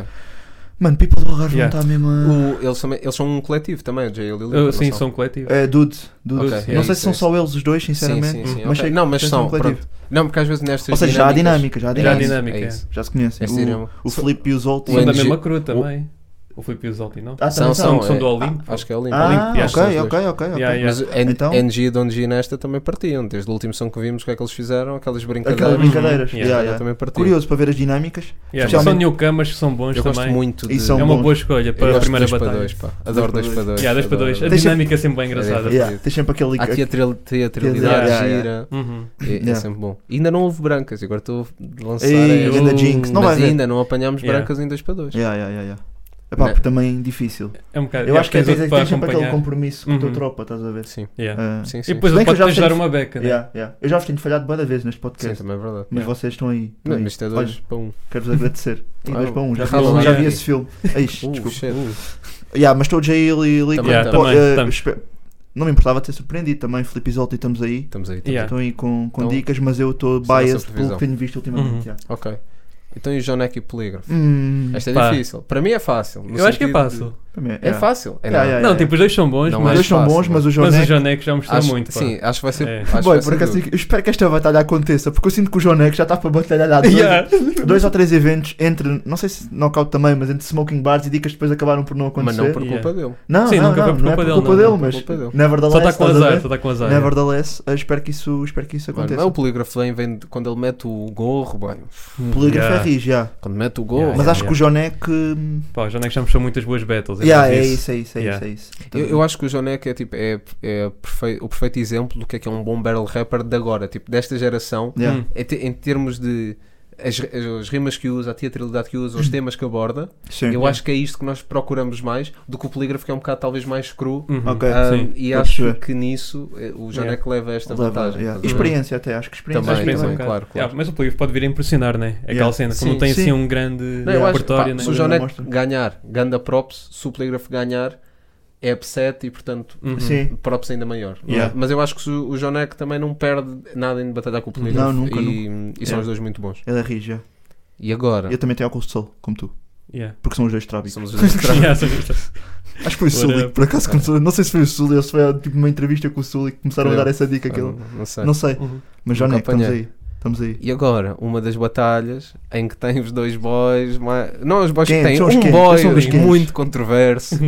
F: Mano, People do Algarve
G: Yeah.
F: não está mesmo a.
H: O- eles, também- eles são um coletivo também, o Jay Hill e o Lincoln.
G: Eu-
H: não
G: sim, são coletivo.
F: É, dude, dude.
H: Ok,
F: não
H: é
F: sei
H: isso,
F: se são
H: é
F: só eles os dois,
H: Sim,
F: sinceramente.
H: sim, sim.
F: Mas
H: ok.
F: sei que
H: Não, mas
F: são um
H: são,
F: coletivo.
H: pronto. Não, porque às vezes nestas
F: Ou seja, já há dinâmica,
H: dinâmicas-
F: já há
G: Já há dinâmica,
F: dinâmica.
H: É um-
G: é.
H: isso.
F: Já se conhecem.
H: Esta dinâmica.
F: O, o Felipe e os outros.
H: O
G: São da
H: NG
G: mesma crew também. O Filipe e o Zolti, não?
F: Ah,
H: São,
F: também
H: são,
G: São- são
H: é.
G: do Olimpo.
H: Ah, Acho que é Olimpo.
F: Ah,
H: Olimpo, acho que são os
F: ok,
H: dois.
F: ok, ok. ok.
G: Yeah, yeah.
H: Mas é N-
F: Então?
H: NG e Don G nesta também partiam. Desde o último som que vimos, o que é que eles fizeram? Aquelas brincadeiras.
F: Aquelas brincadeiras.
G: Uhum.
F: Yeah,
H: Ela
F: yeah.
H: também partiu.
F: Curioso para ver as dinâmicas.
G: Yeah, mas são
F: Especialmente-
G: newcomers que são bons
H: Eu gosto
G: também.
H: muito de.
F: E são
G: é uma
F: bons.
G: boa escolha
H: Eu
G: para a
H: gosto
G: primeira
H: de dois
G: batalha.
H: Para dois, pá. Adoro
F: Dois
H: 2
F: para
H: para 2.
G: Yeah, dois para dois. A
F: Deixa-
G: dinâmica é sempre bem engraçada.
H: Yeah.
F: Yeah, Tens sempre aquele.
H: Há teatral- teatralidade
G: Yeah,
F: yeah,
H: gira.
G: Uhum.
H: É, é
F: Yeah.
H: sempre bom. E ainda não houve brancas, e agora estou a lançar.
F: Ei,
H: é,
F: ganda jinx. Não vai
H: mas
F: haver.
H: ainda não apanhámos
G: Yeah.
H: brancas em 2 para 2.
F: Yeah, yeah, yeah, yeah. Epá,
H: Não.
F: porque também difícil.
G: É um bocado.
F: Eu
G: yeah,
F: acho que às
G: tens
F: vezes
G: outro para
F: tens sempre aquele
G: acompanhar.
F: compromisso com a tua
G: Uhum. É.
F: tropa, estás a ver?
H: Sim.
G: Yeah.
F: Ah,
H: Sim, sim.
G: E depois
F: Bem
G: ele
F: que eu
G: pode
F: já
G: te dar
F: fiz-
G: uma beca, né?
F: yeah, yeah. Eu já vos tenho falhado várias vezes neste
H: Sim,
F: podcast,
H: também é verdade.
F: mas
G: Yeah.
F: vocês estão aí. estão
H: Não,
F: aí.
H: mas isto é
F: Olha,
H: 2 para 1. Um.
F: Quero-vos agradecer. E
H: Ah,
F: dois para um. Já,
H: já
F: vi, esse-
G: falou,
F: já
G: yeah.
F: vi esse filme. É isto,
H: Uh,
F: desculpa.
H: shit.
F: Yeah, mas estou Jail e Lico.
H: Também,
G: Yeah,
H: Pô,
G: também,
F: eh,
G: também.
F: espe- Não me importava ter surpreendido também. Felipe Isolti, estamos aí.
H: Estamos aí. Estamos
G: Yeah.
F: Estão aí com, com
H: Então,
F: dicas, mas eu estou
H: essa é a
F: biased
H: sua
F: pelo
H: previsão.
F: que tenho visto
G: Uhum.
F: ultimamente. yeah.
H: Ok. Então e o Jonek e o Polígrafo?
F: Hum,
H: Esta é
G: Pá.
H: difícil. Para mim é fácil. no
G: Eu acho que é
H: sentido de-
G: fácil.
F: Também,
H: É
F: yeah.
H: fácil. É
F: Yeah,
H: não.
F: yeah,
G: Não, tipo, os dois são bons,
H: Não
G: mas,
F: Os
H: mais
F: dois são
H: fácil,
F: bons, mas o João
G: mas o
F: Neck.
G: João Neck já mostrou
H: Acho-
G: muito. pá.
H: Sim, acho que vai ser.
G: É.
H: acho que
F: Boy,
H: vai
F: por
H: ser
F: acaso,
H: duro.
F: eu espero que esta batalha aconteça, porque eu sinto que o João Neck já está para batalhar há dois,
G: Yeah.
F: dois ou três eventos entre, não sei se knockout também, mas entre smoking bars e dicas que depois acabaram por não
H: Mas
F: acontecer. é.
H: não por
G: Yeah.
H: culpa dele.
F: Não,
G: Sim,
F: não,
G: nunca
F: não,
G: foi por
F: não
G: culpa
F: é por
G: dele,
F: culpa
G: não,
F: dele,
H: não é por
F: mas
H: culpa dele.
F: nevertheless,
G: Só está com
F: estás a
G: azar,
F: ver?
G: só está com azar. é.
F: nevertheless, eu espero que isso, espero que isso
H: Mano,
F: aconteça.
H: não, o polígrafo vem vem de- quando ele mete o gorro, mano.
F: o polígrafo
G: Yeah.
F: é rijo, yeah.
H: Quando mete o gorro.
G: Yeah,
F: mas
G: yeah,
F: acho que o João Neck. hum,
G: Pá, o John Neck já mostrou muitas boas battles.
F: Yeah, é
G: verdade
F: isso, é isso, é
G: Yeah.
F: isso, é isso.
H: Eu, eu acho que o Jonek é, tipo, é, é perfe- o perfeito exemplo do que é que é um bom battle rapper de agora, tipo, desta geração,
F: Yeah.
G: Hum.
H: em, te- em termos de as, as, as rimas que usa, a teatralidade que usa, os temas que aborda.
F: Sim.
H: Eu acho que é isto que nós procuramos mais do que o polígrafo, que é um bocado talvez mais cru.
G: Uhum.
F: Ok.
H: Ah,
G: Sim.
H: e
F: É, Estou a
H: acho
F: perceber.
H: que nisso eh, o Jonek leva esta
F: Leva,
H: vantagem.
F: yeah.
H: estás a ver?
F: Experiência até, acho que é experiência.
H: Também,
G: Mas pensa
H: também,
G: um bocado.
H: claro, claro.
G: Yeah, mas o polígrafo pode vir a impressionar, né? Aquela
F: Yeah.
G: cena,
H: Sim,
G: como não tem
F: sim.
G: assim um grande
H: Não, eu acho, pá,
G: repertório, né?
H: se o
F: Mas
H: Jonek
F: mostra.
H: ganhar, ganda props, se o polígrafo ganhar, é upset e portanto
G: Uhum.
F: Sim.
H: props ainda maior. é?
F: Yeah.
H: Mas eu acho que se o o Jonek também não perde nada em batalhar com o polígrafo.
F: Não, nunca,
H: e, e
F: Yeah.
H: são os dois muito bons.
F: Ele é rijo, yeah.
H: E agora?
F: Eu também tenho óculos de sol, como tu,
G: Yeah.
F: porque são os dois trábicos.
H: Somos os dois
G: Yeah, sim, sim.
F: Acho que foi
G: Whatever.
F: o Sully, que por acaso começou. Não sei se foi o Sully ou se foi tipo uma entrevista com o Sully que começaram a
H: Creio.
F: dar essa dica. Que
H: Ah,
F: ele...
H: não, não sei.
F: Não sei,
G: Uhum.
F: mas já
H: Nunca
F: nem estamos
H: apanhei.
F: aí. Estamos aí.
H: E agora, uma das batalhas em que tem os dois boys, mais... não os boys
F: Quem?
H: que têm,
F: São os
H: um
F: quentes,
H: boy
F: são os quentes.
H: muito controverso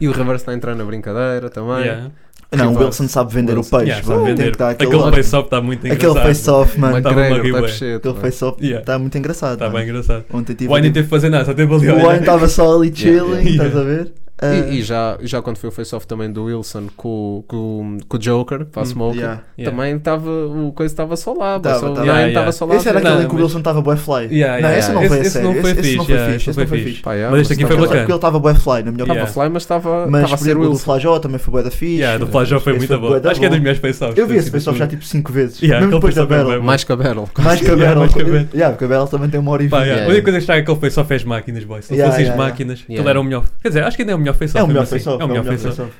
H: e o reverso está a entrar na brincadeira também.
G: Yeah.
F: Não, o
H: Rival.
F: Wilson sabe vender
H: Wilson.
F: o peixe.
G: Yeah,
F: mano.
G: sabe
F: Tem
G: vender.
F: que dar aquele,
G: Aquele face-up está muito engraçado.
F: aquele face-off, mano.
G: Tá
H: Macreiro,
G: bom,
H: tá
G: Ribeiro.
H: pechete,
F: Aquele
H: mano.
F: face-off está
G: Yeah.
F: muito engraçado.
G: Está
F: mano.
G: bem engraçado.
F: Ontem tive.
G: O Wayne nem teve que fazer nada, só teve ali a
F: O
G: olhar.
F: Wayne estava só ali chilling,
G: Yeah.
F: estás a ver? Ah,
H: E, e já, já quando foi o face-off também do Wilson com, com, com o Joker, para a
G: Hum,
H: Smoker,
F: yeah.
G: Yeah.
H: também estava, o coisa estava só lá,
F: Tava,
H: só, o
F: tava.
H: Nine
G: Yeah,
H: estava
G: yeah.
H: só lá.
F: Esse era
G: Não,
F: aquele em que o
G: mas-
F: Wilson estava bué fly.
G: Yeah,
F: não,
G: yeah,
F: esse
H: yeah.
F: não foi a
G: Esse- esse não
F: sério.
G: foi
F: Esse esse não
G: fixe,
F: foi
G: yeah, esse
F: fixe. Esse
G: não
F: não
G: foi
F: foi fixe.
H: Pá, yeah,
G: Mas este aqui foi
H: estava-
F: Só
G: bacana.
F: porque ele estava bué fly, na minha
G: Yeah.
H: Estava
F: opinião.
H: fly, mas estava
F: Mas
H: estava a
F: por
H: ser
F: exemplo, o do
H: Wilson.
F: Flajó também foi bué da fixe.
G: Yeah, do Flajó foi
F: Esse
G: muito bom.
F: bué da
G: Acho que é
F: bom.
G: das melhores face-offs.
F: Eu vi esse
G: assim,
F: pessoal já tipo 5 vezes.
G: Yeah,
F: Mesmo
G: aquele
F: depois da
G: face-off é
F: Battle.
G: bué bom.
H: Mais que a Battle.
F: Mais que a
G: Yeah,
F: Battle.
G: mais que a Battle.
F: Yeah, porque a Battle também tem uma hora e
G: Pá,
F: vinte.
G: yeah.
H: Yeah,
G: A única
H: yeah.
G: coisa que está é que ele fez só fez máquinas, boy. Se não
F: Yeah,
G: fossem as
F: yeah,
G: máquinas,
H: yeah.
G: ele era o melhor. Quer dizer, acho que ainda é o melhor face-off.
F: É o melhor
G: mesmo assim.
F: face-off.
G: É o melhor
F: face-off.
G: face-off.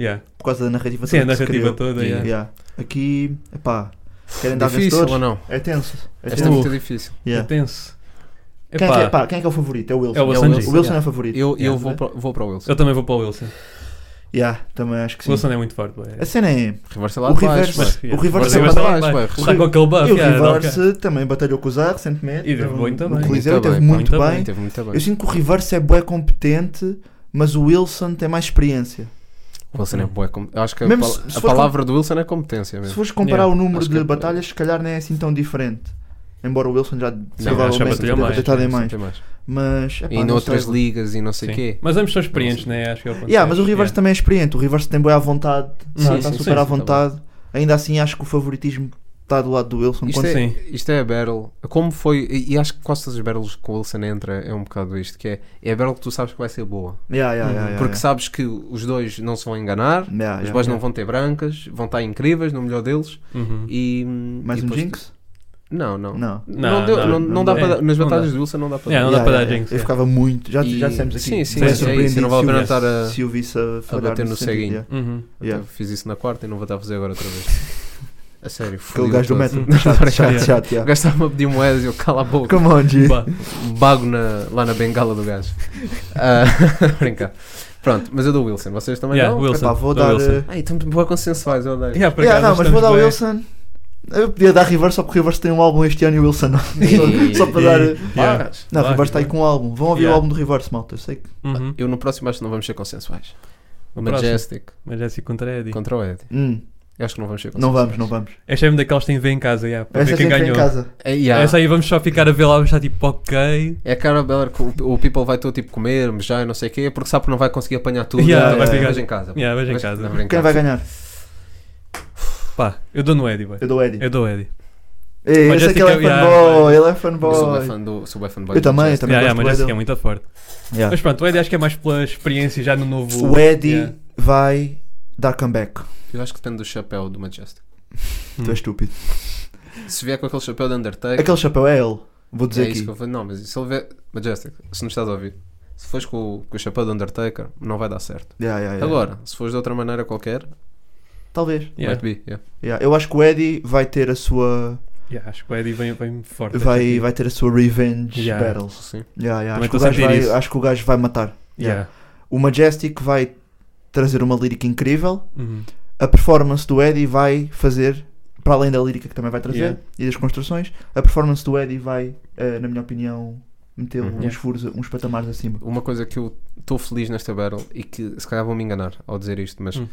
G: Yeah.
F: Por causa da narrativa
G: Sim,
F: toda
G: a
F: que se
G: narrativa
F: criou.
G: toda.
H: Yeah.
G: yeah.
F: Yeah. Aqui, epá, querem dar
H: Difícil
F: vencedores?
H: ou não?
F: É tenso. É
H: Esta é
F: tenso.
H: muito difícil.
G: É
F: Yeah.
G: tenso.
F: Quem, é que é,
G: Epá,
F: pá, quem é que é o favorito? É o Wilson.
G: É o Wilson
F: o
G: G.
F: Wilson
H: Yeah.
F: é o favorito.
H: Eu, eu
F: Yeah.
H: vou, para, vou para o Wilson.
G: eu também vou para o Wilson.
F: Yeah, também acho que sim.
G: O Wilson é muito forte, boy.
F: A cena é.
H: Reverse lá
F: O
H: de baixo.
F: reverse,
H: mano.
F: o reverse
H: Mas
F: é
H: eu
F: uma
H: acho
F: batalha.
H: que vai, vai.
G: Está com aquele buff.
F: E o
G: yeah,
F: reverse
G: dá um
F: também batalhou com o Zar recentemente.
G: E teve
F: Teve
G: bem
F: no-
G: também.
F: No Coliseu
H: Muito
F: teve
H: bem,
F: muito
G: muito
F: bem.
H: Teve muito bem.
F: Eu sinto que o reverse é bué competente, mas o Wilson tem mais experiência.
H: O Wilson é boa. Eu acho que a,
F: Mesmo
H: pal-
F: se- se
H: a
F: for
H: palavra do Wilson é competência
F: Se
H: mesmo.
F: fores comparar
G: Yeah,
F: o número
H: acho
F: de
H: que-
F: batalhas, se calhar nem é assim tão diferente. Embora o Wilson já
G: acho
F: provavelmente
G: que batalhou
F: tenha
G: mais, né?
F: batalhado em
H: Sim,
F: mais.
H: tem mais.
F: Mas, epá,
H: E em
F: não
H: outras
F: sei.
H: ligas e não sei
G: bocado.
H: o
G: Sim.
H: quê.
G: Mas ambos são experientes, né? Acho que é o ponto
F: Yeah, mas o
G: certo.
F: Rivers também é experiente. O Rivers tem boa à vontade,
G: Sim,
F: está
G: sim, sim,
F: super à
H: sim, tá
F: vontade. Ainda assim, acho que o favoritismo está do lado do Wilson.
H: Isto
F: quando-
H: é,
G: Sim.
H: isto é a battle. Como foi. E, e acho que quase todas as battles que o Wilson entra é um bocado isto: que é, é a battle que tu sabes que vai ser boa.
F: Yeah, Ah, yeah, yeah, yeah,
H: Porque
F: yeah.
H: sabes que os dois não se vão enganar,
F: Yeah,
H: os
F: yeah,
H: boys não
F: yeah.
H: vão ter brancas, vão estar incríveis, no melhor deles.
G: Uhum.
H: E.
F: Mais
H: e
F: um
H: depois-
F: Jinx?
H: Não, não.
F: Não.
H: Não
G: Não,
H: deu-
G: não,
H: não-
F: não
H: não dá
F: dá.
H: para dar- Nas
G: Não
H: batalhas
G: dá.
H: do Wilson não dá para
G: Yeah,
H: dar.
G: É, não dá para dar Jinx,
F: Eu
G: yeah.
F: ficava muito. Já,
H: E-
F: já dissemos aqui.
H: Sim, sim,
F: bem
G: é isso,
H: é
F: surpreendido
H: isso. Eu não vale a pena
F: se o-
H: estar a.
F: Se o visse a falhar
H: bater no
F: nesse sentido,
H: ceguinho.
F: yeah.
G: Uhum.
F: Yeah.
H: Eu Fiz isso na quarta e não vou estar a fazer agora
F: <laughs>
H: outra vez. A sério.
F: Aquele
H: fodi-me
F: é gajo do
H: todo. <laughs>
F: metro.
H: Não,
F: Chato, chato,
G: Yeah.
F: chato.
H: O
F: yeah.
H: gajo estava a pedir moedas e eu cala a boca.
F: Come on, G.
G: Uhum. Bah.
H: Bago na, lá na bengala do gajo.
F: <laughs>
H: Ah, <laughs> brincar. Pronto, mas eu dou Wilson. Vocês também
G: Yeah,
H: dão?
G: Wilson.
F: Epá, vou
G: dá
F: dar.
G: Wilson.
F: eh,
H: Ai, estamos boa consensuais, eu odeio.
G: Yeah, por
F: yeah,
G: acaso
F: não, mas vou
G: estamos
F: dar
G: bem-
F: Wilson. Eu podia dar Rivers só porque o Rivers tem um álbum este ano e o Wilson não. <laughs>
H: E-
F: só para dar. eh,
G: Yeah.
F: Não, o
G: Claro,
F: Rivers está aí
G: claro.
F: com um álbum. Vão ouvir
G: Yeah.
F: o álbum do Rivers, malta. Eu sei que.
G: Uhum.
H: Eu no próximo acho que não vamos ser consensuais.
G: O
H: Majestic
G: Mas é assim contra Eddie.
H: contra o Eddie.
F: Hum,
H: Eu acho que não vamos ser
F: não
H: consensuais.
F: vamos, não vamos.
G: Esta é mesmo daquelas que tem de ver em casa, yeah, para
F: Essa
G: ver
F: é
G: quem
F: sempre em
G: ganhou.
F: casa.
H: É, yeah.
G: Essa aí vamos só ficar a ver lá, vamos estar tipo, ok.
H: É a cara Beller que o, o people vai todo tipo comer, mejar e não sei o quê, porque sabe que não vai conseguir apanhar tudo.
G: Yeah,
H: então
F: vai ficar-
H: veja em casa.
G: Yeah, veja em
H: Mas-
G: casa.
H: não, brincar.
F: Quem vai ganhar?
G: Pá, eu dou no Eddie, boy.
F: Eu dou o Eddie.
G: Eu dou Eddie.
F: Ei,
G: Mas
F: esse
G: esse
F: aqui é
G: que eu- yeah,
F: fanboy. Ele é
H: Eu sou bué
F: fanboy.
H: fã do- sou bué fanboy
F: Eu
H: do
F: também, eu
H: Manchester.
F: também.
G: Yeah, yeah,
F: gosto
G: mas esse
F: bué
G: que é muito forte.
F: Yeah.
G: Mas pronto, o Eddie acho que é mais pela experiência já no novo.
F: O Eddie
G: Yeah.
F: vai dar comeback.
H: Eu acho que depende do chapéu do Manchester.
G: Hum.
F: Tu és estúpido.
H: Se vier com aquele chapéu de Undertaker,
F: Aquele chapéu é ele. Vou dizer
H: é isso que eu
F: aqui.
H: vou. Não, mas se ele vier. Majestic, se não estás a ouvir, se fores com, o- com o chapéu do Undertaker, não vai dar certo.
F: Yeah, yeah, yeah.
H: Agora, se fores de outra maneira qualquer,
F: Talvez.
G: Yeah.
H: might be. yeah.
F: Yeah, Eu acho que o Eddie vai ter a sua.
G: Yeah, acho que o Eddie vem, vem forte.
F: Vai, vai ter a sua revenge
G: Yeah.
F: battle.
H: Sim.
F: Yeah, yeah,
G: Também
F: Acho,
G: estou
F: que o
G: a
F: gajo
G: sentir
F: vai,
G: isso.
F: acho que o gajo vai matar.
G: Yeah.
F: O O Majestic vai trazer uma lírica incrível.
G: Uhum.
F: A performance do Eddie vai fazer, para além da lírica que também vai trazer
G: Yeah.
F: e das construções, a performance do Eddie vai, eh, na minha opinião, metê-lo
H: Uhum.
F: uns
G: Yeah.
F: furos, uns patamares acima.
H: Uma coisa que eu estou feliz nesta battle e que se calhar vou me enganar ao dizer isto, mas
G: Hum.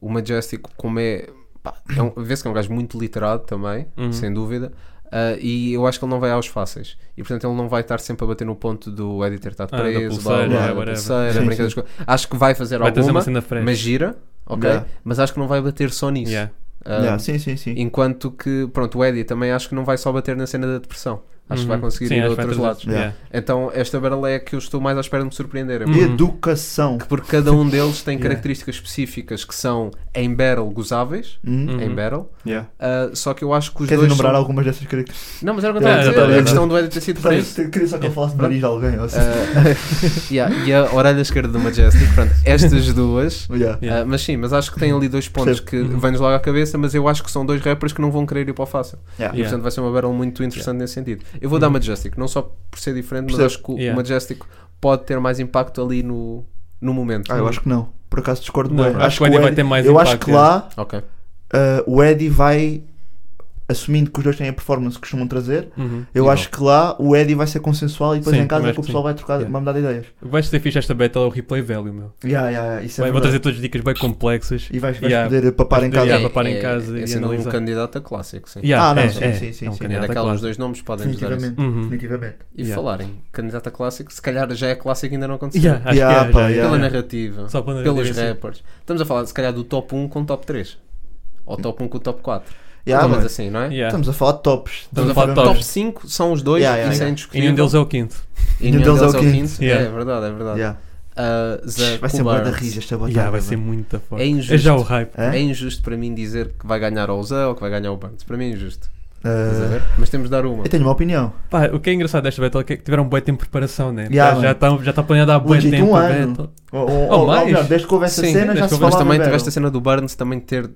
H: o Majestic, como é. pá, é um- Vê-se que é um gajo muito literado também,
G: Uhum.
H: sem dúvida. ah, e eu acho que ele não vai aos fáceis. E portanto ele não vai estar sempre a bater no ponto do editor estar
G: Ah, da
H: preso, blá,
G: pulseira,
H: blá,
F: yeah,
H: da
G: whatever.
H: pulseira,
F: Sim,
H: brincadeiras com- Acho que vai fazer
G: Vai assim trazer
H: alguma,
G: uma cena fresh.
H: mas gira, ok?
F: Yeah.
H: Mas acho que não vai bater só nisso.
G: Yeah.
H: Ah,
F: Yeah, sim, sim, sim.
H: Enquanto que, pronto, o Eddie também acho que não vai só bater na cena da depressão. Acho que vai
G: Uhum.
H: conseguir
G: Sim,
H: ir a
G: acho que vai
H: outros
G: trazer-
H: lados.
G: Yeah.
H: Então, esta barrel é a que eu estou mais à espera de me surpreender.
G: Uhum.
F: Educação.
H: Porque cada um
G: <laughs>
H: deles tem
F: Yeah.
H: características específicas que são em barrel gozáveis,
F: Hum?
G: Uhum.
H: em barrel,
F: Yeah.
H: ah, só que eu acho que os
F: Queres
H: dois.
F: enumerar
H: são-
F: algumas dessas características?
H: Não, mas era o que eu estava
G: Ah,
H: a
G: tá
H: dizer.
G: bem,
H: A
G: tá
H: queção do Eddie ter sido por isso.
F: Eu Queria só que ele falasse de nariz de alguém. ou assim.
H: Ah, <laughs> yeah, e a orelha esquerda do Majestic, pronto, estas duas.
F: Yeah.
G: Yeah.
H: ah, mas sim, mas acho que tem ali dois pontos
F: Percebo.
H: que
G: Uhum.
H: vêm-nos logo à cabeça, mas eu acho que são dois rappers que não vão querer ir para o fácil.
F: Yeah.
G: Yeah.
H: E,
G: Uhum.
H: portanto vai ser uma battle muito interessante nesse sentido. Eu vou dar Majestic, não só por ser diferente, mas
F: Percebo.
H: acho que o
G: Yeah.
H: Majestic pode ter mais impacto ali no, no momento.
F: Ah, eu acho que não. Por acaso discordo
G: Uhum. Não,
F: bem.
G: acho que o Eddie vai ter mais
F: Eu acho
G: impacto,
F: que
G: é.
F: lá
H: Ok.
F: ah, o Eddie vai, assumindo que os dois têm a performance que costumam trazer,
G: Uhum.
F: eu
H: Igual.
F: acho que lá o Eddie vai ser consensual e depois
G: Sim,
F: em casa
G: também
F: que o
G: acho que
F: pessoal vai trocar,
G: Yeah.
F: vai mudar de ideias.
G: O que vai ser fixe esta battle é o replay value, meu.
F: Yeah, yeah, yeah, isso é
G: Vai- vou trazer
F: verdade.
G: todas as dicas bem complexas.
F: E vais, vais
G: Yeah.
F: poder papar em
G: Vais poder,
F: casa.
G: yeah, papar em casa e
H: é sendo um
G: analisar.
H: candidato a clássico, sim.
G: Yeah,
F: Ah, não,
G: é,
F: sim,
G: é,
F: sim, sim,
G: é um
F: sim.
H: É
G: candidato a
H: daquela, os
G: clássico.
H: dois nomes podem nos dar isso.
F: Definitivamente.
G: Uhum.
F: Definitivamente.
H: E
G: Yeah.
H: falarem, candidato a clássico, se calhar já é clássico e ainda não aconteceu.
G: Yeah, acho
F: Yeah,
G: que é,
F: pá,
G: já, já.
F: yeah.
H: Pela narrativa,
G: Só pela
H: pelos
G: narrativa, sim.
H: rappers. Estamos a falar, se calhar, do top 1 com top 3. Ou top 1 com top 4.
F: Yeah,
H: Talvez
F: mano.
H: assim, não é?
G: Yeah.
F: Estamos a falar de tops.
H: Estamos a
G: Estamos
H: falar
G: a
H: de
G: falar
H: top
G: tops.
H: 5, são os dois,
F: Yeah,
H: e
F: yeah,
H: isso
G: E
F: yeah. Um
H: é
G: nenhum
H: indiscutível.
G: deles é o quinto.
H: E nenhum deles é o quinto.
G: Yeah.
H: É verdade, é verdade.
F: Yeah.
H: Uh, Zé
F: Vai ser uma da
H: Coulard.
F: rija esta batalha.
G: Yeah, vai
F: mano.
G: ser muito forte.
H: É injusto.
G: É já o hype.
F: Hã?
H: É injusto para mim dizer que vai ganhar ou o Zé ou que vai ganhar o Burns. Para mim é injusto.
F: Ah, Então,
H: Estás a ver? Mas temos de dar uma.
F: eu tenho uma opinião.
G: Pá, o que é engraçado desta battle é que tiveram um bom tempo de preparação, né?
F: Yeah,
G: já está já tá planeado há bom
F: Legit,
G: tempo
F: um
G: a
F: ano.
G: battle.
F: Ou, ou, ou,
G: mais?
F: melhor, desde que houve essa
H: Sim,
F: cena
G: desde
F: já
G: que
F: se
G: houve-
H: Mas
F: falava
H: também
F: em
H: tiveste a
F: Battle.
H: cena do Burns também ter de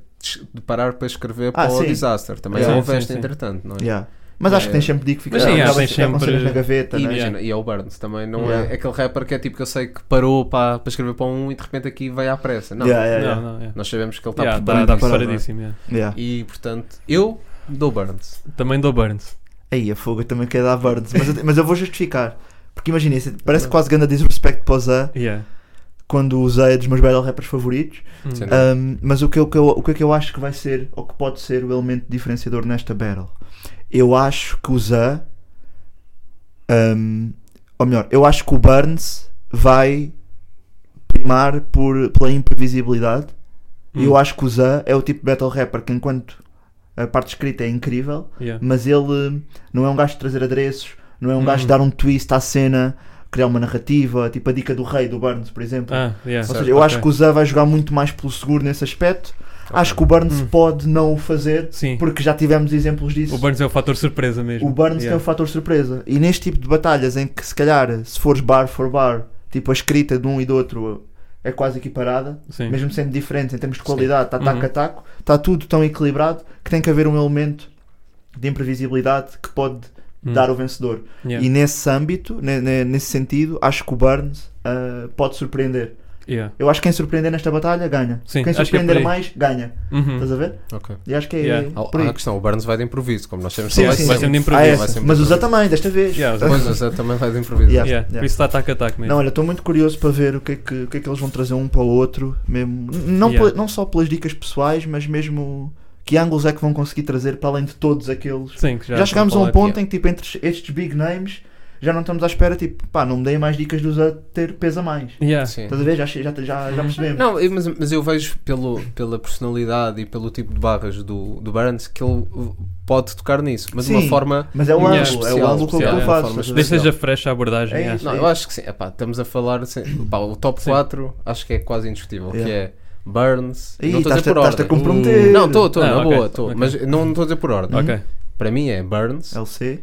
H: de parar para escrever
F: Ah,
H: para o
F: sim.
H: Disaster. Também
F: Yeah.
H: houve
G: Sim,
H: esta
G: sim, sim.
H: entretanto, não é?
F: Yeah. Mas acho que
H: Yeah.
F: tem sempre digo que fica
G: Mas sim,
F: já
G: acho que
F: vai
G: tem
F: ficar com
G: sempre-
F: cenas na gaveta,
H: E,
F: né?
H: imagina, e é o Burns também, não
F: Yeah.
H: é aquele rapper que é tipo que eu sei que parou para, para escrever para um e de repente aqui vai à pressa. Não,
F: Yeah, yeah,
G: Não,
F: yeah.
G: não, é.
H: nós sabemos que ele está
G: Yeah,
H: preparado.
G: Está tá
F: preparado,
G: preparadíssimo. yeah.
F: Yeah.
H: E portanto, eu dou Burns.
G: Também dou Burns.
F: Aí a fuga também quer dar Burns, mas eu, mas eu vou justificar. Porque imagina, isso parece quase grande disrespect para o Zé,
G: Yeah.
F: quando o Zé é dos meus battle rappers favoritos.
G: Hum.
H: Sim.
F: Um, mas o que, eu- o que eu, o que é que eu acho que vai ser, ou que pode ser o elemento diferenciador nesta battle? Eu acho que o Zé, um, ou melhor, eu acho que o Burns vai primar por, pela imprevisibilidade.
G: Uhum.
F: E eu acho que o Zé é o tipo de battle rapper que, enquanto a parte escrita é incrível,
G: Hum. Yeah.
F: mas ele não é um gajo de trazer adereços, não é um gajo de dar um twist à cena, criar uma narrativa, tipo a dica do rei do Burns, por exemplo.
G: Ah, yeah.
F: Ou
H: Certo,
F: seja, eu
G: ok.
F: acho que o Zé vai jogar muito mais pelo seguro nesse aspecto. Acho que o Burns
G: Hum.
F: pode não o fazer,
G: Sim.
F: porque já tivemos exemplos disso.
G: O Burns é o fator surpresa mesmo.
F: O Burns tem o
G: Yeah.
F: fator surpresa. E neste tipo de batalhas em que, se calhar, se fores bar for bar, tipo a escrita de um e do outro é quase equiparada,
G: Sim.
F: mesmo sendo diferente em termos de qualidade, tá-, está taco
G: Uhum.
F: a taco, está tudo tão equilibrado que tem que haver um elemento de imprevisibilidade que pode
G: Hum.
F: dar o vencedor.
G: Yeah.
F: E nesse âmbito, ne- ne- nesse sentido, acho que o Burns ah, pode surpreender.
G: Yeah.
F: Eu acho que quem surpreender nesta batalha ganha.
G: Sim,
F: quem
G: acho que é
F: surpreender
G: por aí.
F: mais ganha.
G: Uhum.
F: Estás a ver?
H: Ok.
F: E acho que é
G: Yeah.
H: Há-
F: por
H: há
F: aí.
H: a questão, o Burns vai de improviso, como nós sabemos
F: Sim,
H: que
F: sim,
G: vai ser de improviso,
F: Ah,
H: vai
F: essa.
H: ser de
F: Mas o Zé
H: improviso.
F: também, desta vez.
G: Yeah, o Zé-
H: Pois, o Zé também vai de improviso.
F: Yeah.
G: Yeah. Por isso está ataque-ataque
F: Não,
G: mesmo.
F: olha, estou muito curioso para ver o que, é que, o que é que eles vão trazer um para o outro. Mesmo. N- Não,
G: Yeah.
F: pela- não só pelas dicas pessoais, mas mesmo que ângulos é que vão conseguir trazer para além de todos aqueles.
G: Sim, que já,
F: Já, chegámos a um
H: falar,
F: ponto
H: yeah.
F: em que, tipo, entre estes big names, já não estamos à espera, tipo, pá, não me deem mais dicas do Zé ter pesa mais.
G: Yeah.
H: Sim.
F: Estás a ver? Já, che- já, já, já percebemos.
H: Não, eu- mas, mas eu vejo pelo, pela personalidade e pelo tipo de barras do, do Burns que ele uh, pode tocar nisso, mas de
F: Sim.
H: uma forma.
F: Mas é o
G: Yeah,
F: ângulo, é o
H: especial,
F: ângulo que
H: especial,
F: eu
H: é a
F: faço.
H: forma
F: estás a ver?
G: Desde que seja fresh a abordagem.
F: É
G: yeah.
F: isso.
H: Não, eu acho que sim. Epá, estamos a falar. Assim, pá, o top 4 acho que é quase indiscutível. Que é
F: Yeah.
H: Burns.
F: Ih,
H: não estou a dizer
F: estás-te-
H: por
F: estás-te
H: ordem.
F: a comprometer.
H: Não, estou, estou,
G: Ah,
H: na
G: ok,
H: boa. estou,
G: ok.
H: Mas não não estou a dizer por ordem.
G: Ok.
H: Para mim é Burns.
F: LC.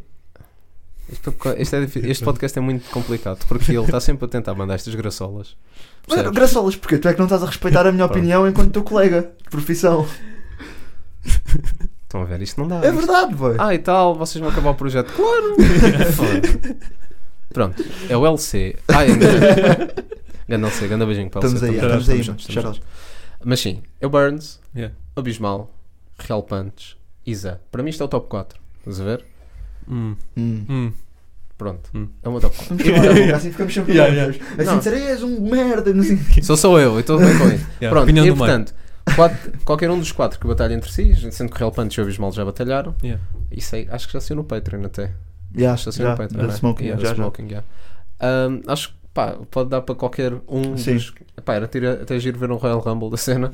H: Isto é- Este, é difícil- este podcast é muito complicado porque ele está sempre a tentar mandar estas graçolas.
F: Mas,
H: Percebes?
F: Graçolas, porque tu é que não estás a respeitar a minha
H: Pronto.
F: opinião enquanto teu colega de profissão.
H: Estão a ver, isto não dá.
F: É verdade, boy.
H: Ah, e tal, vocês vão acabar o projeto. Claro! Pronto, é o LC. Ah, é, Ganda LC, ganda beijinho para
F: Estamos
H: LC.
F: aí,
H: juntos,
F: estamos aí,
H: juntos,
F: mano.
H: tá estamos juntos. Mas sim, é o Burns,
G: Yeah.
H: Abismal, Real Punch, Isa. Para mim isto é o top 4. Estás a ver?
G: Hum,
F: Hum.
G: hum.
H: Pronto.
G: Hum.
H: É o meu top 4.
F: Vamos falar, assim ficamos sempre
G: Yeah, yeah.
F: bem. Assim
H: Não.
F: dizer, és um merda, não sei.
H: Sou só eu, eu estou bem com isso.
G: Yeah,
H: Pronto,
G: opinião
H: e
G: do meio.
H: portanto, quatro- qualquer um dos quatro que batalha entre si, sendo que o Real Punch e o Abismal já batalharam,
G: Yeah.
H: isso aí acho que já saiu no Patreon até.
F: Yeah,
H: Acho que já saiu
F: já,
H: no Patreon.
F: da
H: não é?
F: Smoking,
H: Yeah, da
F: já, já.
H: Smoking, yeah. Ahm, acho que pá, pode dar para qualquer um
F: Sim.
H: dos. Pá, era tira- até giro ver um Royal Rumble
G: <laughs>
H: da cena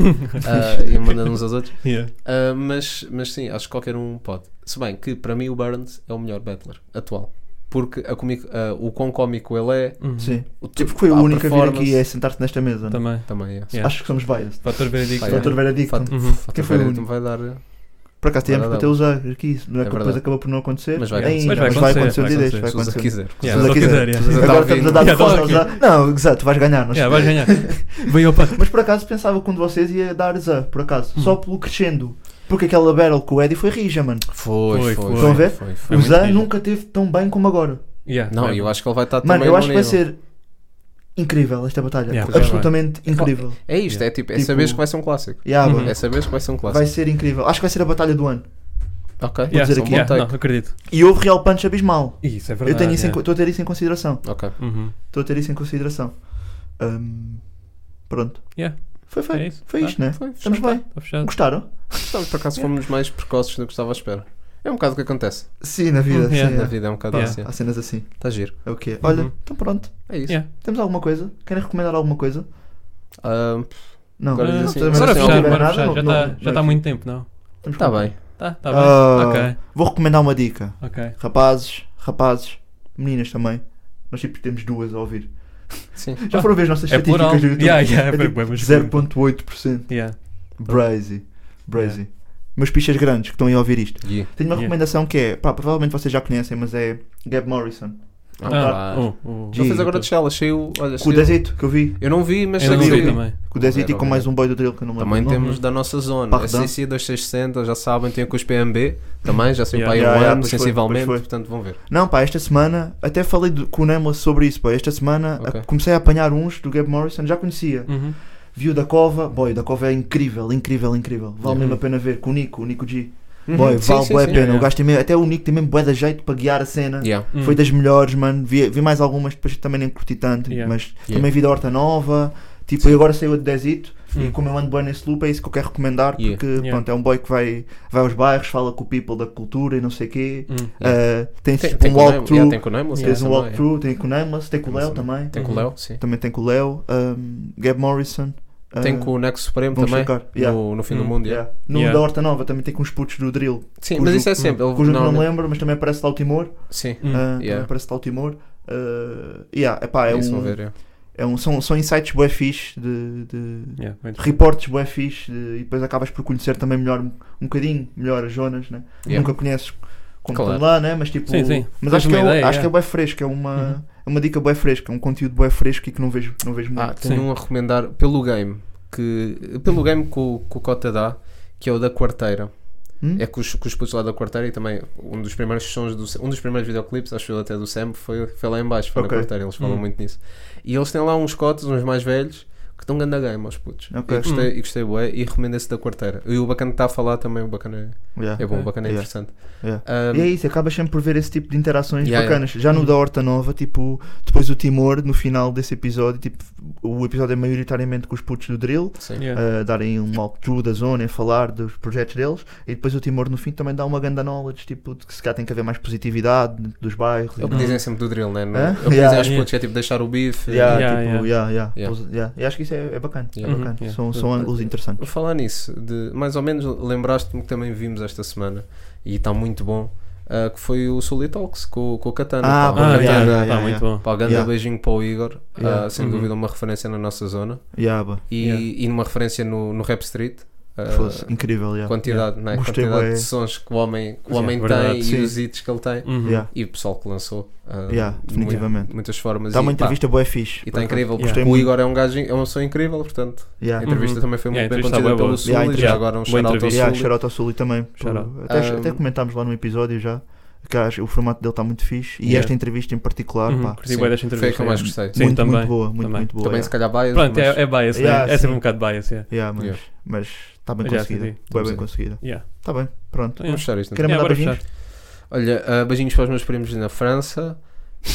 H: ah, e mandando uns aos outros.
G: Yeah.
H: Ah, mas, mas sim, acho que qualquer um pode. Se bem que para mim o Burns é o melhor battler atual. Porque a comic, ah, o quão cómico ele é,
G: Uhum.
F: Sim.
H: o
F: Tipo, foi o
H: pá,
F: único a vir aqui
H: performance-
F: é sentar-te nesta mesa. não é?
G: Também.
H: Também é.
G: Yeah.
F: Acho que somos biased.
G: Fator veredicto.
H: Pá, yeah.
F: Doutor Veredicto.
H: Fato-
G: Uhum.
F: Quem foi o
H: Fato-
F: único?
H: tá vai dar. ah,
F: Por acaso tivemos
H: Vai
F: para
H: dar
F: ter os erros aqui. Isso Não é,
H: É
F: que depois
H: verdade.
F: acabou por não acontecer.
H: Mas vai
F: Ainda,
G: acontecer. Mas
F: mas
G: vai
F: vai acontecer um dia
G: acontecer,
F: desses, vai
H: Se o Zé
F: acontecer.
H: quiser.
F: Se
G: Yeah,
F: o Zé
G: se o Zé
F: quiser.
G: quiser,
F: Se o Zé-
G: yeah.
F: Agora
H: Tá
F: estamos a dar de
G: ouvindo.
F: força ao
G: Yeah,
F: Zé. Não, Zé, tu vais ganhar. nós-
G: Yeah, vais ganhar. Veio ao pá.
F: Mas por acaso pensava que um de vocês ia dar Zé, por acaso.
G: Hum.
F: Só pelo crescendo. Porque aquela battle com o Eddie foi rija, mano.
H: Foi,
G: Foi,
H: foi. foi,
G: foi.
F: Estão a ver?
H: foi, foi.
G: Foi
F: o
G: muito
F: Zé
G: rija.
F: nunca teve tão bem como agora.
G: Yeah,
H: Não,
G: é.
H: eu acho que ele vai estar
F: Mano,
H: também
F: eu
H: no
F: acho que vai
H: nível.
F: ser incrível esta batalha.
G: Yeah, é, vai,
F: Absolutamente incrível.
H: É isto, é tipo, é
F: Tipo- Ah,
H: saberes que vai ser um clássico.
F: Yeah,
G: Uhum.
F: bro.
H: É saberes que vai ser um clássico.
F: Vai ser incrível. Acho que vai ser a batalha do ano.
H: Ok,
G: Yeah,
F: dizer
H: só um
F: aqui,
H: bom
G: yeah,
H: take.
G: não, acredito.
F: E houve Real Punch Abismal.
G: Isso é verdade.
F: Eu tenho isso em co-
G: yeah.
F: estou a ter isso em consideração.
H: Ok.
G: Uhum.
F: Estou a ter isso em consideração. Ahm, pronto.
G: Yeah.
F: Foi feito.
G: É isso.
F: Foi
G: Tá.
F: isto, né?
H: Foi,
F: Estamos
H: fechado,
F: bem.
G: Está fechado.
F: Gostaram?
H: Estamos, por acaso fomos mais precoces do que estava à espera. É um bocado o que acontece.
F: Sim, na vida.
G: Hum, yeah.
F: sim,
H: Na
F: é.
H: vida é um bocado
G: Yeah.
H: assim.
F: Há cenas assim.
H: Está giro.
F: É o quê? Olha,
G: Uhum.
F: então pronto.
H: É isso.
G: Yeah.
F: Temos alguma coisa? Querem recomendar alguma coisa?
H: Está
F: Não.
H: Agora
G: Ah,
H: diz
F: não,
H: assim,
G: Bora
F: também se
H: agora
F: não
H: fechar,
G: fechar,
F: tiver
G: bora
F: nada,
G: fechar.
F: não-
G: Já
F: não-
G: tá- Já
F: não-
G: está há muito tempo, não?
F: estamos com-
H: bem.
G: Tá, tá
F: Ah,
G: bem.
F: Vou recomendar uma dica.
G: Ok, ok.
F: Rapazes, rapazes, meninas também. Nós tipo temos duas a ouvir.
H: Sim.
F: Já foram ver as nossas
G: É plural.
F: estatísticas do YouTube?
G: Yeah, yeah,
F: É
G: bem,
F: tipo
G: bem, mas-
F: 0.8%.
G: Yeah.
F: Brazy. Brazy. Meus pichas grandes que estão aí a ouvir isto.
H: Yeah.
F: Tenho uma
G: Yeah.
F: recomendação que é, pá, provavelmente vocês já conhecem, mas é Gab Morrison.
G: Ah,
H: Ah,
G: o- o-
H: Já
F: G-
H: fez agora
G: YouTube.
H: de Shell, achei o. Olha,
F: Com o
H: saiu-
F: Dezito, que eu vi.
H: Eu não vi, mas
G: Eu
H: sei
G: não
H: que
G: vi
H: saiu.
G: também.
F: Com o Dezito e com
H: Ok,
F: mais um boy do drill que eu não me lembro.
H: Também
F: o nome.
H: temos da nossa zona. A
F: Pardão.
H: CC 2660, já sabem, tem com os PMB também, já saiu
G: Yeah.
H: para aí um
F: Yeah, yeah,
H: ano,
F: pois foi,
H: sensivelmente,
F: pois foi.
H: portanto vão ver.
F: Não, pá, esta semana, até falei do- com o Nemla sobre isso, pá. Esta semana a-
H: Ok.
F: comecei a apanhar uns do Gab Morrison, já conhecia.
G: Uhum.
F: Vi o da Cova, boy, o da Cova é incrível, incrível, incrível. Vale
H: Yeah.
F: mesmo a pena ver com o Nico, o Nico G. Boy,
H: Uhum. Sim,
F: vale
H: sim,
F: bué a
H: sim.
F: pena. O
G: Yeah.
F: gajo tem mesmo, até o Nico tem mesmo bué da jeito para guiar a cena.
H: Yeah. Uhum.
G: Hum.
F: Foi das melhores, mano. Vi, vi mais algumas, depois também nem curti tanto.
G: Yeah.
F: Mas
H: Yeah.
F: também vi da Horta Nova. Tipo, e agora saiu a de Dezito. E
G: Hum.
F: como eu ando bem nesse loop, é isso que eu quero recomendar.
H: Uhum. Yeah.
F: Porque,
G: Yeah.
F: pronto, é um boy que vai, vai aos bairros, fala com o people da cultura e não sei o quê.
G: Hum.
F: Uh, tem,
H: Tem,
F: tipo,
H: tem
F: um
H: com o Nemo,
F: walkthrough.
H: yeah, é tem com o Nemo, sim,
F: Fez um
H: também.
F: walkthrough, Uhum. tem com o Nameless, tem com o Léo também.
H: Tem com o Léo, sim.
F: Também tem com o Léo. um, Gab Morrison. uh,
H: Tem com o Nexo Supremo
F: vamos
H: também,
F: checar. Yeah. Uhum.
H: no, no fim do
G: Hum.
H: mundo. yeah.
F: yeah. No
G: Yeah.
F: da Horta Nova também tem com os putos do Drill.
H: Sim,
F: Cujo-
H: mas isso é sempre. ele
F: Cujo não me
H: normalmente-
F: lembro, mas também aparece lá o Timor.
H: Sim.
G: Hum.
F: Ah,
H: yeah.
F: também parece tal Timor. Ah, yeah, epá, é
H: isso vão
F: um,
H: ver, yeah.
F: é um, são, são insights bué fixe de, de
G: Yeah, bem interessante.
F: reportes bué fixe de- e depois acabas por conhecer também melhor um bocadinho melhor as zonas, né?
H: Yeah.
F: Nunca conheces como
H: Claro.
F: estão lá, né? Mas tipo,
G: Sim, sim.
F: mas
G: Tens
F: acho que,
G: uma
F: é, um-
G: ideia,
F: acho que é
G: yeah. Uhum.
F: bué fresco, é uma é uma dica bué fresca, é um conteúdo bué fresco e que não vejo não vejo
H: Ah,
F: muito.
H: tenho
G: Sim.
H: um a recomendar pelo game que pelo game que o, que o Cota dá, que é o da quarteira.
F: Hum?
H: É com os, com os putos lá da quarteira e também um dos primeiros sons do um dos primeiros videoclipes, acho eu até do Sam, foi, foi lá em baixo, foi
F: Ok.
H: na quarteira, eles falam
G: Hum.
H: muito nisso. E eles têm lá uns cotas, uns mais velhos, que estão ganhando game aos putos.
F: Ok.
H: E gostei, e gostei bué, e recomendo esse da quarteira. E o bacana que está a falar também, o bacana é,
F: Yeah.
H: é bom, o
G: Ok.
H: bacana é
F: Yeah.
H: interessante.
F: Yeah.
H: Ah,
F: E é isso, acabas sempre por ver esse tipo de interações
H: Yeah, Uhum.
F: bacanas. Já no da Horta Nova, tipo, depois o Timor, no final desse episódio, tipo, o episódio é maioritariamente com os putos do drill,
H: sim.
G: Yeah.
F: a darem um walkthrough da zona e falar dos projetos deles e depois o Timor no fim também dá uma ganda knowledge tipo de que se calhar tem que haver mais positividade dentro dos bairros
H: É o que
F: e-
H: dizem sempre do drill, né?
F: Uhum. Hã?
H: É o que dizem
F: Yeah.
H: aos putos, que é tipo deixar o bife.
F: Yeah,
G: Yeah,
F: tipo,
G: yeah.
F: yeah, yeah,
H: Yeah.
F: pos- yeah. E acho que isso é, é bacana, é
H: Yeah.
F: bacana.
G: Uhum, yeah.
F: São, são ângulos interessantes
H: Falar nisso, de, mais ou menos lembraste-me que também vimos esta semana e está muito bom, ah, que foi o Solid Talks com, com o Katana.
F: Ah,
H: pá.
F: com o
G: Ah,
F: Katana.
G: yeah,
F: Yeah,
G: tá
F: yeah,
G: muito
F: yeah.
G: bom.
H: Pá, grande
F: Yeah.
H: beijinho para o Igor, ah,
F: Yeah.
H: sem
G: Uhum.
H: dúvida uma referência na nossa zona
F: yeah, bah,
H: e,
G: Yeah.
H: e numa referência no, no Rap Street. ah,
F: foda-se, incrível yeah.
H: quantidade, né?
F: Gostei,
H: quantidade
F: bué.
H: de sons que o homem, que o
G: Yeah,
H: homem
G: verdade,
H: tem
F: sim.
H: e os hits que ele tem
G: Uhum.
F: Yeah.
H: e o pessoal que lançou ah,
F: Yeah,
H: de
F: definitivamente.
H: muitas formas.
F: Dá uma
H: e, Uhum. pá,
F: entrevista boa fixe
H: e
F: por
H: está
F: acaso.
H: incrível,
G: Yeah.
H: porque
F: Gostei
H: o Igor é um gajo, é uma pessoa incrível, portanto, a
F: yeah.
G: Uhum.
H: entrevista também foi
G: Yeah,
H: muito
G: a entrevista
H: bem conduzida
G: tá bué boa.
H: pelo Sul
F: Yeah, a
H: e já
F: entrevista-
H: agora um
G: boa
H: shout-out ao
G: entrevista.
F: Yeah,
H: Sul.
F: shout out ao Sul e também.
G: Shout out.
F: Até,
H: Um,
F: até comentámos lá no episódio já. que acho- o formato dele está muito fixe. E
G: Yeah.
F: esta entrevista em particular,
G: Uhum,
F: pá,
G: curti
H: Sim,
G: bué desta
H: Foi a que
G: entrevista.
H: eu mais
G: yeah.
H: gostei.
G: Sim,
F: muito,
G: também,
F: muito boa, muito,
G: também.
F: muito boa.
H: Também
F: yeah.
H: se calhar bias,
G: Pronto,
H: mas-
G: é, é bias, né?
F: Yeah,
G: é sempre
F: sim.
G: um bocado bias, yeah.
F: Yeah, mas,
H: Yeah.
F: mas está bem
G: Mas já
F: conseguida.
G: senti.
F: Bué bem
H: Sim.
F: conseguida.
G: Yeah.
F: Está bem, pronto.
G: Então,
H: Vamos fechar isto. então.
F: Querem
G: Yeah,
F: mandar
G: bora
F: beijinhos?
G: fechar.
H: Olha, ah, beijinhos para os meus primos
F: <laughs>
H: na França. <laughs>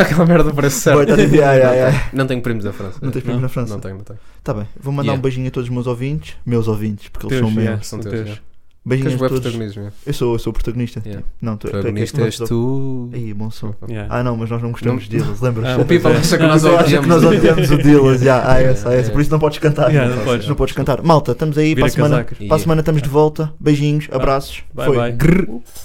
H: Aquela merda parece
F: Boa, tá
H: certo.
F: de- yeah, yeah, yeah.
H: Não tenho primos na França.
F: Não tens
G: Não,
F: primo na França?
H: Não tenho, não tenho.
F: Tá bem, vou mandar
H: Yeah.
F: um beijinho a todos os meus ouvintes, meus ouvintes, porque eles
G: Teus,
F: são
G: yeah,
F: meus.
H: São
G: são
H: teus,
G: teus.
H: Tens
F: Beijinhos
H: web
F: a todos.
H: protagonismo. é.
F: Eu sou, eu sou o protagonista.
H: Yeah.
F: Não, tu, tu é que és
H: Protagonista és
F: protagonista.
H: tu.
F: Aí, bom som.
G: Yeah.
F: Ah não, mas nós não gostamos
H: Não-
F: de
H: <laughs>
F: Dillas, lembras?
G: Ah,
H: O Pipa
G: Pois é.
H: acha que
G: Não,
H: nós
G: mas eu acho
F: acha que nós
H: odiamos.
F: odiamos o Dillas, já, ah, há essa, há
H: Yeah,
F: essa. é, Por isso não podes cantar.
G: Yeah,
H: não
F: não,
H: podes.
F: podes. cantar. Malta, estamos aí, para
G: Vira
F: a semana.
G: casacas.
F: Para a semana estamos de volta. Beijinhos, abraços.
G: Bye,
F: Foi.
G: bye.
H: Grrr.